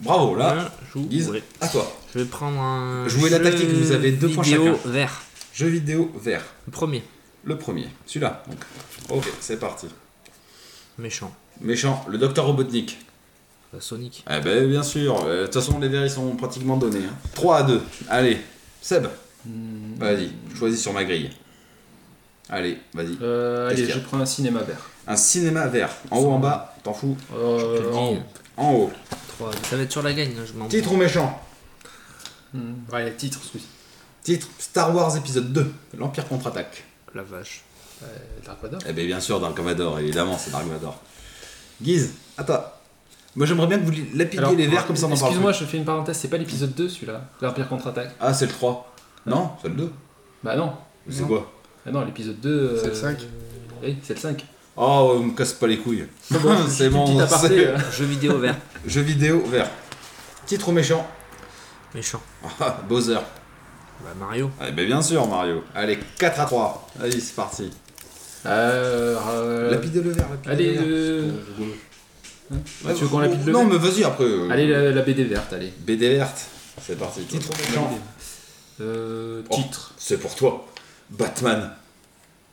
S2: Bravo, là,
S4: Un, joue-
S2: Ah, Guise,
S4: ouais.
S2: à toi.
S4: Je vais prendre un.
S2: Jouez la
S4: jeu
S2: tactique, vous avez deux points
S4: vidéo
S2: chacun.
S4: vert.
S2: Jeu vidéo vert,
S4: Le premier.
S2: le premier, celui-là. donc. Ok, c'est parti.
S4: Méchant.
S2: Méchant, le docteur Robotnik.
S4: euh, Sonic.
S2: Eh ben, bien sûr. Euh, De toute façon, les verres, ils sont pratiquement donnés. hein. 3 à 2. Allez, Seb.
S5: Hmm.
S2: Vas-y, choisis sur ma grille. Allez, vas-y. Qu'est-ce
S5: Euh, allez,
S2: qu'il y a
S5: je prends un cinéma vert.
S2: Un cinéma vert. En haut, en bas, t'en fous
S5: Euh,
S4: Je te le
S5: en
S4: dis,
S5: haut.
S2: En haut.
S4: trois. Ça va être sur la gagne, là, je m'en
S2: Titre ou
S4: fous.
S2: méchant
S5: Hmm, Ouais, les titres, oui.
S2: Titre Star Wars épisode 2. L'Empire contre-attaque.
S4: La vache.
S5: Euh, Dark Vador.
S2: Eh bien, bien sûr, Dark Vador, évidemment, c'est Dark Vador. Guise, à toi. Moi, j'aimerais bien que vous li-
S5: Alors,
S2: lapidiez les verts comme ça, on en parle.
S5: Excuse-moi,
S2: plus.
S5: je fais une parenthèse, c'est pas l'épisode 2 celui-là, l'Empire contre-attaque.
S2: Ah, c'est le 3. Non, c'est le 2.
S5: Bah non,
S2: C'est
S3: Non.
S2: quoi
S5: ah non l'épisode 2. euh,
S3: C'est le 5.
S5: Oui, c'est le 5.
S2: Oh, on me casse pas les couilles. c'est
S5: Petit
S2: bon,
S5: aparté. euh,
S4: Jeu vidéo vert.
S2: Jeu vidéo vert. Titre ou méchant
S4: Méchant.
S2: Ah, Bowser.
S4: Bah Mario.
S2: Eh bien, bien sûr, Mario. Allez, 4 à 3. Allez, c'est parti.
S5: euh, euh,
S2: Lapidez le vert, lapidez
S5: allez,
S2: le vert.
S5: euh, hein,
S2: Ouais,
S5: tu veux qu'on lapide le
S2: Non,
S5: vert
S2: mais vas-y, après. euh,
S5: allez la, la BD verte, allez.
S2: BD verte. C'est parti. Titre ou méchant
S5: Euh,
S2: Oh.
S5: titre,
S2: C'est pour toi. Batman.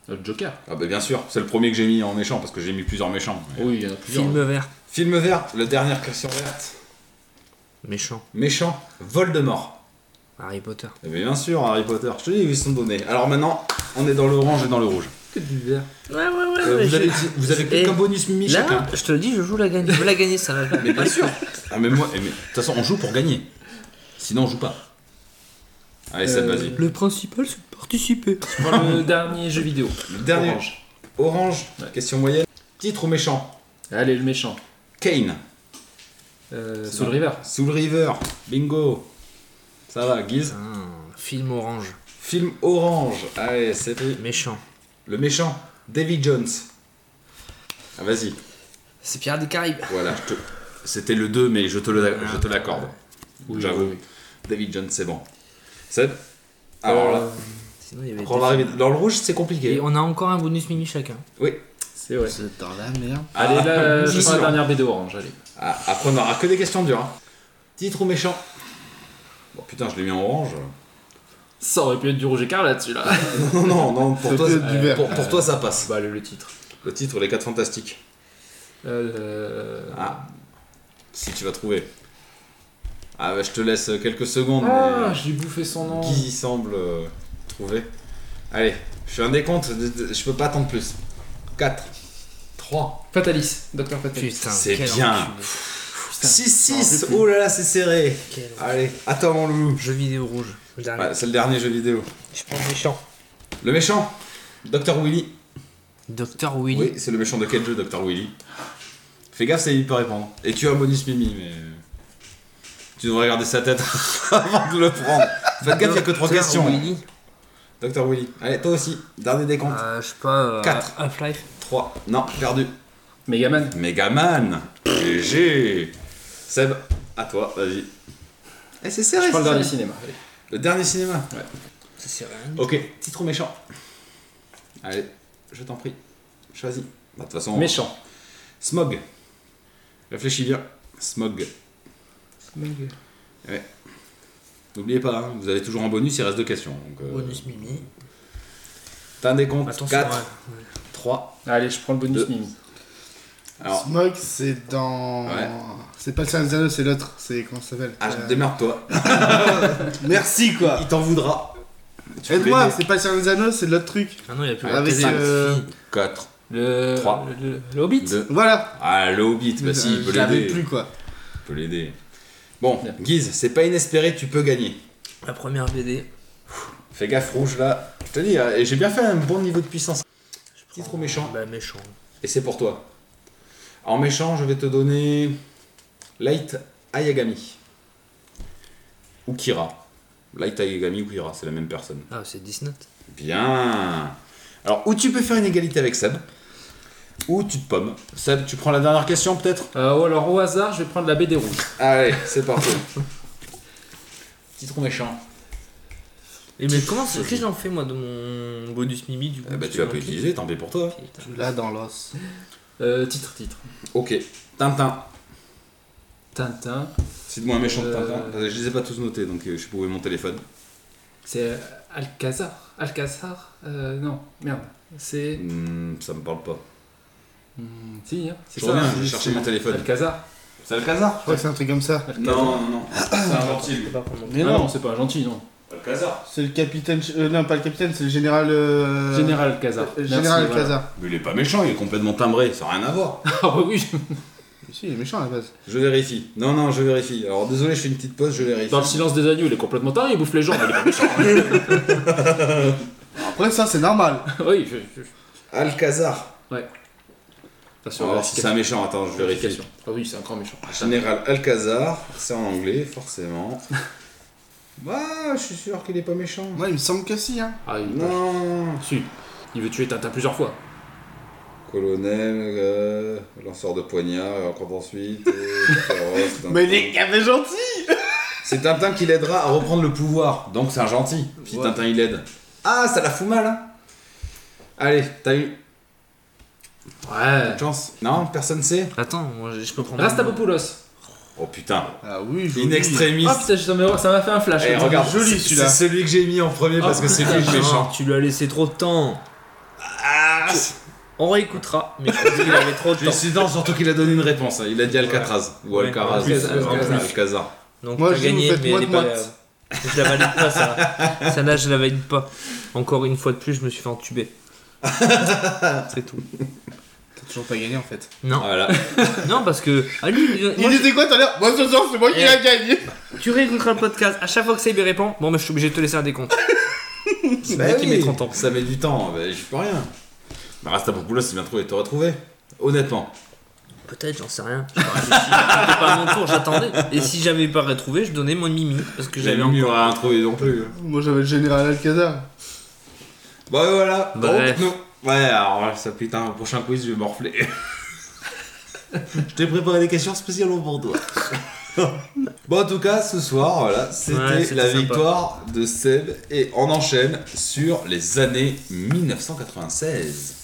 S5: Euh, Joker.
S2: Ah, bah, bien sûr.
S6: C'est le premier que j'ai mis en méchant parce que j'ai mis plusieurs méchants. mais-
S5: Oui, il y en a plusieurs. hein.
S4: Film vert.
S2: Film vert, la dernière question verte.
S4: Méchant.
S2: Méchant, Voldemort.
S4: Harry Potter.
S2: Eh bien, bien sûr, Harry Potter. Je te dis, ils sont donnés. Alors maintenant, on est dans l'orange et dans le rouge.
S5: Que du vert.
S4: Ouais, ouais, ouais.
S2: Euh, vous, avez, vous avez
S4: Et
S2: quelqu'un bonus mimi
S4: Là,
S2: chacun.
S4: je te le dis, je joue la gagne. Je veux la gagner, ça. là.
S2: Mais bien sûr.
S6: Ah, mais moi, eh, mais- de toute façon, on joue pour gagner. Sinon, on joue pas. Allez, Seb,
S5: Euh,
S6: vas-y.
S4: Le principal, c'est de participer.
S5: Je prends le dernier jeu vidéo.
S2: Le dernier. Orange.
S5: Orange.
S2: Orange. Question moyenne. Titre ou méchant
S5: Allez, le méchant.
S2: Kane.
S5: Euh, Soul River.
S2: Soul River. Bingo. Ça va, Guise.
S4: Ah, film orange.
S2: Film orange. Allez, c'est pris.
S4: Méchant.
S2: Le méchant, David Jones. Ah, vas-y.
S4: C'est Pierre des Caraïbes.
S2: Voilà, je te- c'était le 2, mais je te le- je te l'accorde.
S5: Oui,
S2: J'avoue.
S5: oui, oui.
S2: David Jones, c'est bon. Seb Alors là,
S5: Euh,
S4: Sinon, il y avait.
S2: on va
S4: des-
S2: arriver dans le rouge, c'est
S4: Et
S2: compliqué.
S4: on a encore un bonus mini chacun.
S2: Oui.
S5: C'est vrai.
S3: Vous êtes Oh, dans la merde.
S5: Allez, là,
S2: Ah,
S5: je prends
S2: sûr.
S5: la dernière BD orange, allez.
S2: Ah, après, on n'aura que des questions dures. hein. Titre ou méchant Bon, putain, je l'ai mis en orange.
S5: Ça aurait pu être du rouge écarlate celui-là.
S2: non, non, non, pour
S3: Ça
S2: toi,
S3: peut
S2: ça-
S3: être du vert.
S2: pour, pour toi, ça passe.
S5: bah, le, le titre.
S2: Le titre, Les 4 Fantastiques.
S5: Euh,
S2: Ah, si tu vas trouver. Ah, bah, je te laisse quelques secondes.
S5: Ah,
S2: mais- euh,
S5: j'ai bouffé son nom.
S2: qui y semble euh, trouver. Allez, je fais un décompte, de- de- je peux pas attendre plus. 4, 3,
S5: Fatalis, Docteur Fatalis.
S4: Putain,
S2: C'est
S4: quel
S2: bien.
S4: enculé.
S2: 6, 6, oh là là, c'est serré.
S4: Quel enculé.
S2: Allez, attends mon loulou.
S4: Jeu vidéo rouge. Le dernier.
S2: Ouais, c'est le dernier jeu vidéo.
S4: Je prends méchant.
S2: Le méchant, Dr. Willy.
S4: Docteur Willy.
S2: Oui, c'est le méchant de quel jeu, Dr. Willy Fais gaffe, ça il peut répondre. Et tu as un bonus Mimi, mais. euh, Tu devrais regarder sa tête avant de le prendre.
S4: Ah,
S2: Faites gaffe, il n'y a que 3
S4: Docteur
S2: questions.
S4: Willy.
S2: Dr. Willy. Allez, toi aussi, dernier décompte.
S4: Euh, je sais pas. euh,
S2: Quatre.
S4: Half-Life.
S2: 3, non, perdu.
S5: Megaman.
S2: Megaman GG Seb, à toi, vas-y. Eh, c'est serré,
S5: Je prends
S2: c'est
S5: le dernier
S2: serré.
S5: cinéma. allez.
S2: Le dernier cinéma
S4: Ça c'est rien.
S2: Ok, titre ou méchant Allez, je t'en prie, choisis. Bah, De toute façon,
S5: Méchant.
S2: Smog. Réfléchis bien. Smog. Ouais. N'oubliez pas, hein, vous avez toujours un bonus, il reste deux questions. Donc, euh,
S4: Bonus Mimi.
S2: T'as un décompte
S4: Attention.
S3: hein.
S2: 4,
S4: ouais. Ouais.
S2: 3.
S5: Allez, je prends le bonus
S2: Deux.
S5: Mimi.
S2: Alors,
S3: Smog, c'est dans.
S2: Ouais.
S3: C'est pas le Seigneur des Anneaux, c'est l'autre. C'est comment ça s'appelle
S2: ah,
S3: Euh,
S2: démerde-toi,
S3: Merci quoi
S2: il t'en voudra.
S3: Aide-moi, c'est pas le Seigneur des Anneaux, c'est l'autre truc.
S4: Ah non, il n'y a plus
S3: Ah,
S4: la
S3: avec,
S4: télé.
S3: euh,
S2: 4,
S5: Le.
S2: Trois.
S5: Le, le Hobbit.
S2: 2.
S3: Voilà
S2: Ah, le Hobbit, bah si, il peut
S3: Je l'avais
S2: l'aider.
S3: plus quoi.
S2: Je peux l'aider. Bon, Guise, c'est pas inespéré, tu peux gagner.
S4: La première BD.
S2: Fais gaffe, rouge là. Je te dis, hein, et j'ai bien fait un bon niveau de puissance.
S4: Je
S2: Titre
S4: prends-
S2: ou méchant
S4: Bah méchant.
S2: Et c'est pour toi. En méchant, je vais te donner. Light Ayagami. Ou Kira. Light Ayagami ou Kira, c'est la même personne.
S4: Ah c'est Disney.
S2: Bien Alors, ou tu peux faire une égalité avec Seb, ou tu te pommes. Seb, tu prends la dernière question peut-être
S5: Euh, ou alors au hasard, je vais prendre la BD rouge.
S2: Allez, c'est parti. Titre ou méchant
S4: Et mais comment c'est que j'en fais moi de mon bonus Mimi du coup
S2: Eh ben,
S4: je
S2: tu
S4: l'ai
S2: vas pas
S4: manqué.
S2: utiliser, tant pis pour toi.
S4: Putain.
S3: Tu l'as dans l'os.
S5: Euh, titre, titre.
S2: Ok. Tintin.
S5: Tintin.
S2: C'est de moi un méchant de
S5: Euh,
S2: Tintin. Euh, Je les ai pas tous notés, donc euh, je suis mon téléphone.
S5: C'est euh, Alcazar. Alcazar euh, Non, merde. C'est.
S2: Hmm, ça me parle pas.
S5: Hmm, si, hein, c'est
S2: Je
S5: ça.
S2: reviens,
S5: hein,
S2: je vais
S5: c'est-
S2: chercher mon téléphone.
S5: Alcazar.
S6: C'est Alcazar
S3: Ouais, c'est un truc comme ça.
S2: Non, non, non.
S6: C'est un gentil, lui.
S3: Mais
S5: Ah non,
S3: non,
S5: c'est pas gentil, non.
S6: Alcazar
S3: c'est le capitaine. euh, non, pas le capitaine, c'est le général. euh,
S5: Général Kazar.
S3: euh, Général
S5: Merci, voilà.
S3: Alcazar.
S6: Mais il est pas méchant, il est complètement timbré, ça n'a rien à voir.
S5: Ah bah oui,
S3: Mais Si, il est méchant à la base.
S2: Je vérifie. Non, non, je vérifie. Alors désolé, je fais une petite pause, je vérifie.
S5: dans le silence des agneaux, il est complètement taré, il bouffe les gens, mais il est pas méchant.
S3: Après, ça, c'est normal.
S5: Ah oui, je- je-
S2: Alcazar.
S5: Attention,
S6: On va voir si c'est
S5: vérification.
S6: un méchant, attends, je vérifie.
S5: Ah oui, c'est un grand méchant.
S2: Général Alcazar, c'est en anglais, forcément. Bah, je suis sûr qu'il est pas méchant.
S3: Moi, il me semble que si, hein.
S5: Ah, il...
S2: Non.
S5: Si. Il veut tuer Tintin plusieurs fois.
S2: Colonel, euh, lanceur de poignard, et encore ensuite. euh, féroce, Tintin.
S3: gars, mais gentil
S2: C'est Tintin qui l'aidera à reprendre le pouvoir.
S6: Donc c'est un gentil, si
S3: Ouais.
S6: Tintin il aide.
S2: Ah, ça la fout mal, hein Allez, t'as eu
S5: Ouais.
S2: chance. Non, personne sait
S4: Attends, moi, je je peux prendre.
S5: Rastapopoulos.
S6: Oh putain.
S3: Ah oui, joli.
S2: In extremis.
S5: Ah putain, ça m'a ça m'a fait un flash.
S2: Eh,
S5: comme ça.
S2: regarde,
S3: joli,
S2: c'est-
S3: celui-là.
S2: C'est celui que j'ai mis en premier parce que c'est lui le
S4: Ah,
S2: méchant. Ah,
S4: Tu lui as laissé trop de temps. On réécoutera, mais je crois qu'il avait trop de
S2: Je
S4: temps.
S2: suis dedans, surtout qu'il a donné une réponse. hein. Il a dit Alcatraz ou
S4: Ouais.
S2: Alcaraz.
S4: Ouais,
S2: Alcazar.
S4: Alcazar.
S2: Alcazar.
S4: Donc
S3: Moi,
S4: t'as
S3: je dis, vous
S4: gagné,
S3: faites
S4: mais elle est pas.
S3: moite-moite.
S4: Je la valide pas, ça. Ça là, je la valide pas. Encore une fois de plus, je me suis fait entuber. C'est tout.
S3: T'as toujours pas gagné en fait.
S4: Non,
S6: Voilà.
S4: non, parce que. Ah, lui, il-
S3: Il
S4: moi,
S3: disait quoi tout à l'heure Moi, ce soir, c'est moi qui
S4: Eh.
S3: a gagné
S4: tu réécouteras le podcast. À chaque fois que Saber répond, bon, mais je suis obligé de te laisser un décompte. C'est
S2: Bah
S4: moi qui
S2: oui,
S4: met 30 ans.
S2: Ça met du temps, bah, j'y peux rien.
S6: Bah, Rastapopoulos, c'est bien trouvé, t'aurais trouvé. Honnêtement.
S4: Peut-être, j'en sais rien. Je sais pas, C'était pas mon tour, j'attendais. Et si j'avais pas retrouvé, je donnais mon mimi. Parce que
S6: J'avais
S4: j'avais
S6: mieux
S4: encore.
S6: rien trouvé non plus.
S3: Moi, j'avais le général Alcazar.
S2: Bah voilà.
S4: Bref.
S2: Donc,
S6: Ouais, alors ça putain, au prochain quiz, je vais morfler. je t'ai préparé des questions spécialement pour toi.
S2: Bon, en tout cas, ce soir, voilà, c'était
S4: Ouais, c'était
S2: la
S4: sympa.
S2: victoire de Seb et on enchaîne sur les années 1996.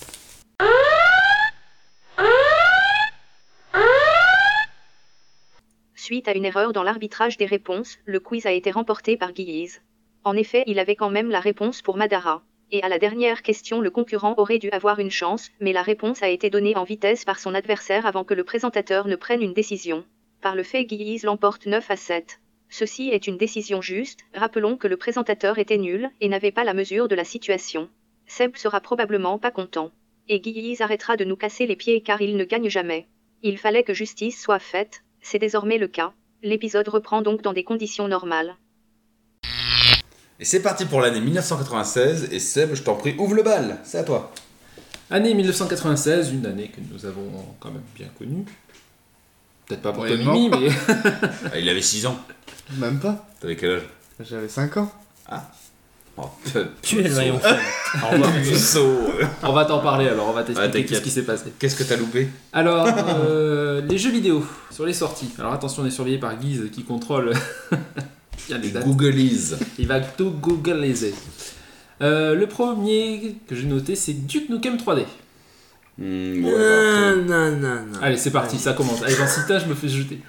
S7: Suite à une erreur dans l'arbitrage des réponses, le quiz a été remporté par Guillise. En effet, il avait quand même la réponse pour Madara. Et à la dernière question, le concurrent aurait dû avoir une chance, mais la réponse a été donnée en vitesse par son adversaire avant que le présentateur ne prenne une décision. Par le fait, Guillise l'emporte 9 à 7. Ceci est une décision juste, rappelons que le présentateur était nul et n'avait pas la mesure de la situation. Seb sera probablement pas content. Et Guillise arrêtera de nous casser les pieds car il ne gagne jamais. Il fallait que justice soit faite, c'est désormais le cas. L'épisode reprend donc dans des conditions normales.
S2: Et c'est parti pour l'année 1996 et Seb, je t'en prie, ouvre le bal, c'est à toi.
S5: Année 1996, une année que nous avons quand même bien connue. Peut-être pas pour
S3: Ouais,
S5: toi,
S3: non.
S5: Mimi, mais.
S6: Ah, il avait 6 ans.
S3: Même pas.
S6: T'avais quel âge
S3: J'avais 5 ans.
S6: Oh, putain.
S4: Tu es le rayon faible.
S5: Alors, on, va,
S6: Saut.
S5: on va t'en parler alors, on va
S6: Ouais,
S5: t'expliquer
S6: t'inquiète.
S5: tout ce qui s'est passé.
S2: Qu'est-ce que t'as loupé
S5: Alors, euh, les jeux vidéo, sur les sorties. Alors attention, on est surveillé par Guise qui contrôle. Il y
S4: Ah,
S5: a des dates.
S2: Googleise.
S5: Il va tout googliser. Euh, le premier que j'ai noté, c'est Duke Nukem 3D.
S6: Hmm, ouais, bah,
S4: Non, non, non, non.
S5: Allez, c'est parti, ça commence. Allez, dans 6 tas, je me fais jeter.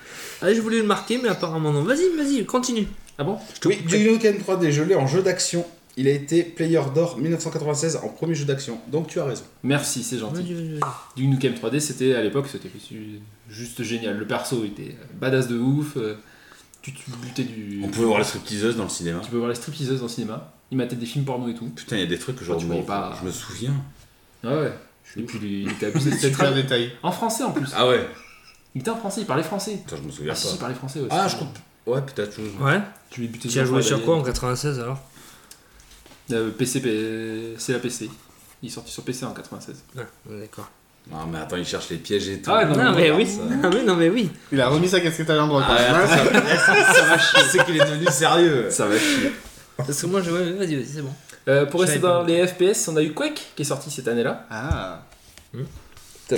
S4: Allez, Ah, je voulais le marquer, mais apparemment non. Vas-y, vas-y, continue.
S5: Ah bon
S2: Oui, Duke Nukem 3D, je l'ai en jeu d'action. Il a été player d'or 1996 en premier jeu d'action, donc tu as raison.
S5: Merci, c'est gentil. Du Nukem 3D, c'était à l'époque, c'était ju- juste génial. Le perso était badass de ouf. euh, Tu, tu butais du.
S6: On pouvait voir les stripteaseuses dans le cinéma.
S5: Tu peux voir les stripteaseuses en cinéma. Ils mattaient des films porno et tout.
S6: Putain, il y a des trucs que je
S5: Oh, tu
S6: revois.
S5: voyais pas.
S6: Je me souviens.
S5: Ah ouais. Et puis il était abusé. C'était
S3: Super
S5: très-
S3: détail.
S5: En français en plus.
S6: Ah ouais
S5: Il était en français, il parlait français.
S6: Putain, je me souviens
S5: Ah si, si, il
S6: pas.
S5: parlait français aussi.
S6: Ah, je crois. Ouais, peut-être. je-
S4: Ouais.
S5: Tu lui butais
S4: Tu as
S5: deux
S4: joué
S5: fois,
S4: sur
S5: il
S4: quoi en
S5: avait-
S4: 96 alors
S5: Euh, PC, P- c'est la PC. Il est sorti sur PC en 96.
S4: Ah, d'accord.
S6: Ah, mais attends, il cherche les pièges et tout.
S5: Ah,
S4: Non,
S5: Non,
S4: mais
S5: regarde
S4: oui.
S6: ça.
S4: Ah, mais non, mais oui.
S3: Il a remis sa casquette à l'endroit.
S6: Ah, ouais, attends, ça- ça va chier. C'est qu'il est devenu sérieux.
S5: Ça va chier.
S4: Parce que moi, je. ouais, Vas-y, vas-y, c'est bon.
S5: Euh, pour
S4: Je
S5: rester
S4: savais pas.
S5: dans les FPS, on a eu Quake qui est sorti cette année-là.
S3: Ah.
S2: Putain,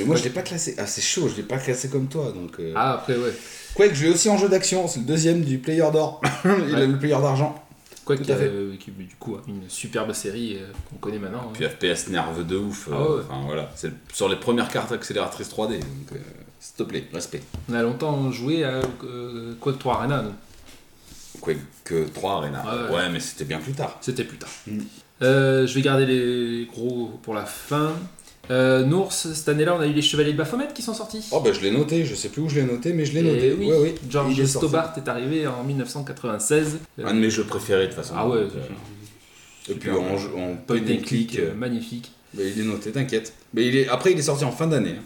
S2: mais moi je l'ai pas classé. Ah, c'est chaud, je l'ai pas classé comme toi donc. euh.
S5: Ah, après, ouais.
S2: Quake, je l'ai aussi en jeu d'action, c'est le deuxième du player d'or. Il a
S5: Ouais.
S2: le player d'argent.
S5: Quake,
S2: Tout à fait.
S5: euh, qui, du coup, a une superbe série euh, qu'on connaît maintenant.
S6: Puis FPS nerveux de ouf. euh,
S5: Ah ouais.
S6: Enfin voilà, c'est sur les premières cartes accélératrices 3D. Donc euh, s'il te plaît, respect.
S5: On a longtemps joué à euh, Quake 3 Arena, nous.
S6: Quake euh, 3 Arena.
S5: Ah
S6: ouais.
S5: ouais.
S6: mais c'était bien plus tard.
S2: Mm.
S5: C'était plus tard. Euh, je vais garder les gros pour la fin. Euh, Nours, cette année-là, on a eu les Chevaliers de Baphomet qui sont sortis.
S8: Oh bah je l'ai noté, je sais plus où je l'ai noté, mais je l'ai
S5: Et
S8: noté.
S5: Eh oui,
S8: Ouais, ouais, il
S5: George
S8: est sorti.
S5: Stobart est arrivé en 1996.
S2: Un de mes jeux préférés de toute façon.
S5: Ah ouais,
S2: Donc, euh, Et puis en, jeu- en
S5: Point
S2: point
S5: and
S2: and click, euh,
S5: magnifique.
S2: mais il est noté, t'inquiète. Mais il est... après, il est sorti en fin d'année, hein,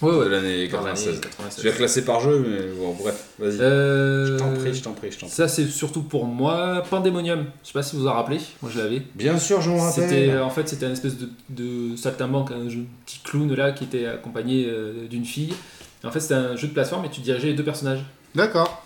S5: Ah Ouais,
S2: de l'année
S5: par l'année
S2: 96.
S5: 96.
S2: Je l'ai classé par jeu, mais bon, bref, vas-y.
S5: Euh,
S2: Je t'en prie, je t'en prie, je t'en prie.
S5: Ça, c'est surtout pour moi. Pandemonium, je sais pas si vous vous en rappelez, moi je l'avais.
S2: Bien sûr, je m'en
S5: C'était
S2: rappelle.
S5: euh, en fait c'était un espèce de, de saltimbanque, un jeu- petit clown là qui était accompagné euh, d'une fille. Et en fait c'était un jeu de plateforme et tu dirigeais les deux personnages.
S3: D'accord.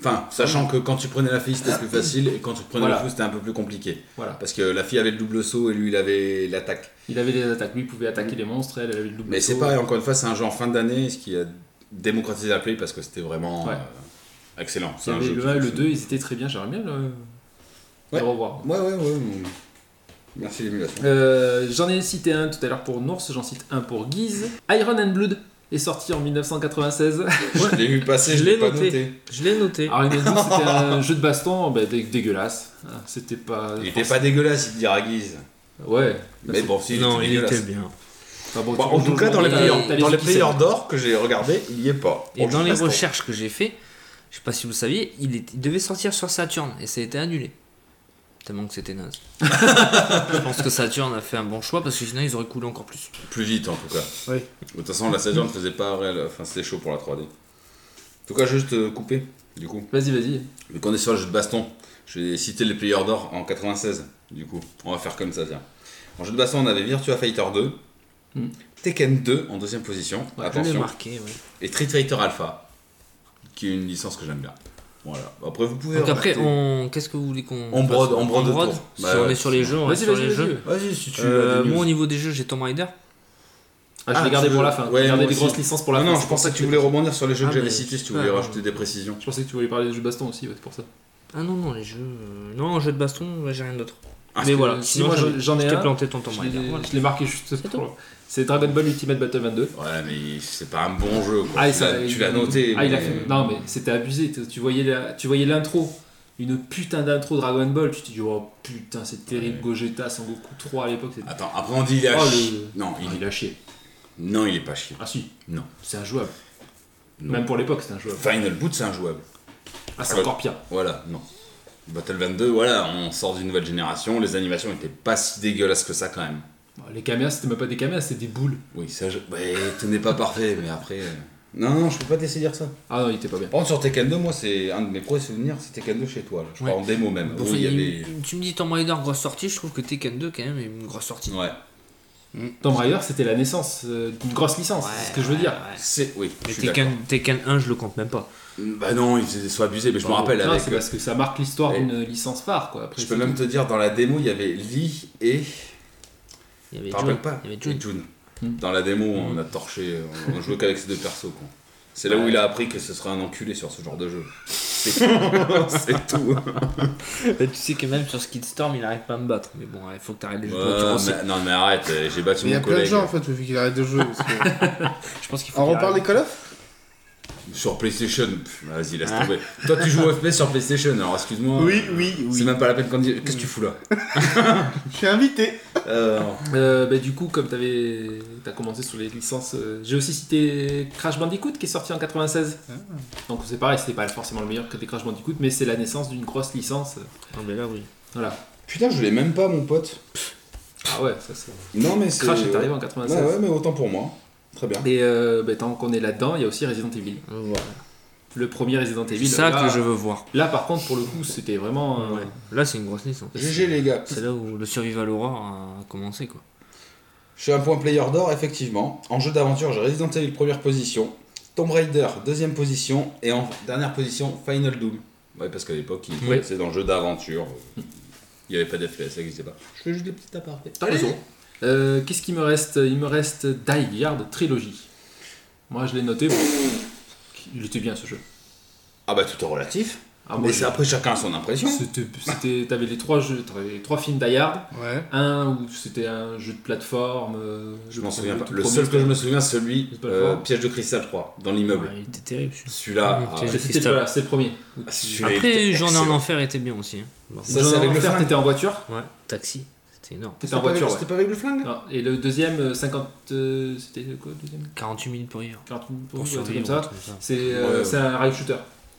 S2: Enfin, sachant que quand tu prenais la fille, c'était plus facile, et quand tu prenais
S5: Voilà.
S2: le fou, c'était un peu plus compliqué.
S5: Voilà.
S2: Parce que la fille avait le double saut et lui, il avait l'attaque.
S5: Il avait les attaques, lui il pouvait attaquer les monstres, elle, elle avait le double.
S2: Mais c'est
S5: saut.
S2: pareil, encore une fois, c'est un jeu en fin d'année, ce qui a démocratisé la play parce que c'était vraiment
S5: Ouais.
S2: euh, excellent.
S5: Il
S2: C'est
S5: y
S2: un
S5: avait
S2: jeu
S5: le
S2: qui
S5: 1 et le
S2: fonctionne.
S5: 2, ils étaient très bien, j'aimerais bien le,
S2: Ouais.
S5: le revoir.
S2: Ouais, ouais, ouais. ouais. Merci l'émulation.
S5: Euh, J'en ai cité un tout à l'heure pour Nours, j'en cite un pour Guise. Iron and Blood est sorti en 1996.
S2: Je l'ai vu passer, je l'ai pas noté.
S4: Je l'ai noté.
S5: Iron and Blood c'était un jeu de baston bah, dé- dégueulasse. Ah, C'était pas.
S2: Il était pas dégueulasse, il te dira Guise.
S5: Bah, Ouais.
S2: Mais bon, si,
S4: non, il
S2: dégueulasse.
S4: était bien.
S5: Enfin, bon,
S2: Bon,
S5: tu-
S2: en tout cas, dans les
S5: t'as-
S2: players,
S5: t'as
S2: dans les
S5: yeux qui saignent.
S2: players d'or que j'ai regardé, il y est pas.
S4: Et
S2: Bon,
S4: dans
S2: je
S4: les
S2: reste-
S4: recherches que j'ai fait, je sais pas si vous le saviez, il, est- il devait sortir sur Saturn et ça a été annulé. Tellement que c'était naze. je pense que Saturn a fait un bon choix parce que sinon ils auraient coulé encore plus.
S2: Plus vite en tout cas.
S3: Oui.
S2: De toute façon, la Saturn faisait pas réel. Enfin, c'était chaud pour la 3D. En tout cas, juste euh, coupé, du coup.
S5: Vas-y, vas-y.
S2: Vu qu'on est sur le jeu de baston, je vais citer les players d'or en 96, du coup. On va faire comme ça, tiens. En jeu de baston, on avait Virtua Fighter 2,
S5: Hmm.
S2: Tekken 2 en deuxième position,
S4: Je l'ai
S2: attention,
S4: marqué. ouais.
S2: et Street Fighter Alpha, qui est une licence que j'aime bien. Voilà. Après, vous pouvez.
S4: Donc après,
S2: remarquer-
S4: on... qu'est-ce que vous voulez qu'on.
S2: On brode,
S4: fasse
S2: on brode autour.
S4: Si
S2: Bah,
S4: on est sur les jeux, on reste sur
S5: Vas-y, vas-y,
S4: les
S5: vas-y.
S4: jeux.
S2: Vas-y, si tu
S4: Euh,
S2: veux.
S4: moi au niveau des jeux, j'ai Tomb Raider.
S5: Ah, je
S2: Ah,
S5: l'ai gardé
S2: tu
S5: pour
S2: veux-
S5: la fin.
S2: ouais,
S5: j'ai gardé
S2: moi
S5: les
S2: aussi.
S5: grosses licences pour la
S2: non,
S5: fin.
S2: non,
S5: c'est
S2: je
S5: pour
S2: pensais
S5: ça
S2: que tu voulais rebondir sur les jeux que
S4: Ah,
S2: j'avais
S4: mais-
S2: cités, si tu
S4: Ah,
S2: voulais
S4: non.
S2: rajouter des précisions.
S5: Je pensais que tu voulais parler des jeux baston aussi, ouais, c'est pour ça.
S4: Ah non, non, les jeux. euh, Non, en jeu de baston, ouais, j'ai rien d'autre.
S2: Parce
S4: Mais
S5: Ah, que
S4: voilà,
S5: si
S4: sinon
S5: moi,
S4: j'en-
S5: j'en- j'en ai
S4: je t'ai
S5: un,
S4: planté ton Tomb
S5: Je
S4: Raider.
S5: l'ai-
S4: voilà.
S5: je l'ai marqué juste
S4: C'est
S5: pour. C'est Dragon Ball Ultimate Battle 22.
S2: Ouais, mais c'est pas un bon jeu, quoi.
S5: Ah,
S2: tu
S5: ça-
S2: l'as- tu
S5: il-
S2: l'as noté.
S5: Ah, il a
S2: mais-
S5: fait. Non, mais c'était abusé. Tu tu voyais la- tu voyais l'intro. Une putain d'intro Dragon Ball. Tu te dis, oh putain, c'est terrible.
S2: Ouais. Ah,
S5: Gogeta, Sangoku 3 à l'époque. c'était-
S2: Attends, après on dit il est à
S5: Oh,
S2: chier.
S5: le-
S2: Non,
S5: Ah,
S2: il...
S5: il a chier.
S2: non, il est pas chier.
S5: Ah, si.
S2: Non.
S5: C'est injouable.
S2: Non.
S5: Même pour l'époque, c'est injouable.
S2: Final Boot, c'est injouable.
S5: Ah, c'est
S2: Ouais.
S5: encore pire.
S2: Voilà, non. Battle 22, voilà, on sort d'une nouvelle génération. Les animations étaient pas si dégueulasses que ça quand même.
S5: Bon, Les caméas, c'était même pas des caméas, c'était des boules.
S2: Oui, ça, je... ouais, tenez pas parfait, mais après. euh, Non, non, je peux pas t'essayer de dire ça.
S5: Ah non, il était pas bien.
S2: Par contre, sur Tekken 2, moi, c'est un de mes premiers souvenirs, c'est Tekken 2 chez toi. là. Je
S4: Ouais.
S2: crois en démo même.
S4: Bon,
S2: où
S4: enfin,
S2: il y
S4: il-
S2: avait.
S4: Tu me dis Tomb Raider, grosse sortie, je trouve que Tekken 2 quand même est une grosse sortie.
S2: Ouais.
S5: Tomb Raider, c'était la naissance euh, d'une grosse licence, c'est ce que je veux dire.
S4: ouais.
S2: C'est. Oui, je
S4: Mais
S2: suis
S4: Tekken, Tekken 1, je le compte même pas.
S2: d'accord. Bah non, ils étaient soit abusés, mais je me
S5: Bravo.
S2: rappelle
S5: Non,
S2: avec. euh,
S5: C'est parce que ça marque l'histoire
S2: Et-
S5: d'une licence phare, quoi. Après,
S2: Je peux
S5: c'est
S2: même
S5: tout.
S2: te dire, dans la démo, il y avait Lee et.
S4: Il y avait
S2: Je me rappelle
S4: June.
S2: pas.
S4: Il y
S2: Et
S4: avait June.
S2: June.
S5: Hmm.
S2: Dans la démo, on a torché, on, on jouait qu'avec ces deux persos. quoi. C'est là où il a appris que ce serait un enculé sur ce genre de jeu. C'est tout. C'est tout.
S4: Euh, tu sais que même sur Skid Storm, il arrête pas de me battre. Mais bon, il faut que t'arrêtes les jeux de
S2: Ouais,
S4: voiture aussi.
S2: mais- non, mais arrête, euh, j'ai battu
S3: Mais il y a
S2: mon
S3: plein de
S2: collègue.
S3: gens en fait, depuis qu'il arrête de jouer. parce que-
S4: Je pense qu'il faut.
S3: On
S4: qu'il
S3: reparle des
S4: arrête.
S3: Call of
S2: Sur PlayStation, pff, vas-y, laisse tomber. Toi, tu joues au FPS sur PlayStation, alors excuse-moi.
S3: oui,
S2: C'est même pas la peine qu'on dise. Qu'est-ce que tu fous là
S3: Je suis invité.
S2: Euh,
S5: Euh, bah, du coup, comme t'avais, t'as commencé sur les licences, euh, j'ai aussi cité Crash Bandicoot qui est sorti en 96.
S4: Ah.
S5: Donc c'est pareil, c'était pas forcément le meilleur que les Crash Bandicoot, mais c'est la naissance d'une grosse licence.
S4: Ah, mais là, oui.
S5: Voilà.
S2: Putain, je l'ai même pas, mon pote.
S5: Ah ouais, ça c'est.
S2: Non, mais c'est.
S5: Crash est arrivé en
S2: Ouais,
S5: 96.
S2: ouais, mais autant pour moi. Très bien.
S5: Et euh, bah, tant qu'on est là-dedans, il y a aussi Resident Evil.
S4: Ah,
S5: Le premier Resident
S4: C'est
S5: Evil.
S4: ça
S5: là,
S4: que je veux voir.
S5: Là, par contre, pour le coup, c'était vraiment. euh,
S4: Ouais. Là, c'est une grosse licence.
S2: GG, les gars.
S4: C'est là où le Survival Horror a commencé, quoi.
S2: Je suis un point player d'or, effectivement. En jeu d'aventure, j'ai Resident Evil première position, Tomb Raider deuxième position, et en dernière position, Final Doom. Ouais, parce qu'à l'époque, il
S5: Oui.
S2: c'est dans le jeu d'aventure. Il n'y avait pas d'FPS, ça n'existait pas. Je fais juste des petits apartés.
S5: T'as raison. Euh, Qu'est-ce qu'il me reste Il me reste Die Yard Trilogy. Moi, je l'ai noté. Il était bien ce jeu.
S2: Ah bah tout est relatif.
S5: Ah, moi,
S2: Mais
S5: j'ai-
S2: c'est après chacun a son impression.
S5: c'était, c'était- t'avais les trois jeux, t'avais les trois films Die Yard.
S3: Ouais.
S5: Un où c'était un jeu de plateforme. euh,
S2: Je m'en
S5: premier-
S2: souviens pas.
S5: tout
S2: Le
S5: premier,
S2: seul que
S5: c'était-
S2: je me souviens, celui
S5: C'est pas
S2: euh,
S5: fort.
S2: Piège de cristal 3, dans l'immeuble.
S4: Ouais, Ah, il était terrible. celui-là.
S2: Celui-là,
S4: Ah,
S2: ah,
S4: ok.
S5: C'était-
S4: Christophe.
S5: voilà, c'est le premier. Où tu-
S2: celui-là était
S4: Après, Journée en
S2: excellent.
S4: Enfer était bien aussi. hein.
S2: Ça,
S5: Jean
S2: c'est avec le
S5: Enfer,
S2: frein.
S5: t'étais en voiture.
S4: Ouais, Taxi. C'est énorme.
S5: C'était en voiture, ouais.
S2: C'était pas avec le flingue
S5: Non, Et le deuxième, euh, 50. euh, C'était quoi le deuxième
S4: 48 000 pour vivre.
S5: 40
S4: Pour
S5: pour
S4: survivre,
S5: comme ça.
S4: un truc comme ça.
S5: C'est euh,
S2: Ouais.
S5: c'est un rail shooter.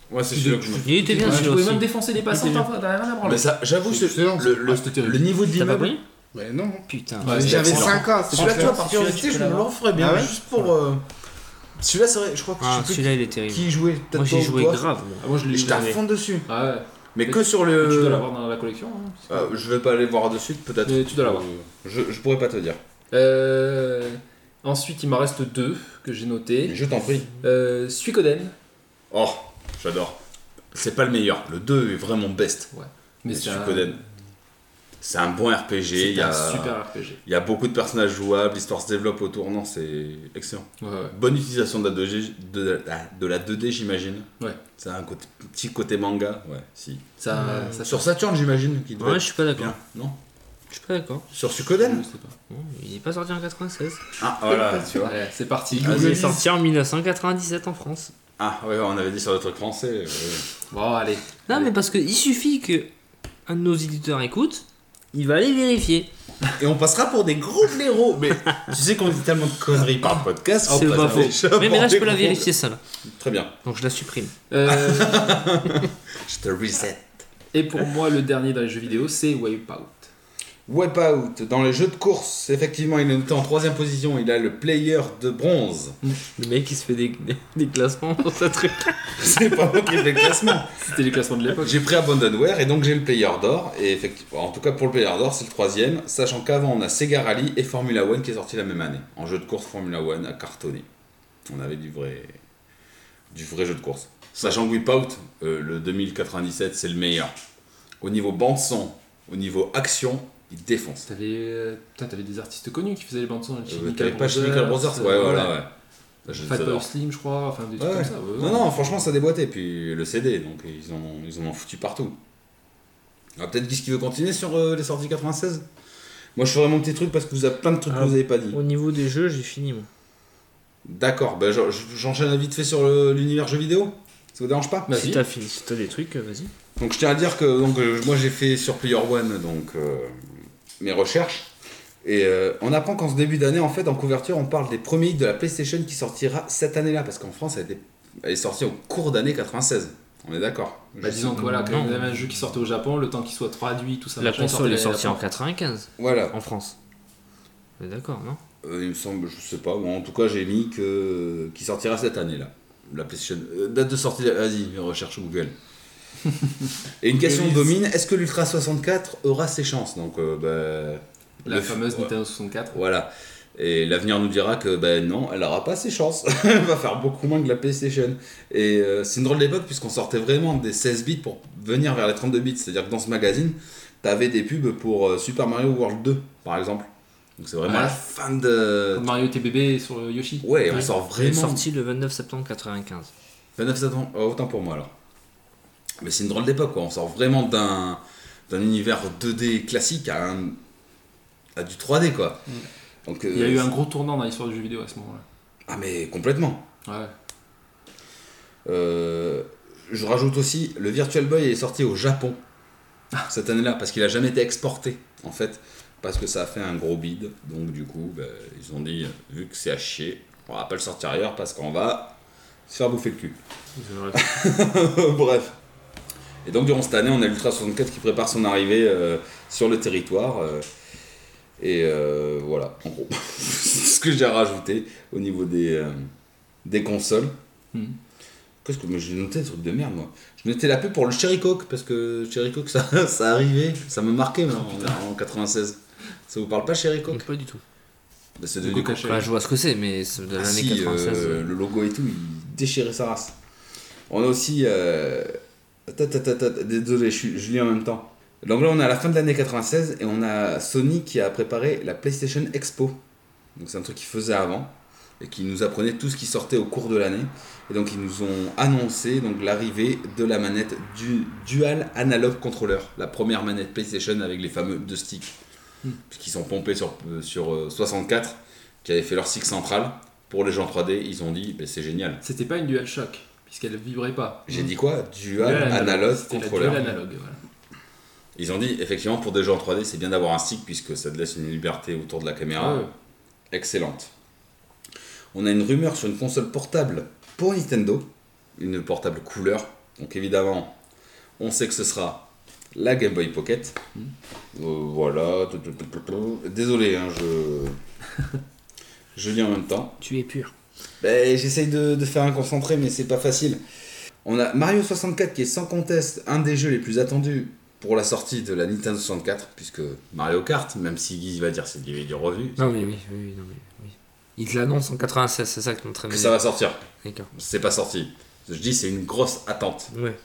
S2: Ouais, c'est
S5: Tu-
S2: celui-là que
S5: tu-
S2: je me
S4: Il était bien
S5: Ouais,
S4: celui-là
S5: tu pouvais
S4: aussi.
S5: même défoncer les passants,
S4: bien.
S5: t'as t'as rien à branler.
S2: Mais ça, j'avoue,
S3: C'est
S2: ce-
S3: excellent,
S2: le, le- le niveau de
S4: T'as pas
S2: l'immeuble.
S4: pris
S3: Mais non.
S4: Putain. Ah,
S5: Ouais,
S4: c'est
S3: J'avais
S4: excellent.
S3: 5 ans.
S2: Celui-là, tu
S3: c'est
S2: vois,
S3: celui-là.
S2: par
S4: Celui-là, tu
S2: curiosité,
S4: peux
S2: je me le
S4: l'avoir.
S2: referais bien,
S3: Ah ouais
S2: juste pour. euh, Celui-là, c'est vrai, je crois que
S4: Ah,
S2: je sais plus
S4: celui-là, il est terrible.
S2: qui jouait. peut-être
S4: Moi, j'ai
S2: toi ou
S4: joué
S2: toi.
S4: grave. moi.
S5: Ah, moi je l'ai
S2: J'étais à
S5: jamais.
S2: fond dessus.
S5: Ah ouais.
S2: Mais
S5: Mais
S2: que sur
S5: Tu dois
S2: le.
S5: l'avoir dans la collection. hein.
S2: Euh, Je vais pas aller voir de suite, peut-être.
S5: Mais tu dois l'avoir.
S2: Je, je pourrais pas te dire.
S5: Euh, ensuite, il m'en reste deux que j'ai
S2: Mais
S5: notés.
S2: je t'en prie.
S5: Euh, Suikoden.
S2: Oh, j'adore. C'est pas le meilleur. Le 2 est vraiment best. Mais
S5: c'est un-
S2: Suikoden. C'est un bon RPG.
S5: C'est
S2: Il y,
S5: un
S2: a,
S5: super RPG.
S2: il y a beaucoup de personnages jouables. L'histoire se développe au tournant. C'est excellent.
S5: Ouais, ouais.
S2: Bonne utilisation de la 2D, de la, de la 2D j'imagine.
S5: Ouais.
S2: Ça a un côté- petit côté manga. Ouais, si.
S5: Ça,
S4: Euh,
S5: ça
S2: Sur Saturn, j'imagine qu'il devait
S4: Ouais,
S2: être
S4: je suis pas d'accord.
S2: bien. Non
S4: Je suis pas d'accord.
S2: Sur Sukoden
S5: je sais pas.
S4: Bon, Il est pas sorti en 96.
S2: Ah, voilà, tu vois.
S5: Ouais, c'est parti.
S2: Vas-y.
S4: Il est sorti en 1997 en France.
S2: Ah, ouais, on avait dit sur le truc français. ouais.
S5: Bon, allez.
S4: Non,
S5: Allez.
S4: mais parce que il suffit que un de nos éditeurs écoute, il va aller vérifier.
S2: Et on passera pour des gros blaireaux. Mais tu sais qu'on dit tellement de conneries par podcast.
S4: C'est
S2: on passe
S4: pas faux.
S2: déjà
S4: Mais,
S2: pour
S4: mais là, je
S2: des
S4: peux la
S2: gros-
S4: vérifier, ça là.
S2: Très bien.
S4: Donc je la supprime.
S5: Euh,
S2: Je te reset.
S5: et pour moi, le dernier dans les jeux vidéo, c'est Wipeout.
S2: Wipeout, dans les jeux de course, effectivement, il est noté en troisième position. Il a le player de bronze.
S4: Le mec, il se fait des, des- des classements dans sa truc.
S2: C'est pas moi qui fais le classement.
S5: C'était les classements de l'époque.
S2: J'ai pris Abandonware et donc j'ai le player d'or. Et effectivement, en tout cas pour le player d'or, c'est le troisième. Sachant qu'avant, on a Sega Rally et Formula One qui est sorti la même année. En jeu de course, Formula One a cartonné. On avait du vrai, du vrai jeu de course. Sachant que Wipeout, euh, le 2097, c'est le meilleur. Au niveau bande-son, au niveau action, il défonce.
S5: T'avais, euh, putain, t'avais des artistes connus qui faisaient les bandes son. les
S2: Euh,
S5: Chemical
S2: T'avais pas
S5: Brothers,
S2: Chemical Brothers
S5: euh,
S2: Ouais, voilà, ouais. Ça, je-
S5: Fatboy
S2: j'adore.
S5: Slim, je crois. Enfin, des trucs
S2: Ouais.
S5: comme ça. ouais,
S2: Non,
S5: ouais.
S2: non, franchement, ça déboîtait. Puis le CD, donc ils en, ils en ont foutu partout. Ah, peut-être Guy qui veut continuer sur euh, les sorties 96 Moi, je ferai mon petit truc parce que vous avez plein de trucs que
S4: Ah.
S2: vous avez pas dit.
S4: Au niveau des jeux, j'ai fini moi.
S2: D'accord, bah, je- je- j'enchaîne vite fait sur le- l'univers jeu vidéo. Ça vous dérange pas
S5: Vas-y.
S4: Si t'as fini, si t'as des trucs, euh, vas-y.
S2: Donc, je tiens à dire que donc, euh, moi, j'ai fait sur Player One donc, euh, mes recherches. Et euh, on apprend qu'en ce début d'année, en fait, en couverture, on parle des premiers hits de la PlayStation qui sortira cette année-là. Parce qu'en France, elle, était- elle est sortie au cours d'année 96. On est d'accord
S5: Bah, disons que voilà, quand il y avait un jeu qui sortait au Japon, le temps qu'il soit traduit, tout ça.
S4: La
S5: machin, il
S4: console est
S5: sortait
S4: sortie
S5: l'année
S4: en 95
S2: Voilà.
S4: en France. On est d'accord, non
S2: Euh, il me semble, je sais pas. Bon, en tout cas, j'ai mis que qui sortira cette année-là. La PlayStation. euh, date de sortie. Vas-y, recherche Google. Et une question
S5: Release.
S2: domine est-ce que l'Ultra 64 aura ses chances Donc, euh, bah,
S5: d'après. La
S2: le-
S5: fameuse
S2: ouais,
S5: Nintendo 64.
S2: Voilà. Et l'avenir nous dira que ben non, elle aura pas ses chances. elle va faire beaucoup moins que la PlayStation. Et euh, c'est une drôle d'époque puisqu'on sortait vraiment des 16 bits pour venir vers les 32 bits. C'est-à-dire que dans ce magazine, t'avais des pubs pour euh, Super Mario World 2, par exemple. Donc c'est vraiment
S5: Ouais.
S2: la fin de,
S5: Quand Euh, Mario était bébé sur euh, Yoshi.
S2: Ouais, on
S4: Ouais.
S2: sort
S4: Elle est
S2: vraiment.
S4: sortie le 29 septembre 95.
S2: 29 septembre, oh, autant pour moi alors. Mais c'est une drôle d'époque quoi, on sort vraiment d'un d'un univers 2D classique à, un- à du 3D quoi. Donc,
S5: Mm.
S2: euh,
S5: Il y a eu un gros tournant dans l'histoire du jeu vidéo à ce moment-là.
S2: Ah mais complètement.
S5: Ouais.
S2: Euh, je rajoute aussi, le Virtual Boy est sorti au Japon cette année-là parce qu'il a jamais été exporté en fait. Parce que ça a fait un gros bid, donc du coup, ben, ils ont dit, vu que c'est à chier, on va pas le sortir ailleurs parce qu'on va se faire bouffer le cul. Bref. Et donc durant cette année, on a l'Ultra 64 qui prépare son arrivée euh, sur le territoire. euh, et euh, voilà, en gros, c'est ce que j'ai rajouté au niveau des, euh, des consoles.
S5: Mhm.
S2: Qu'est-ce que mais j'ai noté des trucs de merde moi J'ai noté la pub pour le Cherry Coke parce que Cherry Coke ça, ça arrivait, ça me marquait moi, en, en 96. Ça vous parle pas Cherry Coke
S4: Pas du tout.
S2: Bah, C'est
S5: Du
S2: devenu
S5: Coca
S2: Coca-
S5: Cherry.
S4: Bah, je vois ce que c'est, mais c'est de
S2: Ah
S4: l'année
S2: si,
S4: 96.
S2: euh, le logo et tout, il déchirait sa race. On a aussi. euh, ta, ta, ta, ta, désolé, je, suis- je lis en même temps. Donc là, on est à la fin de l'année 96 et on a Sony qui a préparé la PlayStation Expo. Donc c'est un truc qu'ils faisaient avant et qui nous apprenait tout ce qui sortait au cours de l'année. Et donc ils nous ont annoncé donc l'arrivée de la manette du Dual Analog Controller, la première manette PlayStation avec les fameux deux sticks,
S5: Hmm.
S2: qui sont pompés sur, euh, sur euh, 64, qui avaient fait leur stick central. Pour les gens 3D, ils ont dit ben, c'est génial.
S5: C'était pas une DualShock, puisqu'elle vibrait pas.
S2: J'ai dit quoi Dual,
S5: Mm. Dual
S2: Analog
S5: C'était la
S2: Controller.
S5: dual analogue, voilà.
S2: Ils ont dit, effectivement, pour des jeux en 3D, c'est bien d'avoir un stick puisque ça te laisse une liberté autour de la caméra
S5: Ah
S4: Ouais.
S2: excellente. On a une rumeur sur une console portable pour Nintendo, une portable couleur. Donc évidemment, on sait que ce sera la Game Boy Pocket.
S5: Mm.
S2: Euh, voilà. Désolé, hein, je... je lis en même temps.
S4: Tu es pur.
S2: Ben, J'essaye de, de faire un concentré, mais c'est pas facile. On a Mario 64 qui est sans conteste un des jeux les plus attendus pour la sortie de la Nintendo 64, puisque Mario Kart, même si Guy va dire c'est du, du revu,
S4: Non, mais oui, oui, oui, non, mais oui. Il te l'annonce en 96, c'est ça que t'es en train de
S2: que
S4: me
S2: ça
S4: dire.
S2: va sortir.
S4: D'accord.
S2: C'est pas sorti. Je dis c'est une grosse attente.
S4: Ouais.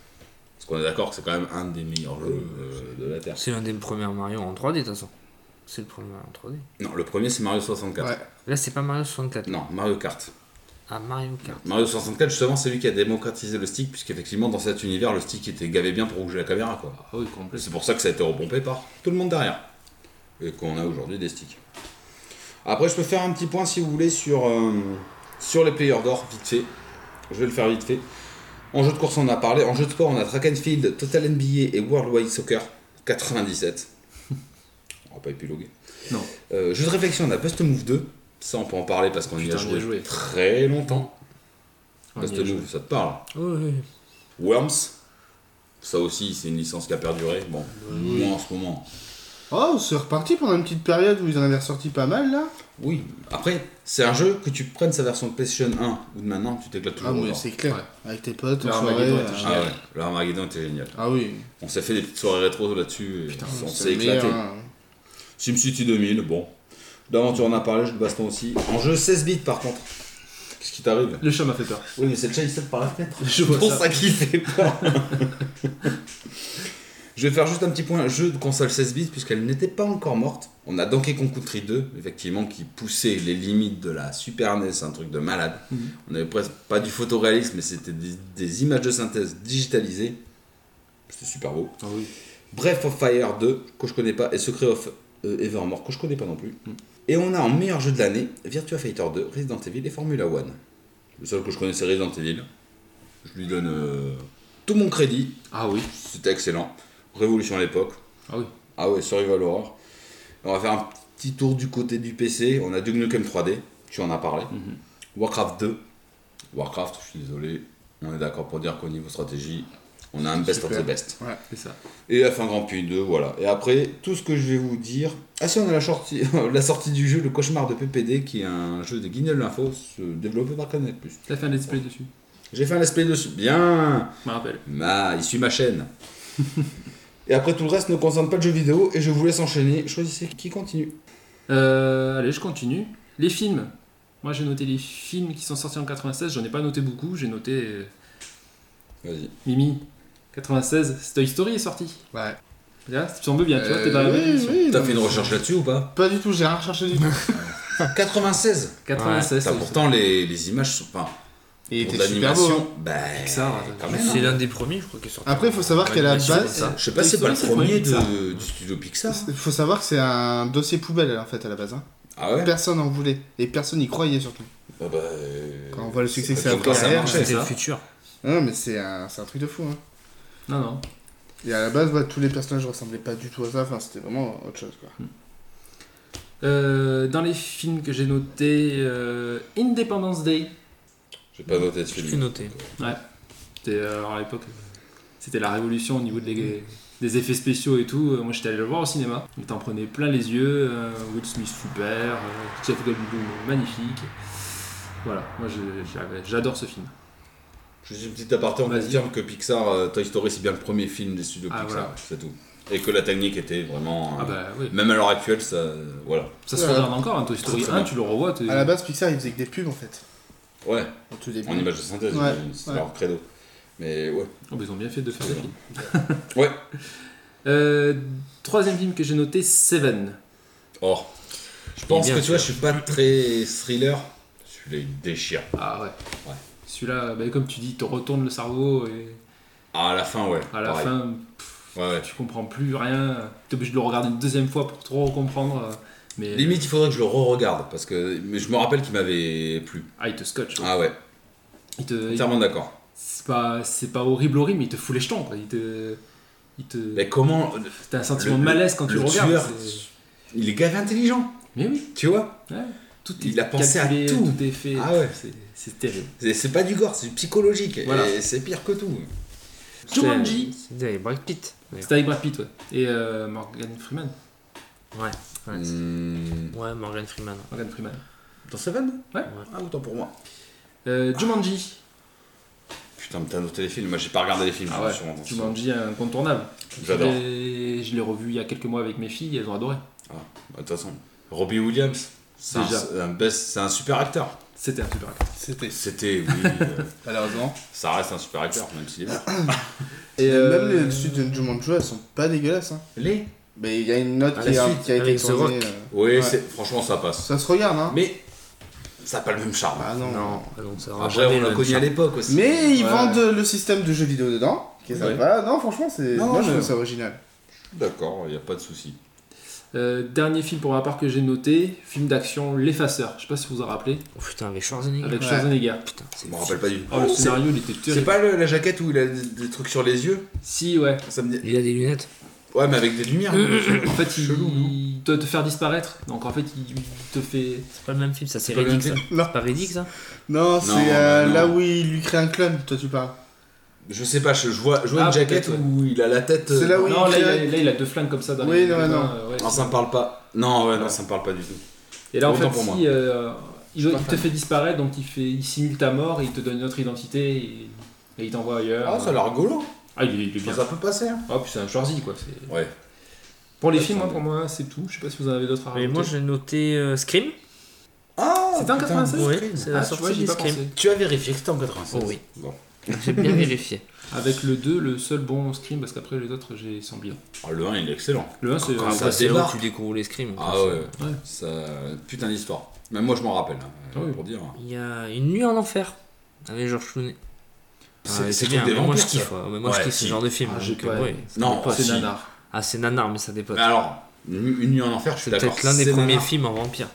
S2: Parce qu'on est d'accord que c'est quand même un des meilleurs jeux euh, de la Terre.
S4: C'est l'un des premiers Mario en 3D, de toute façon. C'est le premier en 3D.
S2: Non, le premier c'est Mario 64.
S3: Ouais.
S4: Là, c'est pas Mario 64.
S2: Non, Mario Kart.
S4: Ah, Mario Kart.
S2: Mario 64, justement, c'est lui qui a démocratisé le stick, puisqu'effectivement, dans cet univers, le stick était gavé bien pour bouger la caméra, quoi.
S5: Ah oui, complet.
S2: C'est pour ça que ça a été repompé par tout le monde derrière. Et qu'on a aujourd'hui des sticks. Après, je peux faire un petit point si vous voulez sur, euh, sur les players d'or, vite fait. Je vais le faire vite fait. En jeu de course, on a parlé. En jeu de sport, on a Track and Field, Total NBA et World Wide Soccer 97. on va pas épiloguer.
S5: Non.
S2: Euh, jeu de réflexion, on a Bust Move 2. Ça, on peut en parler parce qu'on y a
S5: Putain, on y a
S2: joué,
S5: joué.
S2: très longtemps.
S5: On
S2: Bust
S5: y a joué.
S2: Move, ça te parle
S4: Oui, oui.
S2: Worms. Ça aussi, c'est une licence qui a perduré. Bon, moins en ce moment.
S3: Oh, c'est reparti pendant une petite période où ils en avaient ressorti pas mal là.
S2: Oui, après, c'est un jeu que tu prennes sa version de PlayStation 1 ou de maintenant, tu t'éclates toujours.
S3: Ah oui,
S2: autant.
S3: c'est clair. Avec tes potes, en
S5: Le
S3: soirée.
S5: Armageddon était
S3: euh,
S5: génial.
S2: Ah ouais, le Armageddon était génial.
S3: Ah oui,
S2: On s'est fait des petites soirées rétro là-dessus et on
S3: c'est
S2: s'est
S3: le meilleur,
S2: éclaté.
S3: hein.
S2: SimCity 2000, bon. D'aventure, on a parlé, jeu de baston aussi. En jeu 16 bits par contre. Qu'est-ce qui t'arrive
S5: Le chat m'a fait peur.
S2: Oui, mais c'est déjà il saute par la fenêtre.
S5: Je
S2: C'est
S5: vois
S2: pour
S5: ça.
S2: ça qu'il fait peur. Je vais faire juste un petit point jeu de console 16 bits puisqu'elle n'était pas encore morte. On a Donkey Kong Country 2 effectivement qui poussait les limites de la Super NES, un truc de malade.
S5: Mhm.
S2: On avait presque pas du photoréalisme mais c'était des, des images de synthèse digitalisées. C'était super beau.
S5: Ah oui.
S2: Breath of Fire 2 que je connais pas et Secret of euh, Evermore que je connais pas non plus.
S5: Mm.
S2: Et on a en meilleur jeu de l'année Virtua Fighter 2, Resident Evil et Formula 1. Le seul que je connais c'est Resident Evil. Je lui donne euh, tout mon crédit,
S5: Ah oui.
S2: c'était excellent. Révolution à l'époque.
S5: Ah oui.
S2: Ah ouais, Survival Horror. On va faire un petit tour du côté du PC. On a Duke Nukem 3D, tu en as parlé.
S5: Mhm.
S2: Warcraft 2. Warcraft, je suis désolé. On est d'accord pour dire qu'au niveau stratégie, on a un best of
S3: Super.
S2: the best.
S5: C'est ça.
S2: Et la fin Grand Prix 2, voilà. Et après, tout ce que je vais vous dire. Ah si, on a la sortie, la sortie du jeu Le Cauchemar de PPD, qui est un jeu de Guignol Info, se- développé par Canal+.
S5: T'as fait un let's play dessus.
S2: J'ai fait un let's play dessus. Bien
S5: Je me rappelle.
S2: Ma, il suit ma chaîne. et après, tout le reste ne concerne pas le jeu vidéo et je vous laisse enchaîner. Choisissez qui continue.
S5: Euh, allez, je continue. Les films. Moi, j'ai noté les films qui sont sortis en 96. J'en ai pas noté beaucoup. J'ai noté euh,
S2: Vas-y.
S5: Mimi. 96, Toy Story est sorti.
S3: Ouais.
S5: Là, tu tombes bien, tu vois, t'es dans la
S3: Euh,
S5: bonne
S3: oui,
S5: émission.
S3: oui,
S2: T'as
S3: non,
S2: fait une
S3: mais-
S2: recherche là-dessus ou pas
S3: Pas du tout, j'ai rien recherché du tout. Ah,
S2: 96
S5: 96,
S2: T'as
S5: c'est-
S2: pourtant les, les images sont pas.
S3: Il
S2: pour
S3: était
S2: de
S3: super beau. hein.
S2: l'animation, Bah,
S5: Pixar,
S2: quand
S5: attends.
S2: même.
S4: C'est l'un des premiers, je crois, qui est sorti.
S3: Après, il faut savoir
S4: Ouais,
S3: qu'à la
S4: ouais, c'est
S3: base,
S4: ça.
S2: Je sais pas,
S5: Toy
S2: c'est pas le
S5: Story, c'est le
S2: premier
S5: premier
S2: de, du studio Pixar.
S3: il faut savoir que hein. c'est un dossier poubelle en fait à la base. hein.
S2: Ah ouais
S3: Personne en voulait et personne n'y croyait surtout.
S2: Ah bah, euh,
S3: Quand on voit le succès que ça a hein,
S2: comme quoi
S3: pris derrière,
S2: marche.
S4: C'était
S5: c'est
S4: le
S5: ça.
S4: futur.
S3: Non, Ah, mais c'est un, c'est un truc de fou. Hein.
S5: Non, non.
S3: Et à la base, ouais, tous les personnages ressemblaient pas du tout à ça. Enfin, c'était vraiment autre chose quoi.
S5: Euh, dans les films que j'ai notés, euh, Independence Day.
S2: J'ai pas noté de
S4: Je l'ai
S2: film.
S4: noté.
S5: C'était euh, alors, à l'époque, c'était la révolution au niveau de les- des effets spéciaux et tout. Euh, Moi j'étais allé le voir au cinéma. Il t'en prenait plein les yeux. euh, Will Smith super, euh, Jeff Goldblum magnifique. Voilà, moi je- j'avais- j'adore ce film.
S2: Je suis une petite aparté, on va
S5: Vas-y.
S2: dire que Pixar, euh, Toy Story, c'est bien le premier film des studios
S5: Ah,
S2: Pixar,
S5: voilà.
S2: c'est tout. Et que la technique était vraiment.
S5: Ah
S2: euh,
S5: bah oui,
S2: Même à l'heure actuelle, ça. Voilà.
S5: ça se
S3: Ouais.
S5: regarde encore. Hein, Toy Story
S2: très
S5: 1,
S2: bien.
S5: tu le revois. t'es-
S3: À la base, Pixar, ils faisaient que des pubs en fait.
S2: Ouais,
S3: Au tout début.
S2: en image de synthèse,
S3: Ouais,
S2: j'imagine, c'est
S3: ouais.
S2: leur credo. Mais ouais.
S5: Oh, bah, ils ont bien fait de faire des films.
S2: Ouais.
S5: Euh, troisième film que j'ai noté, Seven.
S2: Or, je pense
S4: bien
S2: que tu vois, je
S4: sûr.
S2: suis pas très thriller. Celui-là, il déchire.
S5: Ah ouais.
S2: Ouais.
S5: Celui-là, bah, comme tu dis, il te retourne le cerveau et
S2: Ah, à la fin, ouais.
S5: à la
S2: pareil.
S5: fin,
S2: Ouais, ouais.
S5: tu comprends plus rien. T'es obligé de le regarder une deuxième fois pour trop comprendre. euh, Mais
S2: Limite, il faudrait que je le re-regarde parce que mais je me rappelle qu'il m'avait plu.
S5: ah, il te scotche. ouais.
S2: Ah ouais,
S5: Il te, il-
S2: entièrement d'accord.
S5: c'est pas, c'est pas horrible horrible, mais il te fout les jetons. quoi. Il te, il te.
S9: Mais comment euh,
S5: T'as un sentiment
S9: le-
S5: de malaise quand tu
S9: le
S5: le regardes.
S9: tueur-
S5: c'est-
S9: Il est gavé intelligent,
S5: Mais oui,
S9: tu vois
S5: ouais. tout est
S9: Il a pensé à
S5: calculé,
S9: tout.
S5: est fait.
S9: Ah ouais.
S5: c'est- C'est terrible.
S9: C'est- C'est pas du gore, c'est du psychologique.
S5: Voilà.
S9: Et c'est pire que tout.
S5: Jumanji.
S4: C'est- C'est avec Brad Pitt. d'ailleurs.
S5: C'était avec Brad Pitt, ouais. Et euh, Morgan Freeman.
S4: Ouais, ouais, c'est-
S2: Hmm.
S4: ouais, Morgan Freeman.
S5: Morgan Freeman.
S9: Dans Seven
S5: Ouais.
S9: Ah, autant pour moi.
S5: Euh, Jumanji.
S2: Putain, mais t'as noté les films. Moi, j'ai pas regardé les films.
S5: Ah
S2: je me
S5: ouais,
S2: suis rendu compte.
S5: Jumanji incontournable.
S2: J'adore.
S5: Je l'ai- Je l'ai revu il y a quelques mois avec mes filles, elles ont adoré.
S2: Bah, De toute façon, Robbie Williams, c'est un,
S5: Déjà.
S2: c'est un best- c'est un super acteur.
S5: C'était un super acteur.
S3: C'était
S2: C'était, oui, euh,
S3: malheureusement.
S2: ça reste un super acteur, même s'il est mort.
S5: Et euh,
S3: Même les suites de Jumanji, elles sont pas dégueulasses. Hein.
S9: Les
S3: Mais il y a une note
S4: Ah,
S3: qui,
S4: la
S3: a,
S4: suite,
S3: qui a été
S4: avec The
S3: tournée.
S4: Rock.
S3: euh,
S2: Oui,
S3: Ouais.
S2: c'est- franchement, ça passe.
S3: Ça se regarde, hein.
S2: Mais ça n'a pas le même charme.
S3: Ah non.
S4: Non, ah non, ça aura
S2: Après,
S4: jamais
S2: on l'a
S4: le
S2: connu à
S4: charme.
S2: l'époque aussi.
S3: Mais ils
S5: Ouais.
S3: vendent euh, le système de jeu vidéo dedans. Qui est
S5: Ouais.
S3: sympa. Non, franchement, c'est.
S2: Non,
S3: Moi, je
S2: mais-
S3: trouve ça original.
S2: D'accord, il n'y a pas de souci.
S5: euh, dernier film pour ma part que j'ai noté, film d'action L'Effaceur. Je sais pas si vous vous en rappelez,
S4: Oh, putain, avec Schwarzenegger.
S5: avec
S3: Ouais.
S5: Schwarzenegger.
S4: Putain,
S2: Je
S4: c'est
S2: me rappelle pas du tout.
S5: Oh, le
S9: C'est-
S5: scénario il était
S9: C'est
S5: terrible.
S9: pas le- la jaquette où il a des, des trucs sur les yeux
S5: Si ouais.
S9: Ça me dit.
S4: Il a des lunettes.
S9: Ouais, mais avec des lumières.
S5: En fait, il,
S9: Chelou, non
S5: il doit te faire disparaître. Donc en fait, il il te fait.
S4: C'est pas le même film, ça c'est
S9: pas le même
S4: Reddick ça.
S9: film.
S3: Non.
S4: C'est pas Reddick ça
S3: Non,
S2: Non,
S3: c'est euh,
S2: non.
S3: là où il lui crée un clone, toi tu parles.
S9: Je sais pas, je, je vois, je vois
S5: Ah,
S9: une jaquette
S5: peut-être, ouais.
S9: où il a la tête.
S3: C'est là
S9: euh,
S3: où
S5: non,
S3: il
S5: là il, a,
S3: crée-
S5: là, il a deux flingues comme ça dans
S3: Ah Oui,
S5: les
S3: non,
S5: dans-
S3: non.
S5: euh, ouais.
S2: Non, ça me parle pas. Non, ouais, non, ça me parle pas du tout.
S5: Et là, en
S2: Autant
S5: fait,
S2: pour
S5: si,
S2: moi.
S5: euh, il, il
S3: Pas
S5: te
S3: fan.
S5: fait disparaître, donc il, fait, il simule ta mort, il te donne une autre identité et, et il t'envoie ailleurs.
S9: Ah, ça a l'air rigolo.
S5: Ah, il, est- il est bien.
S9: Ça peut passer. hein.
S5: Ah, puis c'est un Schwarzy, quoi. c'est-
S2: Ouais.
S5: Pour les
S2: Ouais,
S5: films,
S2: ça,
S5: moi,
S2: mais-
S5: pour moi, c'est tout. Je sais pas si vous en avez d'autres à
S4: Mais
S5: rajouter.
S4: moi j'ai noté euh, Scream.
S9: Ah
S5: C'était en
S9: putain,
S5: 96
S4: Oui,
S9: Scream.
S4: c'est
S5: Ah,
S4: la
S5: tu vois,
S4: sortie
S5: j'y ai
S4: du
S5: pas
S4: Scream.
S5: pensé.
S9: Tu as vérifié que c'était en 96.
S4: Oh oui.
S2: Bon.
S4: J'ai bien vérifié.
S5: Avec le 2, le seul bon Scream, parce qu'après les autres, j'ai sans bilan.
S2: Ah, le 1, il est excellent.
S5: Le 1, c'est.
S2: Quand ça
S4: Après, c'est là où
S2: débarque.
S4: tu découvres les Scream. en
S2: Ah
S4: fait.
S2: ouais, ça. Putain d'histoire. Même moi, je m'en rappelle. hein,
S5: Ah oui.
S2: Pour dire.
S4: Il y a Une nuit en enfer avec George Clooney. Ah,
S2: C'est-
S4: ouais,
S2: c'est
S4: bien.
S2: des
S4: mais Moi je
S2: vampires,
S4: kiffe. ouais. Mais moi
S2: Ouais,
S4: je kiffe ce
S2: si.
S4: genre de film.
S5: Ah, j'ai
S4: donc,
S5: pas
S4: ouais,
S5: aimé.
S4: ça
S2: Non,
S4: dépote.
S5: C'est
S2: si.
S5: nanar.
S4: Ah, c'est nanar, mais ça dépote.
S2: Mais alors, Une une nuit en enfer, je suis
S4: C'est
S2: d'accord.
S4: peut-être l'un des
S2: c'est
S4: premiers
S2: nanar.
S4: films en vampire.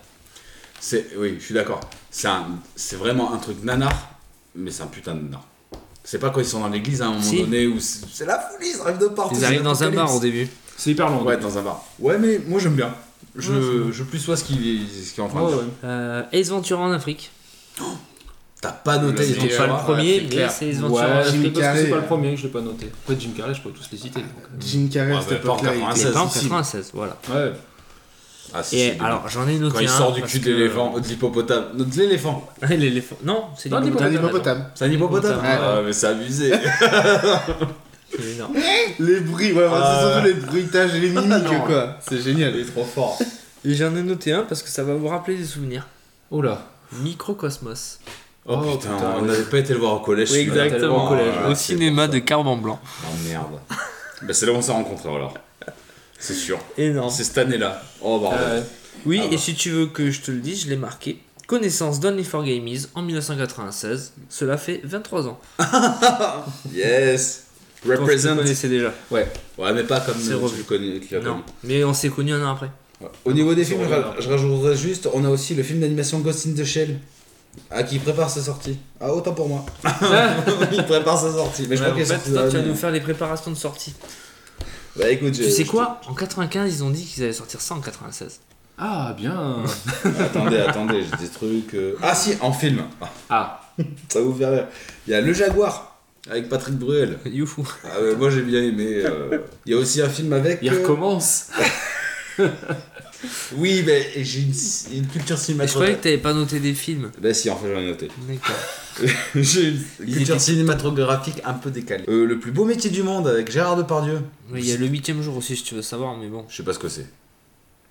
S2: C'est, oui, je suis d'accord. C'est un- c'est vraiment un truc nanar, mais c'est un putain de nanar. C'est pas quand ils sont dans l'église à un moment
S4: Si.
S2: donné où c'est c'est la folie, ils arrivent de partout.
S4: Ils
S2: c'est
S4: arrivent dans un bar
S2: l'apocalypse.
S4: au début.
S5: C'est hyper long.
S2: Ouais, dans un bar. Ouais, mais moi j'aime bien. Je,
S5: Ouais, c'est bon.
S2: je plus sois ce qu'il est, ce qu'il est en train
S5: Ouais,
S2: de dire.
S5: ouais.
S4: Euh, Ace Ventura en Afrique.
S2: T'as pas noté
S3: Le
S2: les
S4: C'est
S3: meilleur,
S2: enfants.
S4: pas le
S3: ouais,
S4: premier,
S3: c'est
S4: mais
S3: clair.
S4: c'est Ace Ventura en
S5: Ouais,
S4: Afrique.
S5: c'est parce que
S3: Carrey,
S5: c'est pas le
S3: euh.
S5: premier que je l'ai pas noté. Après Jim Carrey, je pourrais tous les citer. donc,
S3: Jim Carrey
S2: Ouais,
S3: à cette
S2: bah, pas en
S3: époque-là. il était-
S2: 96.
S4: Mais pas hein, en
S2: accessible.
S4: 96, voilà.
S5: euh, Ouais.
S2: Ah, si,
S4: Et
S2: c'est bien.
S4: alors, j'en ai noté
S2: quand il
S4: un
S2: sort du
S4: parce
S2: cul de
S4: que- Ah,
S2: l'éléphant, de l'hippopotame, de l'éléphant,
S4: L'éléphant. Non, c'est
S5: Non,
S3: T'as un
S5: l'hippopotame.
S3: hippopotame.
S2: c'est un hippopotame.
S4: Hippopotame,
S2: Ah, mais c'est abusé.
S4: C'est énorme.
S3: Les bruits, ouais,
S2: Ah.
S3: c'est surtout les bruitages et les mimiques quoi. C'est
S2: Il
S3: génial.
S2: est trop fort.
S4: Et J'en ai noté un parce que ça va vous rappeler des souvenirs.
S5: Oh là.
S4: Microcosmos.
S2: Oh,
S5: Oh,
S2: putain,
S5: putain,
S2: on
S5: ouais.
S2: n'avait pas été le voir au collège. celui-là.
S5: exactement.
S2: Au collège, ouais,
S4: Au
S2: c'est
S4: cinéma
S2: pour
S4: de
S2: ça.
S4: Carbon Blanc.
S2: Oh merde. bah, c'est là où on s'est rencontrés alors. C'est sûr.
S4: Énorme.
S2: C'est cette année-là. Oh bordel.
S5: Euh,
S4: Oui,
S2: Ah
S4: et
S2: bah.
S4: si tu veux que je te le dise, je l'ai marqué. Connaissance d'Only for Gamies en 1996. Cela fait 23 ans.
S2: Yes. Represent.
S4: Je connaissais déjà.
S2: Ouais. Ouais, mais pas comme
S4: C'est
S2: euh, tu
S4: revenu.
S2: le connais. Tu l'as
S4: Non.
S2: connu.
S4: Mais on s'est connus un an après.
S9: Au niveau des
S2: C'est
S9: films, je,
S2: vrai.
S9: ra- je rajouterais juste, on a aussi le film d'animation Ghost in the Shell,
S2: Ah,
S9: à qui prépare sa sortie. Ah, autant pour moi. il prépare sa sortie. Mais je
S4: Ah. Ouais,
S9: crois qu'il est
S4: en fait,
S9: sorti
S4: toi,
S9: dans
S4: tu vas
S9: l'année.
S4: nous faire les préparations de sortie.
S9: Bah écoute, je-
S4: Tu sais
S9: je-
S4: quoi En 95, ils ont dit qu'ils allaient sortir ça en 96.
S5: Ah, bien.
S2: attendez, attendez, j'ai des trucs. euh, Ah si, en film. Ah,
S5: Ah,
S2: ça vous fait rire. Il y a Le Jaguar avec Patrick Bruel.
S4: Youhou.
S2: Ah, ouais, moi j'ai bien aimé. euh, Il y a aussi un film avec.
S5: il
S2: euh,
S5: recommence.
S2: Oui, mais j'ai une, une culture
S4: Je croyais
S2: cinématographique.
S4: que t'avais pas noté des films.
S2: Bah si, en fait j'en ai noté.
S4: D'accord.
S2: J'ai une
S4: culture
S2: cinématographique un peu décalée. Euh, le plus beau métier du monde avec Gérard Depardieu.
S4: Ouais, Il y a le huitième jour aussi, si tu veux savoir, mais bon.
S2: Je sais pas ce que c'est.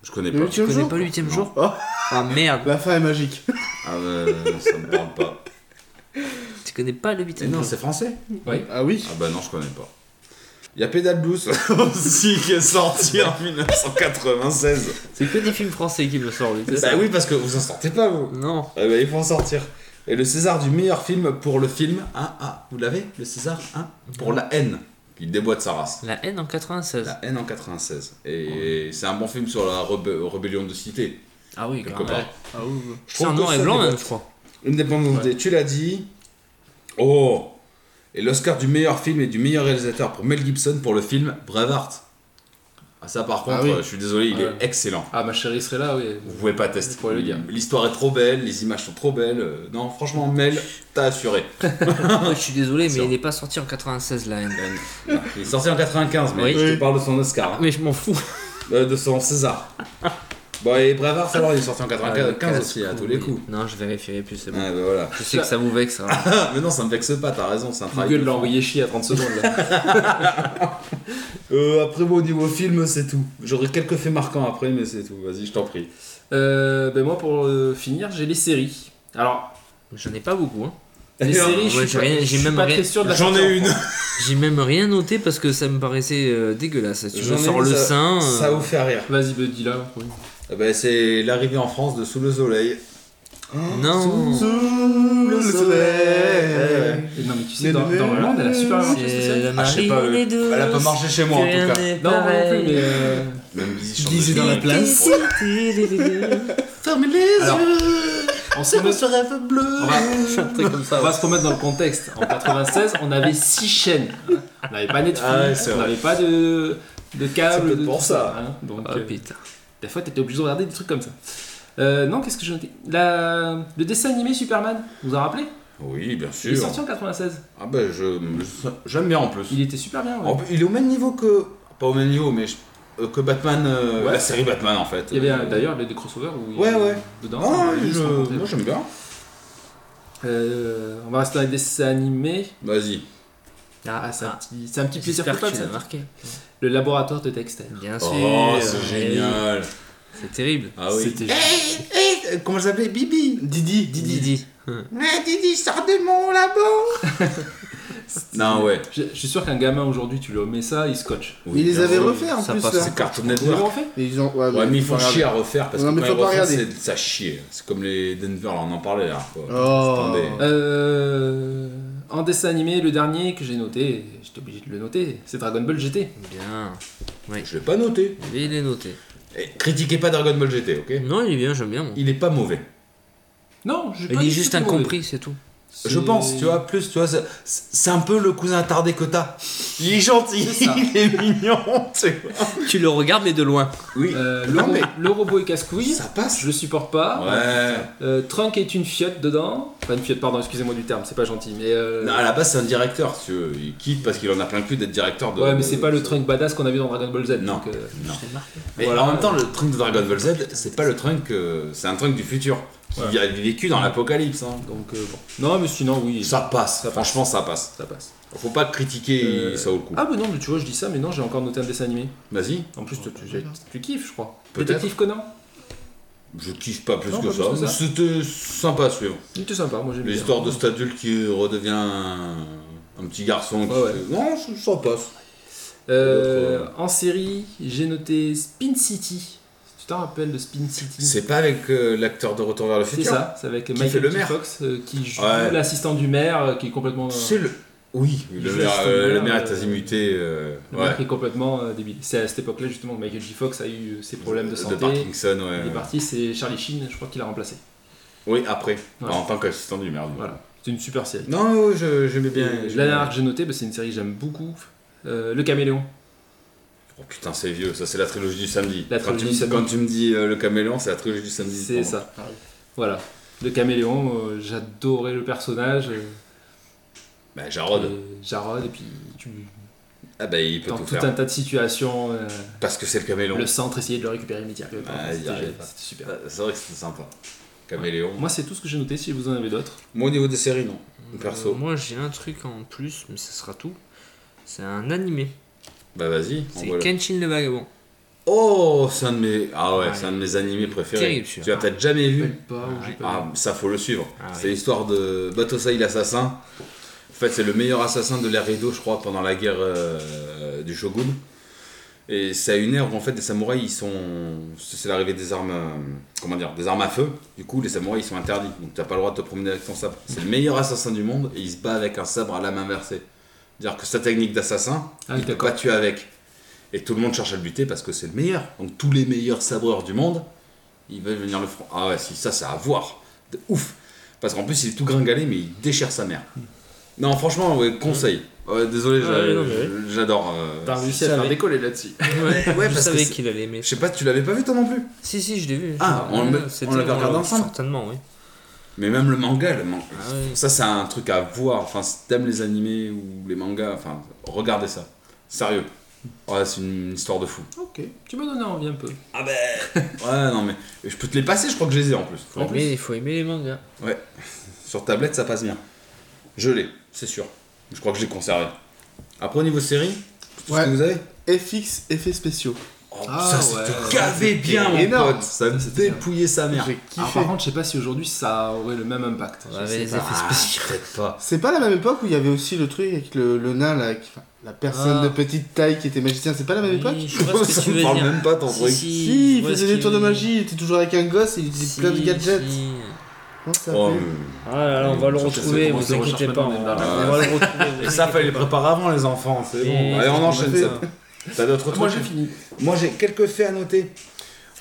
S2: Je connais
S3: Le
S2: pas.
S4: Tu
S3: huitième
S4: connais
S3: jour
S4: pas le huitième jour
S3: Oh,
S4: Ah merde
S3: La fin est magique.
S2: Ah bah, ça me parle pas.
S4: Tu connais pas le
S2: Mais
S4: huitième
S2: non,
S4: jour
S2: c'est français.
S3: Ah oui.
S2: Ah bah non, je connais pas. Il y a Pedal Blues aussi qui est sorti en 1996.
S4: C'est que des films français qui me sortent, lui.
S2: Bah oui, parce que vous en sortez pas vous.
S4: Non.
S2: Eh ben, il faut en sortir. Et le César du meilleur film pour le film, hein, ah, vous l'avez Le César, hein Pour la haine. Il déboîte sa race.
S4: La haine en 96.
S2: La haine en 96. Et c'est un bon film sur la rebé- rébellion de cité,
S4: Ah oui,
S2: quelque
S4: clairement.
S2: part.
S3: Ah oui.
S2: Je
S4: C'est en
S2: trouve que
S4: noir et
S2: ça
S4: blanc
S2: déboîte.
S4: même, je crois.
S2: Indépendance Day, tu l'as dit. Oh Et l'Oscar du meilleur film et du meilleur réalisateur pour Mel Gibson pour le film Braveheart. Ah, ça, par contre,
S5: oui.
S2: euh, je suis désolé, il
S5: Ouais.
S2: est excellent.
S5: Ah, ma chérie serait là, oui.
S2: Vous pouvez pas tester.
S5: Pour le dire.
S2: L'histoire est trop belle, les images sont trop belles. euh, Non, franchement, Mel, t'as assuré.
S4: je suis désolé, mais
S2: Sûr.
S4: il n'est pas sorti en 96 là. Endman.
S2: Il est sorti en 95, mais
S4: Oui.
S2: je te parle de son Oscar. hein.
S4: Ah, Mais je m'en fous.
S2: Euh, de son César. bon, et Braveheart, alors, il est sorti en 95 aussi, à tous les coups.
S4: Non, je vérifierai plus, c'est bon.
S2: Ah, bah voilà.
S4: Je sais que ça vous vexe. hein.
S2: Ah, mais non, ça me vexe pas, t'as raison, c'est un travail.
S5: Google l'a envoyé chier à 30 secondes là.
S2: Euh, après, bon, au niveau film, c'est tout. J'aurais quelques faits marquants après, mais c'est tout. Vas-y, je t'en prie.
S5: Euh, ben moi pour euh, finir, j'ai les séries. Alors,
S4: J'en ai pas beaucoup. hein.
S5: les
S2: Alors,
S5: séries, je
S4: ouais,
S5: suis
S4: j'ai
S5: pas,
S4: rien-
S5: je
S4: j'ai
S5: suis
S4: même
S5: pas
S4: rien-
S5: très sûr de la
S2: J'en
S5: sortie
S2: ai
S5: en
S2: une.
S5: France.
S4: J'ai même rien noté parce que ça me paraissait euh, dégueulasse. Tu me
S2: J'en ai
S4: sors
S2: une,
S4: le
S2: ça-
S5: Ah.
S4: sein. euh,
S2: Ça vous fait rire.
S5: Vas-y, ben, dis là. oui.
S2: Ah bah, c'est l'arrivée en France de Sous le Soleil.
S4: Non.
S3: Oh. Sous le soleil.
S5: Et non, mais tu sais, dans, dans le land, elle a super bien marché cette
S4: C'est
S5: série.
S4: la
S2: Ah, je sais
S4: marine
S2: pas, euh,
S4: est douce.
S2: elle a pas marché chez moi en tout cas.
S5: Non, non plus, mais. euh,
S2: Même Guy chante
S3: Guy,
S2: de
S3: c'est dans la
S2: Guy.
S3: place.
S5: Fermez les
S2: Alors,
S5: yeux Ah, on se, remet-
S2: rêve bleu.
S5: on va,
S4: Un truc comme ça.
S5: on va se remettre dans le contexte. En 96, on avait 6 chaînes. On n'avait pas Netflix,
S2: Ah ouais, c'est
S5: on
S2: vrai.
S5: n'avait pas de, de câble.
S2: C'est peut-être
S5: de
S2: pour
S5: tout
S2: ça.
S5: hein. Donc,
S4: Ah,
S5: euh,
S4: putain.
S5: des fois, t'étais obligé de regarder des trucs comme ça. Euh, non, qu'est-ce que j'ai noté La- Le dessin animé Superman, vous vous en rappelez
S2: Oui, bien
S5: Il est
S2: sûr.
S5: sorti en 96.
S2: Ah bah, je j'aime bien en plus.
S5: Il était super bien. ouais.
S2: En plus, Il est au même niveau que pas au même niveau, mais je- euh, que Batman, euh,
S5: Ouais.
S2: la série Batman en fait.
S5: Il y avait euh, d'ailleurs les deux crossovers où il y
S2: Ouais,
S5: avait
S2: ouais.
S5: dedans.
S2: Ah,
S5: ils
S2: oui, je-
S5: se rencontraient.
S2: moi j'aime bien.
S5: Euh, on va rester dans les dessins animés.
S2: Vas-y.
S5: Ah,
S4: Ah,
S5: c'est un
S4: ça.
S5: petit, c'est un petit plaisir
S4: J'espère que
S5: coupable
S4: tu hein.
S5: ça.
S4: l'as marqué.
S5: Le laboratoire de Dexter.
S4: Bien sûr.
S2: Oh,
S4: euh,
S2: c'est génial.
S4: C'est terrible.
S2: Ah oui.
S5: C'était
S2: Eh, comment ça s'appelait Bibi
S3: Didi,
S4: Didi.
S2: Mais Didi, sors de mon labo Non, ouais.
S5: Je, je suis sûr qu'un gamin aujourd'hui, tu lui remets ça, il scotche.
S3: Mais ils les avaient
S2: refait.
S3: refaits en
S4: Ça
S3: plus.
S4: passe,
S3: là.
S2: Ah, C'est Cartoon
S5: Vous l'avez
S2: Network.
S5: refait
S3: Et ils ont- ouais,
S2: Ouais, mais ils font
S3: regarder.
S2: chier à refaire parce
S3: Non,
S2: que
S3: mais
S2: quand ils
S3: faut pas
S2: refont,
S3: regarder.
S2: c'est- ça chie. C'est comme les Denver, on en parlait là. quoi.
S3: Oh.
S2: Attendez.
S5: Euh, En dessin animé, le dernier que j'ai noté, j'étais obligé de le noter, c'est Dragon Ball GT.
S4: Bien.
S2: Je l'ai pas noté.
S4: Et il est noté.
S2: Et critiquez pas Dragon Ball GT, ok
S4: Non, il est bien, j'aime bien. moi.
S2: Il est pas mauvais.
S5: Non, je
S4: Il est juste incompris, c'est tout.
S2: Je pense, tu vois, plus, tu vois, c'est- c'est un peu le cousin attardé que t'as. Il est gentil,
S5: C'est ça.
S2: il est mignon, tu vois.
S4: Tu le regardes, mais de loin.
S2: Oui.
S5: Euh, le,
S2: non,
S5: ro-
S2: mais
S5: le robot est casse-couille,
S2: ça passe.
S5: je le supporte pas.
S2: Ouais.
S5: Euh, Trunk est une fiotte dedans. Enfin, une fiotte, pardon, excusez-moi du terme, c'est pas gentil. Mais euh,
S2: Non, à la base, c'est un directeur, si tu veux. Il quitte parce qu'il en a plein le cul d'être directeur de.
S5: ouais, mais c'est pas le
S2: de-
S5: Trunk badass qu'on a vu dans Dragon Ball Z.
S2: Euh, Non.
S5: donc, euh,
S2: Non. Mais
S5: Voilà.
S2: en même temps, le trunk de Dragon Ball Z, c'est pas le trunk, euh, c'est un trunk du futur. Qui
S5: Ouais.
S2: a vécu dans l'apocalypse. hein.
S5: donc euh, bon. Non, mais sinon, oui, ça,
S2: Ça passe, franchement, ça passe.
S5: passe.
S2: Faut pas critiquer,
S5: Euh,
S2: ça vaut le coup.
S5: Ah, mais non, mais tu vois, je dis ça, mais non, j'ai encore noté un dessin animé.
S2: Vas-y,
S5: En plus, toi, tu, j'ai- tu kiffes, je crois.
S2: Peut-être.
S5: Détective Conan
S2: je kiffe pas plus
S5: Non,
S2: que
S5: pas plus
S2: ça.
S5: que ça.
S2: C'était sympa à suivre.
S5: Il était sympa, moi j'aime bien.
S2: L'histoire de cet adulte qui redevient un un petit garçon. qui
S5: Ouais, ouais.
S2: fait, Non, ça- ça passe.
S5: Euh, en série, j'ai noté Spin City. Tu t'en rappelles de Spin City
S2: C'est pas avec euh, l'acteur de Retour vers le
S5: C'est
S2: futur.
S5: ça, c'est avec
S2: fait
S5: Michael
S2: le
S5: T.
S2: maire.
S5: Fox euh, qui joue
S2: Ouais.
S5: l'assistant du maire euh, qui est complètement. euh,
S2: C'est le. Oui, le
S5: joue
S2: maire,
S5: l'assistant
S2: euh,
S5: du
S2: le
S5: maire,
S2: maire
S5: euh,
S2: est azimuté. euh,
S5: Le
S2: ouais.
S5: mec est complètement euh, débile. C'est à cette époque-là justement que Michael J. Fox a eu euh, ses problèmes de santé.
S2: Parkinson, ouais.
S5: il est parti, c'est Charlie Sheen, je crois qu'il a remplacé.
S2: Oui, après.
S5: Ouais.
S2: En tant qu'assistant du maire. du coup.
S5: Voilà, c'est une super série.
S2: Non, oui, je- j'aimais bien. j'aimais
S5: Et la
S2: bien.
S5: dernière que j'ai notée, bah, c'est une série que j'aime beaucoup. euh, le Caméléon.
S2: Oh putain, c'est vieux, ça c'est la trilogie du samedi.
S5: La
S2: quand,
S5: trilogie
S2: tu, me-
S5: du samedi.
S2: quand tu me dis euh, le caméléon, c'est la trilogie du samedi.
S5: C'est
S2: Pardon.
S5: ça. Voilà. Le Caméléon, euh, j'adorais le personnage. euh,
S2: Bah, Jarod.
S5: et Jarod, et puis tu,
S2: Ah bah, il peut
S5: dans
S2: tout
S5: tout
S2: faire.
S5: un tas de situations. euh,
S2: Parce que c'est le caméléon.
S5: le centre, essayer de le récupérer, mais t'y arrivais pas.
S2: Ah, il y
S5: C'était
S2: arrivait
S5: génial,
S2: pas.
S5: c'était super.
S2: Ah, C'est vrai que c'était sympa. Caméléon.
S5: Moi, c'est tout ce que j'ai noté. Si vous en avez d'autres,
S2: Moi, au niveau des séries, non. Perso.
S4: Euh, moi, j'ai un truc en plus, mais ce sera tout. C'est un animé.
S2: Bah, vas-y.
S4: C'est
S2: envoie-le.
S4: Kenshin le vagabond.
S2: Oh, c'est un de mes. Ah ouais,
S4: Ouais.
S2: c'est un de mes animés préférés.
S4: Terrible,
S2: Tu
S4: celui-là.
S2: l'as peut-être jamais
S5: je
S2: vu.
S5: rappelle pas ou j'ai pas
S2: Ah, ça faut le suivre.
S4: Ah
S2: c'est
S4: oui.
S2: l'histoire de Batosai l'assassin. En fait, c'est le meilleur assassin de l'ère Edo, je crois, pendant la guerre euh, du shogun. Et c'est à une ère où en fait les samouraïs ils sont, c'est l'arrivée des armes, euh, comment dire, des armes à feu. Du coup, les samouraïs ils sont interdits, donc t'as pas le droit de te promener avec ton sabre. C'est le meilleur assassin du monde et il se bat avec un sabre à lame inversée. C'est-à-dire que sa technique d'assassin,
S5: Ah oui,
S2: il peut
S5: d'accord.
S2: pas tuer avec. Et tout le monde cherche à le buter parce que c'est le meilleur. Donc tous les meilleurs sabreurs du monde, ils veulent venir le front. Ah ouais, si ça, c'est à voir. De ouf. Parce qu'en plus, il est tout gringalé, mais il déchire sa mère. Non, franchement, ouais, conseil. Ouais, désolé, j'a-
S4: Ouais, non, mais
S2: j'adore. euh,
S5: T'as réussi à
S4: ça
S5: faire
S4: avait-
S5: décoller là-dessus.
S2: ouais,
S4: je
S2: parce que
S4: savais
S2: c'est-
S4: qu'il allait aimer.
S2: Je sais pas, tu l'avais pas vu toi non plus
S4: Si, si, je l'ai vu.
S2: Ah, on le-
S4: Ouais,
S2: on
S4: c'était-
S2: l'avait regardé ensemble
S4: Certainement, oui.
S2: Mais même le manga, le manga.
S4: Ah oui.
S2: Ça, c'est un truc à voir. Enfin, si t'aimes les animés ou les mangas, enfin, regardez ça. Sérieux. Ouais, c'est une histoire de fou.
S5: Ok, tu m'as donné envie un peu.
S2: Ah ben Ouais, non, mais je peux te les passer, je crois que je les ai en plus.
S4: Faut aimer- il faut aimer les mangas.
S2: Sur tablette, ça passe bien. Je l'ai, c'est sûr. Je crois que je l'ai conservé. Après, au niveau série, tout
S3: Ouais.
S2: ce que vous avez
S3: FX, effets spéciaux.
S2: Oh,
S5: Ah
S2: Ça, c'était
S5: ouais.
S2: gavé
S5: Ça,
S2: bien, mon
S5: c'était énorme.
S2: pote. Ça
S5: Ça, c'était
S2: dépouillait sa mère.
S3: J'ai
S5: Alors,
S3: kiffé.
S5: par contre, je sais pas si aujourd'hui ça aurait le même impact.
S4: On
S5: Je
S4: avait
S5: sais
S4: les
S5: pas.
S4: effets spéciaux.
S2: Ah, Peut-être pas.
S3: C'est pas la même époque où il y avait aussi le truc avec le, le nain, là, qui- enfin, la personne
S4: Ah.
S3: de petite taille qui était magicien, c'est pas la même époque
S4: Oui, je sais pas ce
S2: Ça
S4: que tu
S2: me
S4: veux
S2: parle
S4: dire.
S2: même pas, ton
S4: Si,
S2: truc.
S4: Si,
S3: Si,
S4: je
S3: il
S4: vois
S3: faisait
S4: ce
S3: des
S4: que-
S3: tours de magie, il était toujours avec un gosse, il utilisait
S4: Si,
S3: plein de gadgets.
S4: si.
S3: Comment ça
S2: Oh,
S3: s'appelait
S2: mais-
S4: Ah là là, on va le
S5: Je sais
S4: retrouver,
S5: comment
S4: vous
S5: se recherche
S4: inquiétez pas.
S5: maintenant,
S4: On
S5: on est
S4: on
S5: là.
S4: va le retrouver.
S2: Et ça, fallait le préparer avant, les enfants. C'est bon. Allez, on enchaîne ça. T'as d'autres trucs
S5: Moi j'ai fini.
S2: Moi, j'ai quelques faits à noter.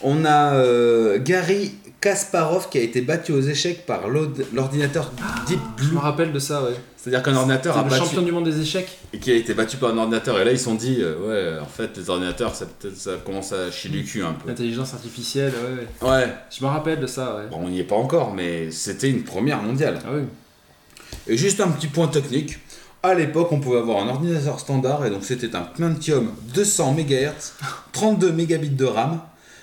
S2: On a euh, Gary Kasparov qui a été battu aux échecs par l'ord- l'ordinateur Deep
S5: Je me
S2: Blue.
S5: rappelle de ça, ouais.
S2: C'est-à-dire qu'un ordinateur a
S5: T'es le
S2: battu.
S5: champion du monde des échecs.
S2: Et qui a été battu par un ordinateur. Et là, ils se sont dit, euh, ouais, en fait, les ordinateurs, ça, peut-être- ça commence à chier du cul un peu.
S5: L'intelligence artificielle, ouais, ouais.
S2: Ouais,
S5: Je me rappelle de ça, ouais.
S2: bon, on n'y est pas encore, mais c'était une première mondiale.
S5: Ah oui.
S2: Et juste un petit point technique. À l'époque, on pouvait avoir un ordinateur standard, et donc c'était un Pentium 200 MHz, 32 mégabits de RAM,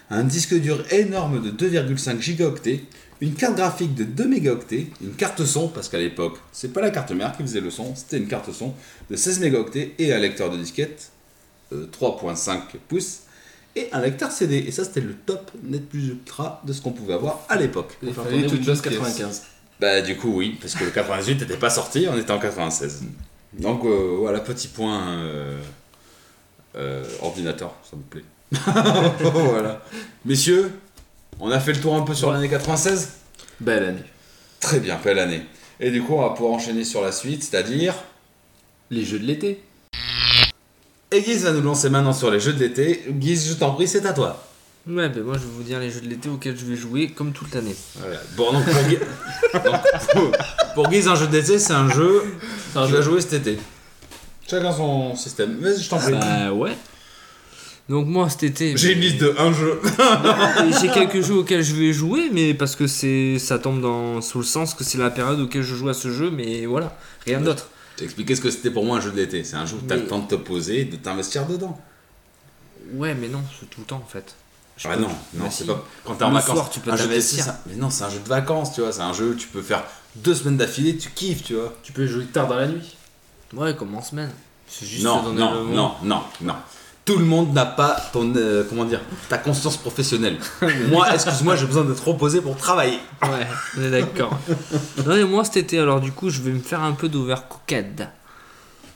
S2: un disque dur énorme de 2,5 gigaoctets, une carte graphique de 2 mégaoctets, une carte son, parce qu'à l'époque, c'est pas la carte mère qui faisait le son, c'était une carte son de 16 mégaoctets et un lecteur de disquette euh, 3.5 pouces et un lecteur CD. Et ça, c'était le top net plus ultra de ce qu'on pouvait avoir à l'époque.
S5: Il
S3: fallait
S5: fallait
S3: toute
S5: Windows
S3: une pièce.
S5: 95.
S2: Bah du coup oui, parce que le 98 n'était pas sorti, on était en 96. Donc euh, voilà, petit point euh, euh, ordinateur, ça me plaît. voilà. Messieurs, on a fait le tour un peu sur l'année 96
S5: Belle année.
S2: Très bien, belle année. Et du coup, on va pouvoir enchaîner sur la suite, c'est-à-dire...
S5: Les jeux de l'été.
S2: Et Guise va nous lancer maintenant sur les jeux de l'été. Guise, je t'en prie, c'est à toi.
S4: Ouais, ben moi je vais vous dire les jeux de l'été auxquels je vais jouer comme toute l'année.
S2: Voilà. Bon, donc pour, Guy- donc, pour- pour Guise, un jeu de l'été, c'est un jeu
S5: un
S2: qu'il va jouer cet été. Ah, Chacun son système. Vas-y, je t'en prie.
S4: Bah ouais. Donc moi cet été.
S2: Euh, J'ai une liste de un jeu.
S4: Et J'ai quelques jeux auxquels je vais jouer, mais parce que c'est ça tombe dans sous le sens que c'est la période auquel je joue à ce jeu, mais voilà, rien d'autre.
S2: T'as expliqué ce que c'était pour moi un jeu d'été. C'est un jeu où t'as
S4: Mais-
S2: le temps de te poser et de t'investir dedans.
S4: Ouais, mais non, c'est tout le temps en fait. Je
S2: Ah
S4: peux-
S2: non, non,
S4: Bah
S2: c'est
S4: si.
S2: pas. Quand t'es en
S4: Le
S2: vacances,
S4: soir, tu peux
S2: un jeu d'été,
S4: t'investir.
S2: c'est un- Mais non, c'est un jeu de vacances, tu vois. C'est un jeu où tu peux faire deux semaines d'affilée, tu kiffes, tu vois.
S5: Tu peux jouer tard dans la nuit.
S4: Ouais, comme en semaine. C'est juste se
S2: non,
S4: donner le
S2: non,
S4: moment.
S2: non, non, non. Tout le monde n'a pas ton. euh, comment dire Ta conscience professionnelle. moi, excuse-moi, j'ai besoin d'être reposé pour travailler.
S4: Ouais, on est d'accord. non, mais moi cet été, alors du coup, je vais me faire un peu d'overcooked.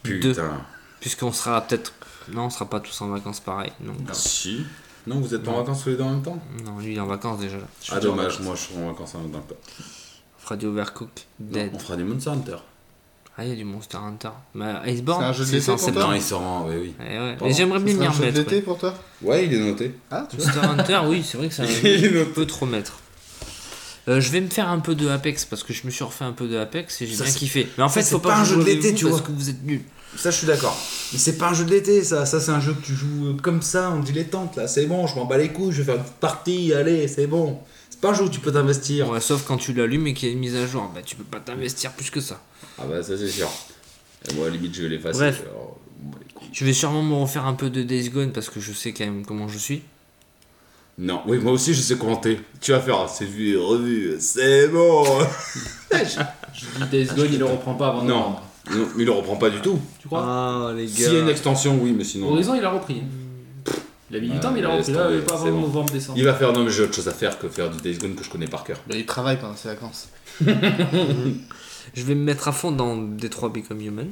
S4: Deux.
S2: Putain.
S4: Puisqu'on sera peut-être. Non, on sera pas tous en vacances pareil. Donc,
S2: Si. Non, vous êtes pas en vacances tous les deux en même temps
S4: non, lui il est en vacances déjà là.
S2: Ah, dommage, moi je suis en vacances en même temps. que toi.
S4: On fera du overcooked.
S2: Non,
S4: Dead.
S2: on fera des Monster Hunter.
S4: Ah, il y a du Monster Hunter. Mais euh,
S3: C'est un
S4: Iceborne,
S3: jeu de
S4: c'est
S3: l'été
S4: en
S3: pour toi
S2: Non,
S4: septembre.
S2: il sort en. Oui, oui.
S4: Eh ouais.
S3: Pardon,
S4: Mais j'aimerais bien
S3: ça
S4: m'y
S3: sera un jeu
S4: remettre.
S3: d'été
S4: ouais.
S3: pour toi
S2: Ouais, il est noté.
S3: Ah, tu vois.
S4: Monster Hunter, oui, c'est vrai que c'est un jeu
S2: Il est
S4: que je
S2: noté.
S4: peux trop mettre. Euh, je vais me faire un peu de Apex parce que je me suis refait un peu de Apex et j'ai
S2: Ça,
S4: bien
S2: c'est-
S4: kiffé. Mais en
S2: ça,
S4: fait,
S2: c'est
S4: faut
S2: pas
S4: pas,
S2: un
S4: que je
S2: jeu de
S4: joue avec
S2: l'été,
S4: vous
S2: tu
S4: parce
S2: vois.
S4: que vous êtes nuls.
S2: Ça, je suis d'accord. Mais c'est pas un jeu de l'été, ça. Ça, c'est un jeu que tu joues euh, comme ça, en dilettante. Là, c'est bon, je m'en bats les couilles, je vais faire une petite partie, allez, c'est bon. C'est pas un jeu où tu peux t'investir.
S4: Ouais, sauf quand tu l'allumes et qu'il y a une mise à jour, bah tu peux pas t'investir plus que ça.
S2: Ah bah, ça, c'est sûr. Et moi, à la limite, je vais l'effacer.
S4: Bref.
S2: alors, je m'en bats les couilles.
S4: Je vais sûrement me refaire un peu de Days Gone parce que je sais quand même comment je suis.
S2: Non, oui, moi aussi, je sais commenter. Tu vas faire, ah, c'est vu, revu, c'est bon.
S5: Je dis Days Gone, il le reprend pas avant
S2: Non.
S5: novembre.
S2: non, mais il le reprend pas du tout.
S5: Tu crois
S4: Ah les
S2: S'il y a une extension, oui, mais sinon.
S5: Horizon, il a repris. Il a mis
S2: Ouais,
S5: du temps, mais il a
S2: mais
S5: repris.
S2: laisse
S5: Là,
S2: tomber,
S5: pas
S2: c'est
S5: avant
S2: bon.
S5: novembre, décembre.
S2: Il va faire, non, mais j'ai autre chose à faire que faire du Days Gone que je connais par cœur.
S3: Bah, Il travaille pendant ses vacances.
S4: Je vais me mettre à fond dans Detroit Become Human.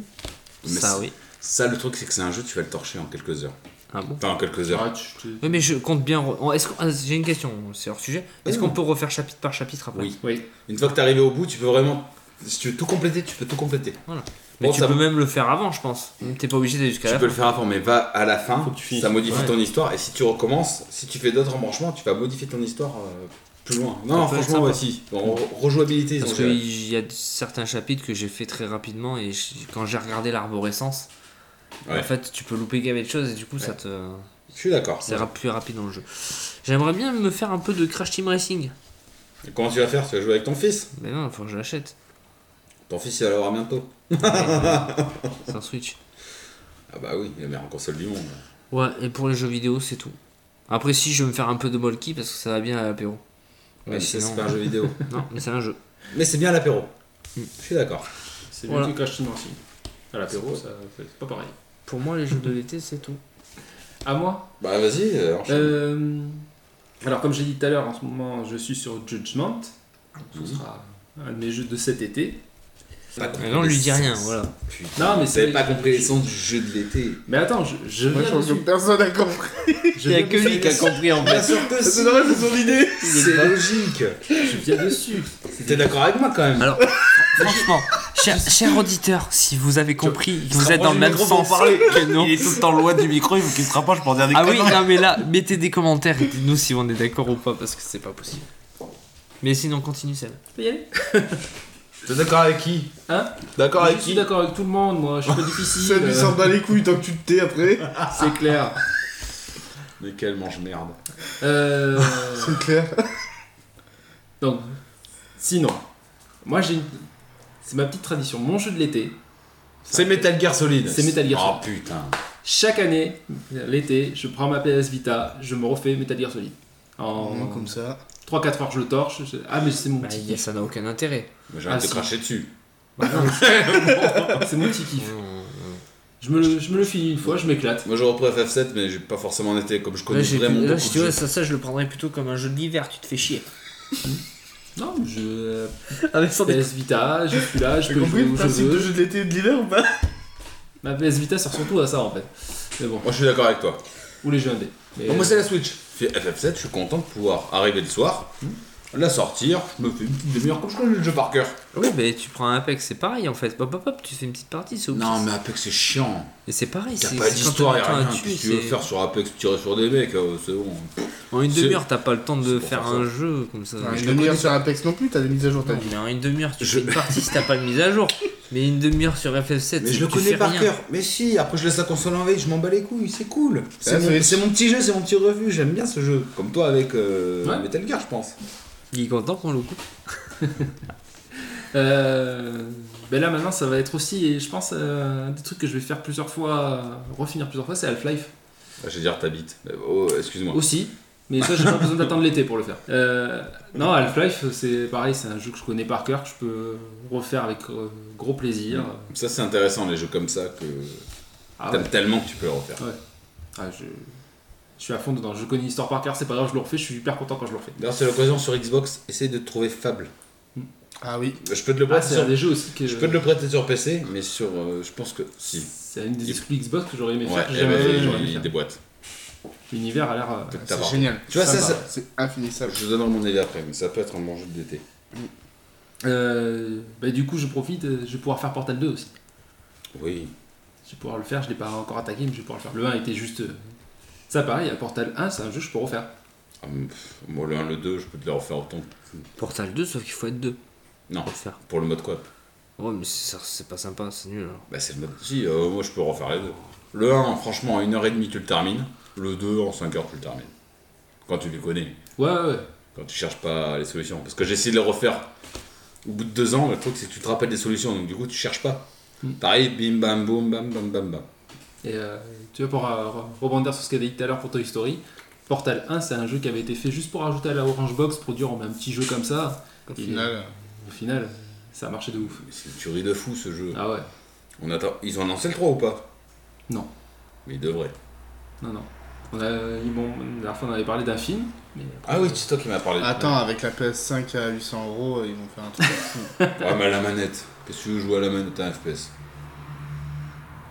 S2: Mais
S4: ça
S2: c'est-
S4: oui.
S2: Ça, le truc, c'est que c'est un jeu, tu vas le torcher en quelques heures.
S4: Ah bon.
S2: Enfin, en quelques heures.
S5: Arrête, je te-
S4: Oui mais je compte bien. re- Est-ce qu'on- ah, j'ai une question, c'est hors sujet. Est-ce
S2: Ah
S4: qu'on
S2: non.
S4: peut refaire chapitre par chapitre après
S2: Oui.
S5: Oui.
S2: Une fois que t'es arrivé au bout, tu peux vraiment. Si tu veux tout compléter, tu peux tout compléter.
S4: Mais
S2: Bon,
S4: tu
S2: ça
S4: peux
S2: va.
S4: même le faire avant, je pense. T'es pas obligé d'aller jusqu'à
S2: Tu
S4: la
S2: peux
S4: fin.
S2: le faire avant, mais va à la fin,
S5: Faut que tu finisses.
S2: ça modifie
S4: Ouais.
S2: ton histoire. Et si tu recommences, si tu fais d'autres embranchements, tu vas modifier ton histoire euh, plus loin.
S4: Ça
S2: Non, non,
S4: peut être
S2: franchement,
S4: sympa.
S2: ouais, si. En re- rejouabilité, euh, ils
S4: Parce
S2: ont
S4: qu'il
S2: géré.
S4: y a certains chapitres que j'ai fait très rapidement et je- quand j'ai regardé l'arborescence,
S2: Ouais.
S4: en fait tu peux louper gavé de choses et du coup ça
S2: Ouais.
S4: te.
S2: Je suis d'accord.
S4: C'est ra- plus rapide dans le jeu. J'aimerais bien me faire un peu de Crash Team Racing.
S2: Et Comment tu vas faire Tu vas jouer avec ton fils
S4: Mais non, faut que je l'achète.
S2: Ton fils, il va l'avoir bientôt.
S4: C'est un Switch.
S2: Ah bah oui, la meilleure console du monde.
S4: Ouais, et pour les jeux vidéo, c'est tout. Après, si je vais me faire un peu de Molky parce que ça va bien à l'apéro.
S2: Ouais, mais ça,
S4: sinon-
S2: c'est pas un jeu vidéo.
S4: Non, mais c'est un jeu.
S2: Mais c'est bien l'apéro.
S4: Mm.
S2: Je suis d'accord.
S5: C'est
S4: Voilà.
S5: mieux que Crash Team Racing. À l'apéro, ça- c'est pas pareil.
S4: Pour moi, les jeux de l'été, c'est tout.
S5: À moi
S2: Bah vas-y, euh, enchaîne.
S5: Euh, alors, comme j'ai dit tout à l'heure, en ce moment, je suis sur Judgment.
S2: Mhm.
S5: Ce sera un de mes jeux de cet été.
S2: Pas compris
S4: Mais non, on lui
S2: les
S4: dit rien,
S2: sens.
S4: voilà.
S2: Putain,
S5: Non, mais
S2: vous avez
S5: c'est.
S2: pas compris les sens du jeu de l'été.
S5: Mais attends, je, je
S3: Moi, je
S5: viens
S3: pense que
S5: dessus.
S3: personne n'a compris.
S5: Je
S4: Il y a
S5: viens
S4: que lui
S5: dessus.
S4: qui a compris en fait.
S2: sûr que
S3: C'est normal, c'est son idée.
S2: C'est logique.
S5: Je viens dessus.
S2: T'es d'accord avec moi quand même
S4: Alors, franchement, cher, cher auditeur, si vous avez compris, que vous
S2: rapproche
S4: êtes dans
S2: du
S4: le même
S2: micro pour
S4: sens.
S2: parler,
S4: que nous.
S10: Il est tout le temps loin du micro, il faut qu'il se rapproche pour dire des
S4: Ah oui,
S10: conneries.
S4: non mais là, mettez des commentaires et dites-nous si on est d'accord ou pas parce que c'est pas possible. Mais sinon, continue celle.
S2: T'es d'accord avec qui
S5: Hein
S2: D'accord
S5: Je
S2: avec
S5: suis
S2: qui
S5: d'accord avec tout le monde, moi. Je suis pas difficile.
S3: Ça lui s'en bat les couilles tant que tu te tais après.
S5: euh, C'est clair.
S2: Mais quel mange-merde.
S5: Euh,
S3: C'est clair.
S5: donc, sinon, moi j'ai une. C'est ma petite tradition. Mon jeu de l'été,
S2: C'est Metal Gear Solid.
S5: C'est Metal Gear
S2: Oh putain.
S5: chaque année, l'été, je prends ma PS Vita, je me refais Metal Gear Solid.
S2: Mmh.
S5: En
S3: Vraiment comme ça.
S5: 3-4 heures, je le torche. je- Ah, mais c'est mon
S4: Bah,
S5: petit
S4: ça n'a aucun intérêt.
S2: Mais J'arrête
S5: Ah,
S2: de
S5: si.
S2: cracher dessus.
S5: kiff. C'est mon petit kiff.
S4: Mmh,
S5: Je me, le- je me le finis une fois, je m'éclate.
S2: Moi j'aurais pris FF7, mais j'ai pas forcément été comme je connais
S4: Là, j'ai-
S2: vraiment
S4: là,
S2: beaucoup
S4: je-
S2: de
S4: tu vois,
S2: jeux.
S4: ça, ça, je le prendrais plutôt comme un jeu d'hiver, tu te fais chier.
S5: Non,
S2: Ah,
S5: je. euh,
S10: Ah,
S4: Avec son
S5: PS Vita, je suis là, je
S3: T'as
S5: peux jouer
S3: compris
S5: où
S3: le
S5: je
S3: principe de
S5: veux.
S3: jeu de l'été et de l'hiver ou pas
S5: Ma PS Vita sert surtout à ça en fait. Mais bon,
S2: Moi je suis d'accord avec toi.
S5: ou les jeux indés. Mais-
S4: euh,
S2: Bon, moi c'est la Switch. Fait FF7, je suis content de pouvoir arriver le soir,
S4: Hmm.
S2: la sortir, je me fais une petite demi-heure comme je connais le jeu par cœur.
S4: Oui, mais tu prends un Apex, c'est pareil en fait. Hop, hop, hop, tu fais une petite partie, c'est
S2: Non mais Apex c'est chiant.
S4: Et c'est pareil,
S2: T'as
S4: c'est
S2: pas
S4: c'est
S2: d'histoire,
S4: quand
S2: y'a
S4: t'as le
S2: rien.
S4: temps à tuer,
S2: Qu'est-ce que tu veux
S4: c'est-
S2: faire sur Apex Tirer sur des mecs, euh, c'est bon.
S4: En une
S2: C'est-
S4: demi-heure, t'as pas le temps de
S2: C'est pour
S4: faire
S2: ça.
S4: un jeu comme ça.
S3: Une demi-heure sur Apex non plus, t'as des mises à jour, t'as
S4: Non,
S3: dit.
S4: mais en une demi-heure, tu
S2: Je-
S4: fais une partie si t'as pas de mise à jour. Mais une demi-heure sur FF7,
S2: Mais
S4: c'est
S2: je le
S4: que tu
S2: connais
S4: fais
S2: par
S4: rien.
S2: cœur. Mais si, après je laisse la console en veille, je m'en bats les couilles, c'est cool. C'est
S3: Ah, ça va
S2: mon,
S3: être-
S2: c'est mon petit jeu, c'est mon petit revue, j'aime bien ce jeu. Comme toi avec euh,
S5: Ouais.
S2: Metal Gear, je pense.
S4: Il est content qu'on le coupe.
S5: Euh, ben là maintenant, ça va être aussi, et je pense, euh, un des trucs que je vais faire plusieurs fois, euh, refinir plusieurs fois, c'est Half-Life.
S2: Ah, je vais dire t'habites. Oh, excuse-moi.
S5: Aussi. Mais ça, j'ai pas besoin d'attendre l'été pour le faire. Euh, non, Half-Life, c'est pareil, c'est un jeu que je connais par cœur, que je peux refaire avec euh, gros plaisir.
S2: Ça c'est intéressant les jeux comme ça que
S5: Ah ouais.
S2: Mm. t'aimes tellement que tu peux le refaire.
S5: Ah, je... je suis à fond dedans. Je connais l'histoire par cœur, c'est pas grave, je le refais. Je suis hyper content quand je le refais.
S2: D'ailleurs c'est l'occasion sur Xbox, essaye de trouver Fable.
S3: Ah oui.
S2: Je peux te le
S5: Ah,
S2: prêter
S5: c'est
S2: Bah, sur...
S5: sur des jeux aussi que.
S2: Je peux te le prêter sur PC, mais sur euh, je pense que si.
S5: C'est une des exclus Xbox que j'aurais aimé
S2: Ouais,
S5: faire. que
S2: eh
S5: j'ai jamais
S2: ben,
S5: fait,
S2: il-
S5: j'aurais aimé
S2: il
S5: faire.
S2: déboîte.
S5: L'univers a l'air. euh,
S2: Peut-être
S3: C'est
S2: t'avoir.
S3: génial.
S2: Tu vois ça,
S3: Sympa.
S2: ça-
S3: c'est infinissable.
S2: Je donnerai mon avis après, mais ça peut être un bon jeu d'été.
S5: euh, bah, du coup, je profite. euh, Je vais pouvoir faire Portal 2 aussi.
S2: Oui.
S5: Je vais pouvoir le faire. Je l'ai pas encore attaqué, mais je vais pouvoir le faire. Le 1 était juste. euh, Ça, pareil, à Portal 1, c'est un jeu que je peux refaire.
S2: Ah, mais pff, Moi le 1, le 2, je peux te le refaire autant.
S4: Portal 2, sauf qu'il faut être deux
S2: Non,
S4: pour le faire.
S2: pour le mode coop.
S4: Ouais, mais c'est ça- c'est pas sympa, c'est nul. hein. alors.
S2: Bah c'est le mode. Si, euh, moi je peux refaire les deux. Le 1, franchement, en 1h30 tu le termines. Le 2, en 5h tu le termines. Quand tu les connais.
S5: Ouais, ouais, ouais.
S2: Quand tu cherches pas les solutions. Parce que j'ai essayé de les refaire au bout de deux ans. Le truc c'est que tu te rappelles des solutions. Donc du coup tu cherches pas.
S5: Mm.
S2: Pareil, bim bam boum bam bam bam bam.
S5: Et euh, tu vois, pour euh, re- rebondir sur ce qu'a dit tout à l'heure pour Toy Story, Portal 1, c'est un jeu qui avait été fait juste pour ajouter à la Orange Box, pour dire on met un petit jeu comme ça.
S4: Au
S5: Et
S3: Final.
S5: au final, ça a marché de ouf.
S2: Mais c'est une tuerie de fou ce jeu.
S5: Ah ouais,
S2: On attend... Ils ont annoncé le 3 ou pas
S5: Non.
S2: Mais ils devraient.
S5: non, non. On a, ils m'ont- la dernière fois, on avait parlé d'un film. Mais
S2: Ah oui, c'est toi qui m'as parlé.
S3: Attends, avec la PS5 à 800 euros, ils vont faire un truc.
S2: Ouais, Ah, mais à la manette. Qu'est-ce que tu veux jouer à la manette à un FPS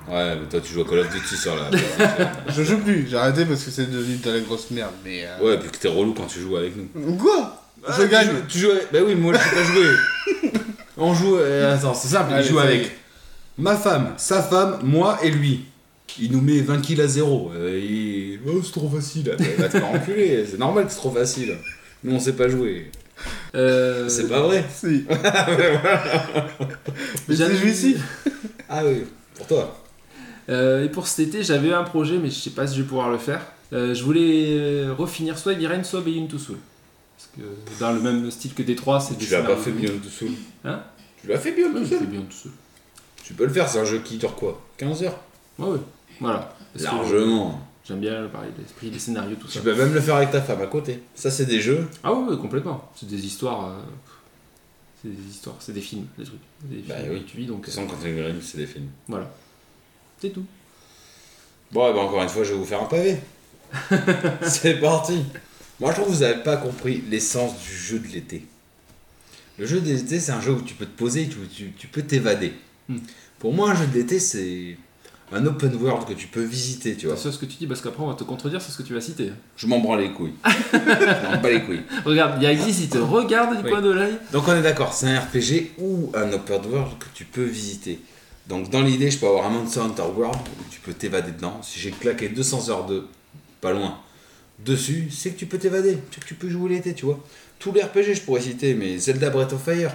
S2: Ouais, mais toi tu joues à Call of Duty sur la.
S3: je joue plus, j'ai arrêté parce que c'est devenu de la grosse merde, mais. euh,
S2: Ouais, puis que t'es relou quand tu joues avec nous.
S3: Quoi Ah, Je gagne.
S2: Tu joues, tu joues- Bah oui, moi je sais pas jouer. On joue. euh, attends, c'est simple,
S3: Allez,
S2: il joue
S3: ça y
S2: avec
S3: est.
S2: ma femme, sa femme, moi et lui. Il nous met 20 kills à zéro. Euh, il- Oh, c'est trop facile. Bah, va te faire enculer, c'est normal que c'est trop facile. Nous, on sait pas jouer.
S5: Euh,
S2: Ah, C'est pas vrai.
S3: Si. Mais
S5: j'avais-
S3: c'est jouissif.
S2: Ah oui, pour toi.
S5: Euh, et pour cet été, j'avais un projet, mais je sais pas si je vais pouvoir le faire. Euh, je voulais euh, refinir soit Eviren, soit Beyond to Soul. Parce que dans le même style que D3, c'est
S2: Tu
S5: des
S2: l'as pas
S5: scénarios
S2: fait
S5: uniques.
S2: bien tout seul.
S5: Hein
S2: Tu l'as fait bien
S5: Ouais,
S2: tout
S5: je fais
S2: seul.
S5: Beyond to Soul.
S2: Tu peux le faire, c'est un jeu qui dure quoi 15 heures
S5: Ouais, ouais. Voilà. Parce que
S2: Largement.
S5: J'aime bien parler de l'esprit, des scénarios, tout ça.
S2: Tu peux même le faire avec ta femme à côté. Ça, c'est des jeux.
S5: Ah ouais, ouais, complètement. C'est des histoires. euh, C'est des histoires, c'est des films, des trucs. Des films
S2: Bah
S5: que
S2: oui.
S5: tu vis, donc. euh,
S2: Sans Quentin Grimm, c'est des films.
S5: Voilà. C'est tout.
S2: Bon, et ben encore une fois, je vais vous faire un pavé. C'est parti. Moi, je trouve que vous n'avez pas compris l'essence du jeu de l'été. Le jeu de l'été, c'est un jeu où tu peux te poser, tu, tu- tu peux t'évader.
S5: Hmm.
S2: Pour moi, un jeu de l'été, c'est un open world que tu peux visiter, tu vois.
S5: C'est ce que tu dis, parce qu'après, on va te contredire sur ce que tu vas citer.
S2: Je m'en branle les couilles. je m'en bats les couilles.
S5: Regarde, il y a Exis, il te regarde du
S2: Oui.
S5: coin de l'œil.
S2: Donc on est d'accord, c'est un RPG ou un open world que tu peux visiter. Donc dans l'idée, je peux avoir un Monster Hunter World où tu peux t'évader dedans. Si j'ai claqué 200 heures de pas loin dessus, c'est que tu peux t'évader, c'est que tu peux jouer l'été, tu vois. Tous les RPG, je pourrais citer, mais Zelda Breath of Fire,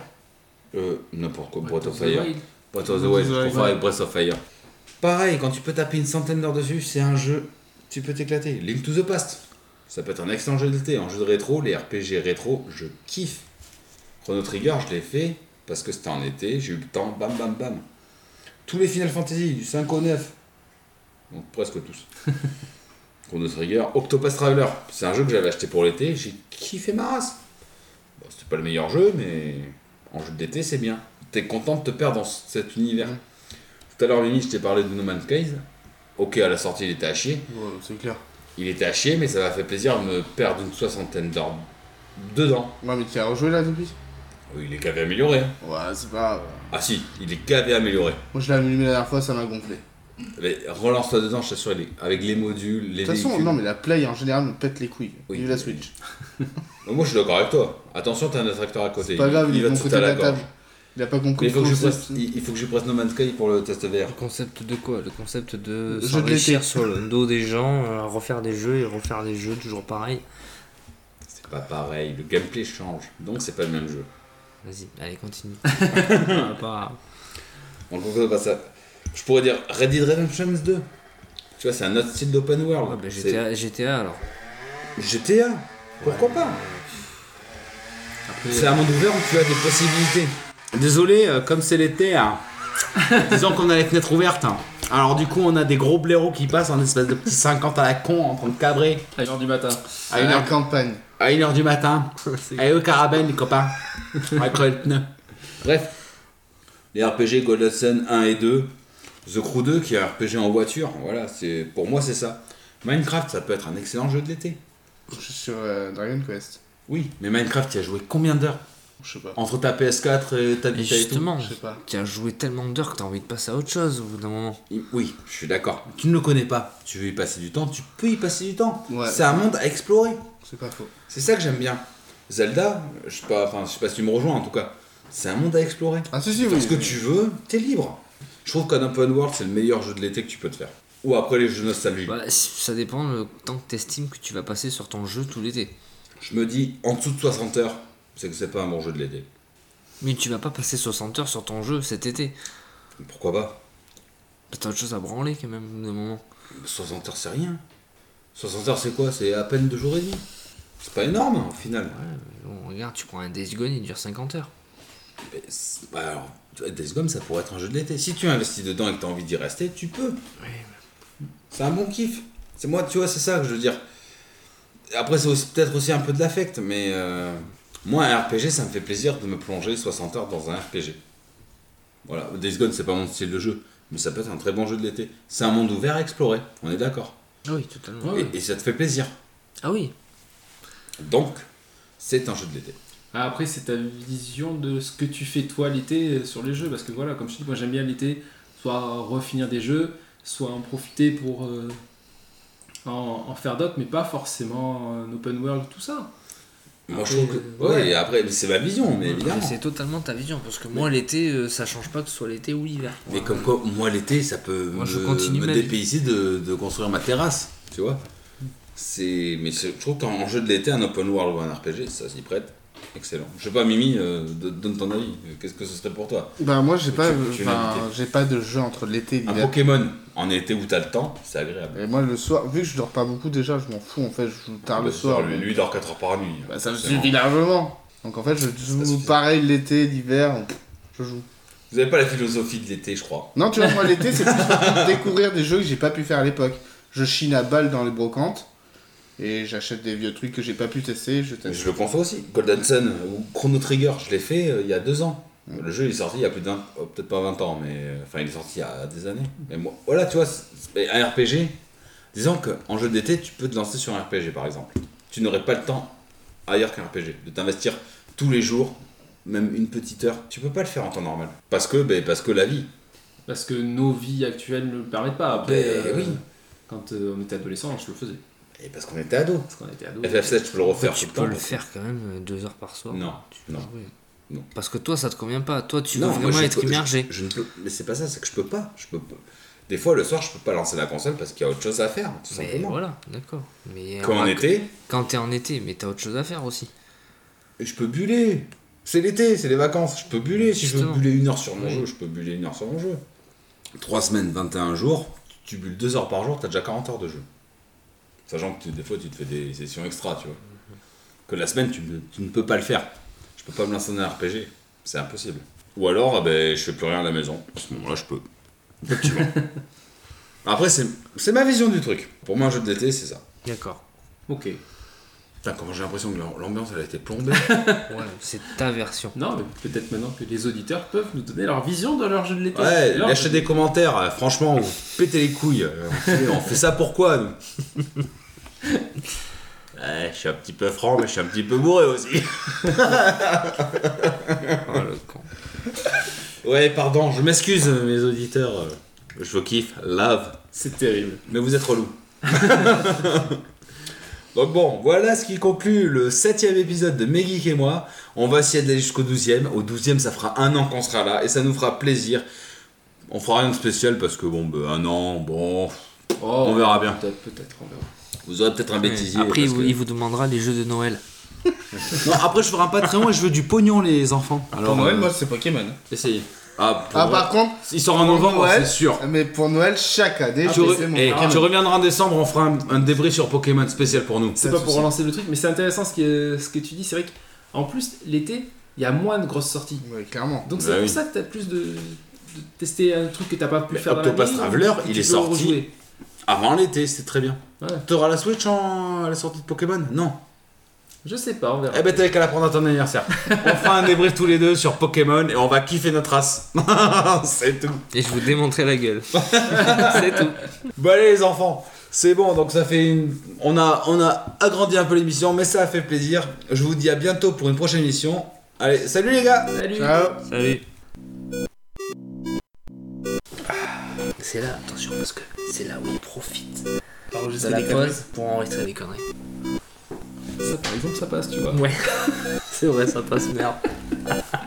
S2: euh, n'importe quoi, Breath of Fire, Breath of the Wild, je confonds avec Breath of Fire. Pareil, quand tu peux taper une centaine d'heures dessus, c'est un jeu, tu peux t'éclater. Link to the Past, ça peut être un excellent jeu d'été. En jeu de rétro, les RPG rétro, je kiffe. Chrono Trigger, je l'ai fait parce que c'était en été, j'ai eu le temps, bam bam bam. Tous les Final Fantasy, du 5 au 9, donc presque tous. Chrono Trigger, Octopus Traveler, c'est un jeu que j'avais acheté pour l'été, j'ai kiffé ma race. Bon, c'était pas le meilleur jeu, mais en jeu d'été, c'est bien. T'es content de te perdre dans c- cet univers. Tout à l'heure, Mimi, je t'ai parlé de No Man's Sky. Ok, à la sortie, il était à chier.
S3: Ouais, c'est clair.
S2: Il était à chier, mais ça m'a fait plaisir de me perdre une soixantaine d'heures dedans.
S3: Ouais, mais tu as rejoué là depuis
S2: Oui, il est qu'avait amélioré. hein.
S3: Ouais, c'est pas. grave.
S2: Ah si, il est qu'avait amélioré.
S3: Moi, je l'ai allumé la dernière fois, ça m'a gonflé.
S2: Mais relance-toi dedans, je t'assure, il est- avec les modules, les
S3: De toute façon,
S2: véhicules.
S3: non, mais la Play en général me pète les couilles.
S2: Oui,
S3: Oui, la
S2: oui.
S3: Switch.
S2: Donc Oh, Moi, je suis d'accord avec toi. Attention, t'as un attracteur à côté.
S3: C'est pas grave, il, est
S2: va
S3: de
S2: te
S3: mon
S2: sauter
S3: côté de la
S2: à gorge.
S3: table. Il a pas compris
S2: Mais il faut, que
S3: le
S2: je presse,
S3: concept.
S2: il il faut que je presse No Man's Sky pour le test VR.
S4: Le concept de quoi Le concept
S3: Le
S4: de
S3: jeu de
S4: s'enrichir
S3: l'été.
S4: sur le dos des gens, euh, refaire des jeux et refaire des jeux toujours pareil.
S2: C'est pas pareil, le gameplay change, donc c'est pas le même jeu.
S4: Vas-y, allez, continue. Ah, pas-
S2: Donc on peut pas ça. Je pourrais dire Red Dead Redemption 2. Tu vois, c'est un autre style d'open world.
S4: Ah, bah,
S2: C'est-
S4: GTA, GTA alors.
S2: GTA Pourquoi pas
S5: Après,
S2: C'est un monde ouvert où tu as des possibilités. Désolé, euh, comme c'est l'été, hein, disons qu'on a les fenêtres ouvertes. hein. Alors du coup, on a des gros blaireaux qui passent en espèce de petits 50 à la con en train de cabrer
S5: à l'heure du matin.
S2: à une
S3: la
S2: heure,
S3: campagne.
S2: à une heure du matin. Allez au carabène, les copains. On va crever le pneu. Bref. Les RPG Golden Sun 1 et 2. The Crew 2 qui est un RPG en voiture. Voilà, c'est pour moi c'est ça. Minecraft, ça peut être un excellent jeu de l'été.
S3: Je suis sur euh, Dragon Quest.
S2: Oui, mais Minecraft, tu as joué combien d'heures
S3: Je sais pas.
S2: Entre ta PS4 et ta
S4: Mais
S2: Vita et tout
S4: justement,
S3: Je sais pas.
S4: tu as joué tellement d'heures que t'as envie de passer à autre chose au bout d'un moment.
S2: Oui, je suis d'accord. Tu ne le connais pas. Tu veux y passer du temps, tu peux y passer du temps.
S3: Ouais.
S2: C'est un monde à explorer.
S3: C'est pas faux.
S2: C'est ça que j'aime bien. Zelda, je sais pas, enfin, je sais pas si tu me rejoins en tout cas. C'est un monde à explorer.
S3: Ah, si, si, oui.
S2: Parce que tu veux, t'es libre. Je trouve qu'un open world, c'est le meilleur jeu de l'été que tu peux te faire. Ou après les jeux nostalgiques.
S4: Bah, si- ça dépend le temps que t'estimes que tu vas passer sur ton jeu tout l'été.
S2: Je me dis, en dessous de 60 heures, c'est que c'est pas un bon jeu de l'été.
S4: Mais tu vas pas passer 60 heures sur ton jeu cet été.
S2: Pourquoi pas
S4: Bah, T'as autre chose à branler quand même au bout d'un moment.
S2: 60 heures, c'est rien. 60 heures, c'est quoi C'est à peine deux jours et demi. C'est pas énorme, au final.
S4: Bon, regarde, tu prends un Days Gone, il dure 50 heures.
S2: Mais c'est- bah alors, tu vois, Days Gone, ça pourrait être un jeu de l'été. Si tu investis dedans et que tu as envie d'y rester, tu peux. C'est un bon kiff. C'est moi, tu vois, c'est ça que je veux dire. Après, c'est aussi- peut-être aussi un peu de l'affect, mais euh, moi, un RPG, ça me fait plaisir de me plonger 60 heures dans un RPG. Voilà, Days Gone, c'est pas mon style de jeu, mais ça peut être un très bon jeu de l'été. C'est un monde ouvert à explorer, on est d'accord.
S4: Ah oui, totalement.
S5: Ouais.
S2: Et, et ça te fait plaisir.
S4: Ah oui,
S2: Donc, c'est un jeu de l'été.
S5: Ah, Après, c'est ta vision de ce que tu fais toi l'été euh, sur les jeux. Parce que voilà, comme je dis, moi j'aime bien l'été, soit refinir des jeux, soit en profiter pour euh, en, en faire d'autres, mais pas forcément un open world, tout ça.
S2: Moi, je
S5: Après, euh,
S2: trouve que.
S5: ouais.
S2: Ouais, et après, c'est ma vision, mais évidemment.
S4: Après, c'est totalement ta vision. Parce que moi, l'été, euh, ça change pas que ce soit l'été ou l'hiver.
S2: Mais comme quoi, moi l'été, ça peut
S4: Moi,
S2: me,
S4: je continue
S2: me
S4: ma vie.
S2: dépayser de, de construire ma terrasse, tu vois. C'est, mais c'est- je trouve qu'en jeu de l'été, un open world ou un RPG, ça s'y prête. Excellent. Je sais pas, Mimi, euh, do- donne ton avis. Qu'est-ce que ce serait pour toi
S3: Bah moi
S2: Tu-
S3: j'ai pas,
S2: tu l'as
S3: enfin,
S2: invité. Ah,
S3: j'ai pas de jeu entre l'été et
S2: Un
S3: l'hiver.
S2: Pokémon en été où t'as le temps, c'est agréable.
S3: Et moi le soir, vu que je dors pas beaucoup déjà, je m'en fous en fait, je joue tard le
S2: Bah,
S3: soir.
S2: Lui,
S3: donc-
S2: lui, il dort 4 heures par nuit.
S3: Bah ça me
S2: Forcément.
S3: suffit largement. Donc en fait je joue
S2: suffisant.
S3: pareil l'été, l'hiver, on- je joue.
S2: Vous avez pas la philosophie de l'été, je crois.
S3: Non tu vois moi l'été c'est plus pour découvrir des jeux que j'ai pas pu faire à l'époque. Je chine à balle dans les brocantes et j'achète des vieux trucs que j'ai pas pu tester, je
S2: Mais
S3: teste.
S2: je le conçois aussi. Golden Sun euh, ou Chrono Trigger, je l'ai fait euh, il y a deux ans. Le jeu il est sorti il y a plus d'un, oh, peut-être pas 20 ans, mais euh, enfin il est sorti il y a des années. Mais moi, voilà, tu vois, c'est- c'est- un RPG, disons qu'en jeu d'été, tu peux te lancer sur un RPG par exemple. Tu n'aurais pas le temps ailleurs qu'un RPG, de t'investir tous les jours, même une petite heure. Tu peux pas le faire en temps normal. Parce que, ben, parce que la vie.
S5: Parce que nos vies actuelles ne le permettent pas. Après, euh,
S2: Ben, oui.
S5: Quand euh, on était adolescent, je le faisais.
S2: Et parce qu'on était ado.
S5: Parce qu'on était ado.
S2: FF7, je peux le refaire.
S4: tu
S2: tout le
S4: peux
S2: temps.
S4: le faire quand même euh, deux heures par soir.
S2: Non,
S4: Tu peux
S2: non,
S4: jouer.
S2: non.
S4: Parce que toi, ça te convient pas. Toi, tu
S2: Non,
S4: veux
S2: moi,
S4: vraiment
S2: je
S4: être
S2: peux-
S4: immergé.
S2: Je ne peux, mais c'est pas ça, c'est que je peux pas. Je peux pas. Des fois, le soir, je peux pas lancer la console parce qu'il y a autre chose à faire, tout
S4: Mais
S2: simplement.
S4: voilà, d'accord. Mais
S2: Quand on
S4: ah,
S2: était,
S4: Quand t'es en été, mais t'as autre chose à faire aussi.
S2: je peux buller. C'est l'été, c'est les vacances. Je peux buller. Si je veux
S4: Justement.
S2: buller une heure sur mon
S4: Oui.
S2: jeu, je peux buller une heure sur mon jeu. Trois semaines, 21 jours, tu tu bulles deux heures par jour, t'as déjà 40 heures de jeu. Sachant que tu- des fois, tu te fais des sessions extra, tu vois. Que la semaine, tu, ne- tu ne peux pas le faire. Je peux pas me lancer dans un RPG. C'est impossible. Ou alors, eh ben, je fais plus rien à la maison. À ce moment-là, je peux. Effectivement. Après, c'est c'est ma vision du truc. Pour moi, un jeu de d'été, c'est ça.
S4: D'accord.
S5: Ok.
S2: Putain, comment j'ai l'impression que l'ambiance, elle a été plombée.
S4: Ouais, c'est ta version.
S5: Non, mais peut-être maintenant que les auditeurs peuvent nous donner leur vision de leur jeu de l'été.
S2: Ouais,
S5: Leur-
S2: lâchez des commentaires, euh, franchement, vous pétez les couilles. euh, On fait, on fait ça pourquoi nous Ouais, je suis un petit peu franc, mais je suis un petit peu bourré aussi.
S4: Oh, le con.
S2: Ouais, pardon, je m'excuse, euh, mes auditeurs. euh, Je vous kiffe, love,
S5: C'est terrible.
S2: mais vous êtes relou. Donc bon, voilà ce qui conclut le septième épisode de Megeek et moi. On va essayer d'aller jusqu'au 12e. Au 12e, ça fera un an qu'on sera là et ça nous fera plaisir. On fera rien de spécial parce que bon, bah, un an, bon,
S5: Oh,
S2: On verra bien.
S5: Peut-être, peut-être, on verra.
S2: Vous aurez peut-être un bêtisier.
S4: Après, il
S2: parce
S4: vous,
S2: que-
S4: il vous demandera les jeux de Noël.
S2: Non, après, je ferai un Patreon et je veux du pognon, les enfants.
S3: Pour
S2: Alors,
S3: Noël
S2: euh,
S3: moi c'est Pokémon.
S2: essayez. Ah, pour
S3: Ah
S2: vrai.
S3: par contre,
S2: Il sort en
S3: pour
S2: novembre,
S3: Noël-
S2: c'est sûr.
S3: mais pour Noël chaque année
S2: tu,
S3: je
S2: re-
S3: fais Ah, mon
S2: eh,
S3: programme.
S2: tu reviendras en décembre, on fera un, un débrief sur Pokémon spécial pour nous.
S5: C'est pas pour relancer le truc, mais c'est intéressant ce que, ce que tu dis. C'est vrai qu'en plus, l'été, il y a moins de grosses sorties.
S3: Ouais, clairement.
S5: Donc
S2: Bah
S5: c'est pour
S2: oui.
S5: ça que t'as plus de, de tester un truc que t'as pas pu
S2: Mais
S5: faire dans
S2: Octopus
S5: l'année,
S2: Traveler,
S5: que
S2: il
S5: tu
S2: est
S5: peux
S2: sorti.
S5: rejouer.
S2: Avant l'été, c'est très bien.
S5: Ouais.
S2: T'auras la Switch en... à la sortie de Pokémon Non.
S5: Je sais pas, on verra.
S2: Eh ben, t'avais qu'à la prendre à ton anniversaire. on fera un débrief tous les deux sur Pokémon et on va kiffer notre race. c'est tout.
S4: Et je vous démontrerai la gueule. c'est tout.
S2: Bon allez les enfants, c'est bon, donc ça fait une... On a, on a agrandi un peu l'émission, mais ça a fait plaisir. Je vous dis à bientôt pour une prochaine émission. Allez, salut les gars
S5: Salut
S3: Ciao.
S4: Salut. Ah, C'est là, attention, parce que c'est là où on profite de la pause pour enregistrer des conneries.
S5: Ça, par exemple, ça passe, tu vois.
S4: Ouais, c'est vrai, ça passe merde.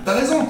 S2: T'as raison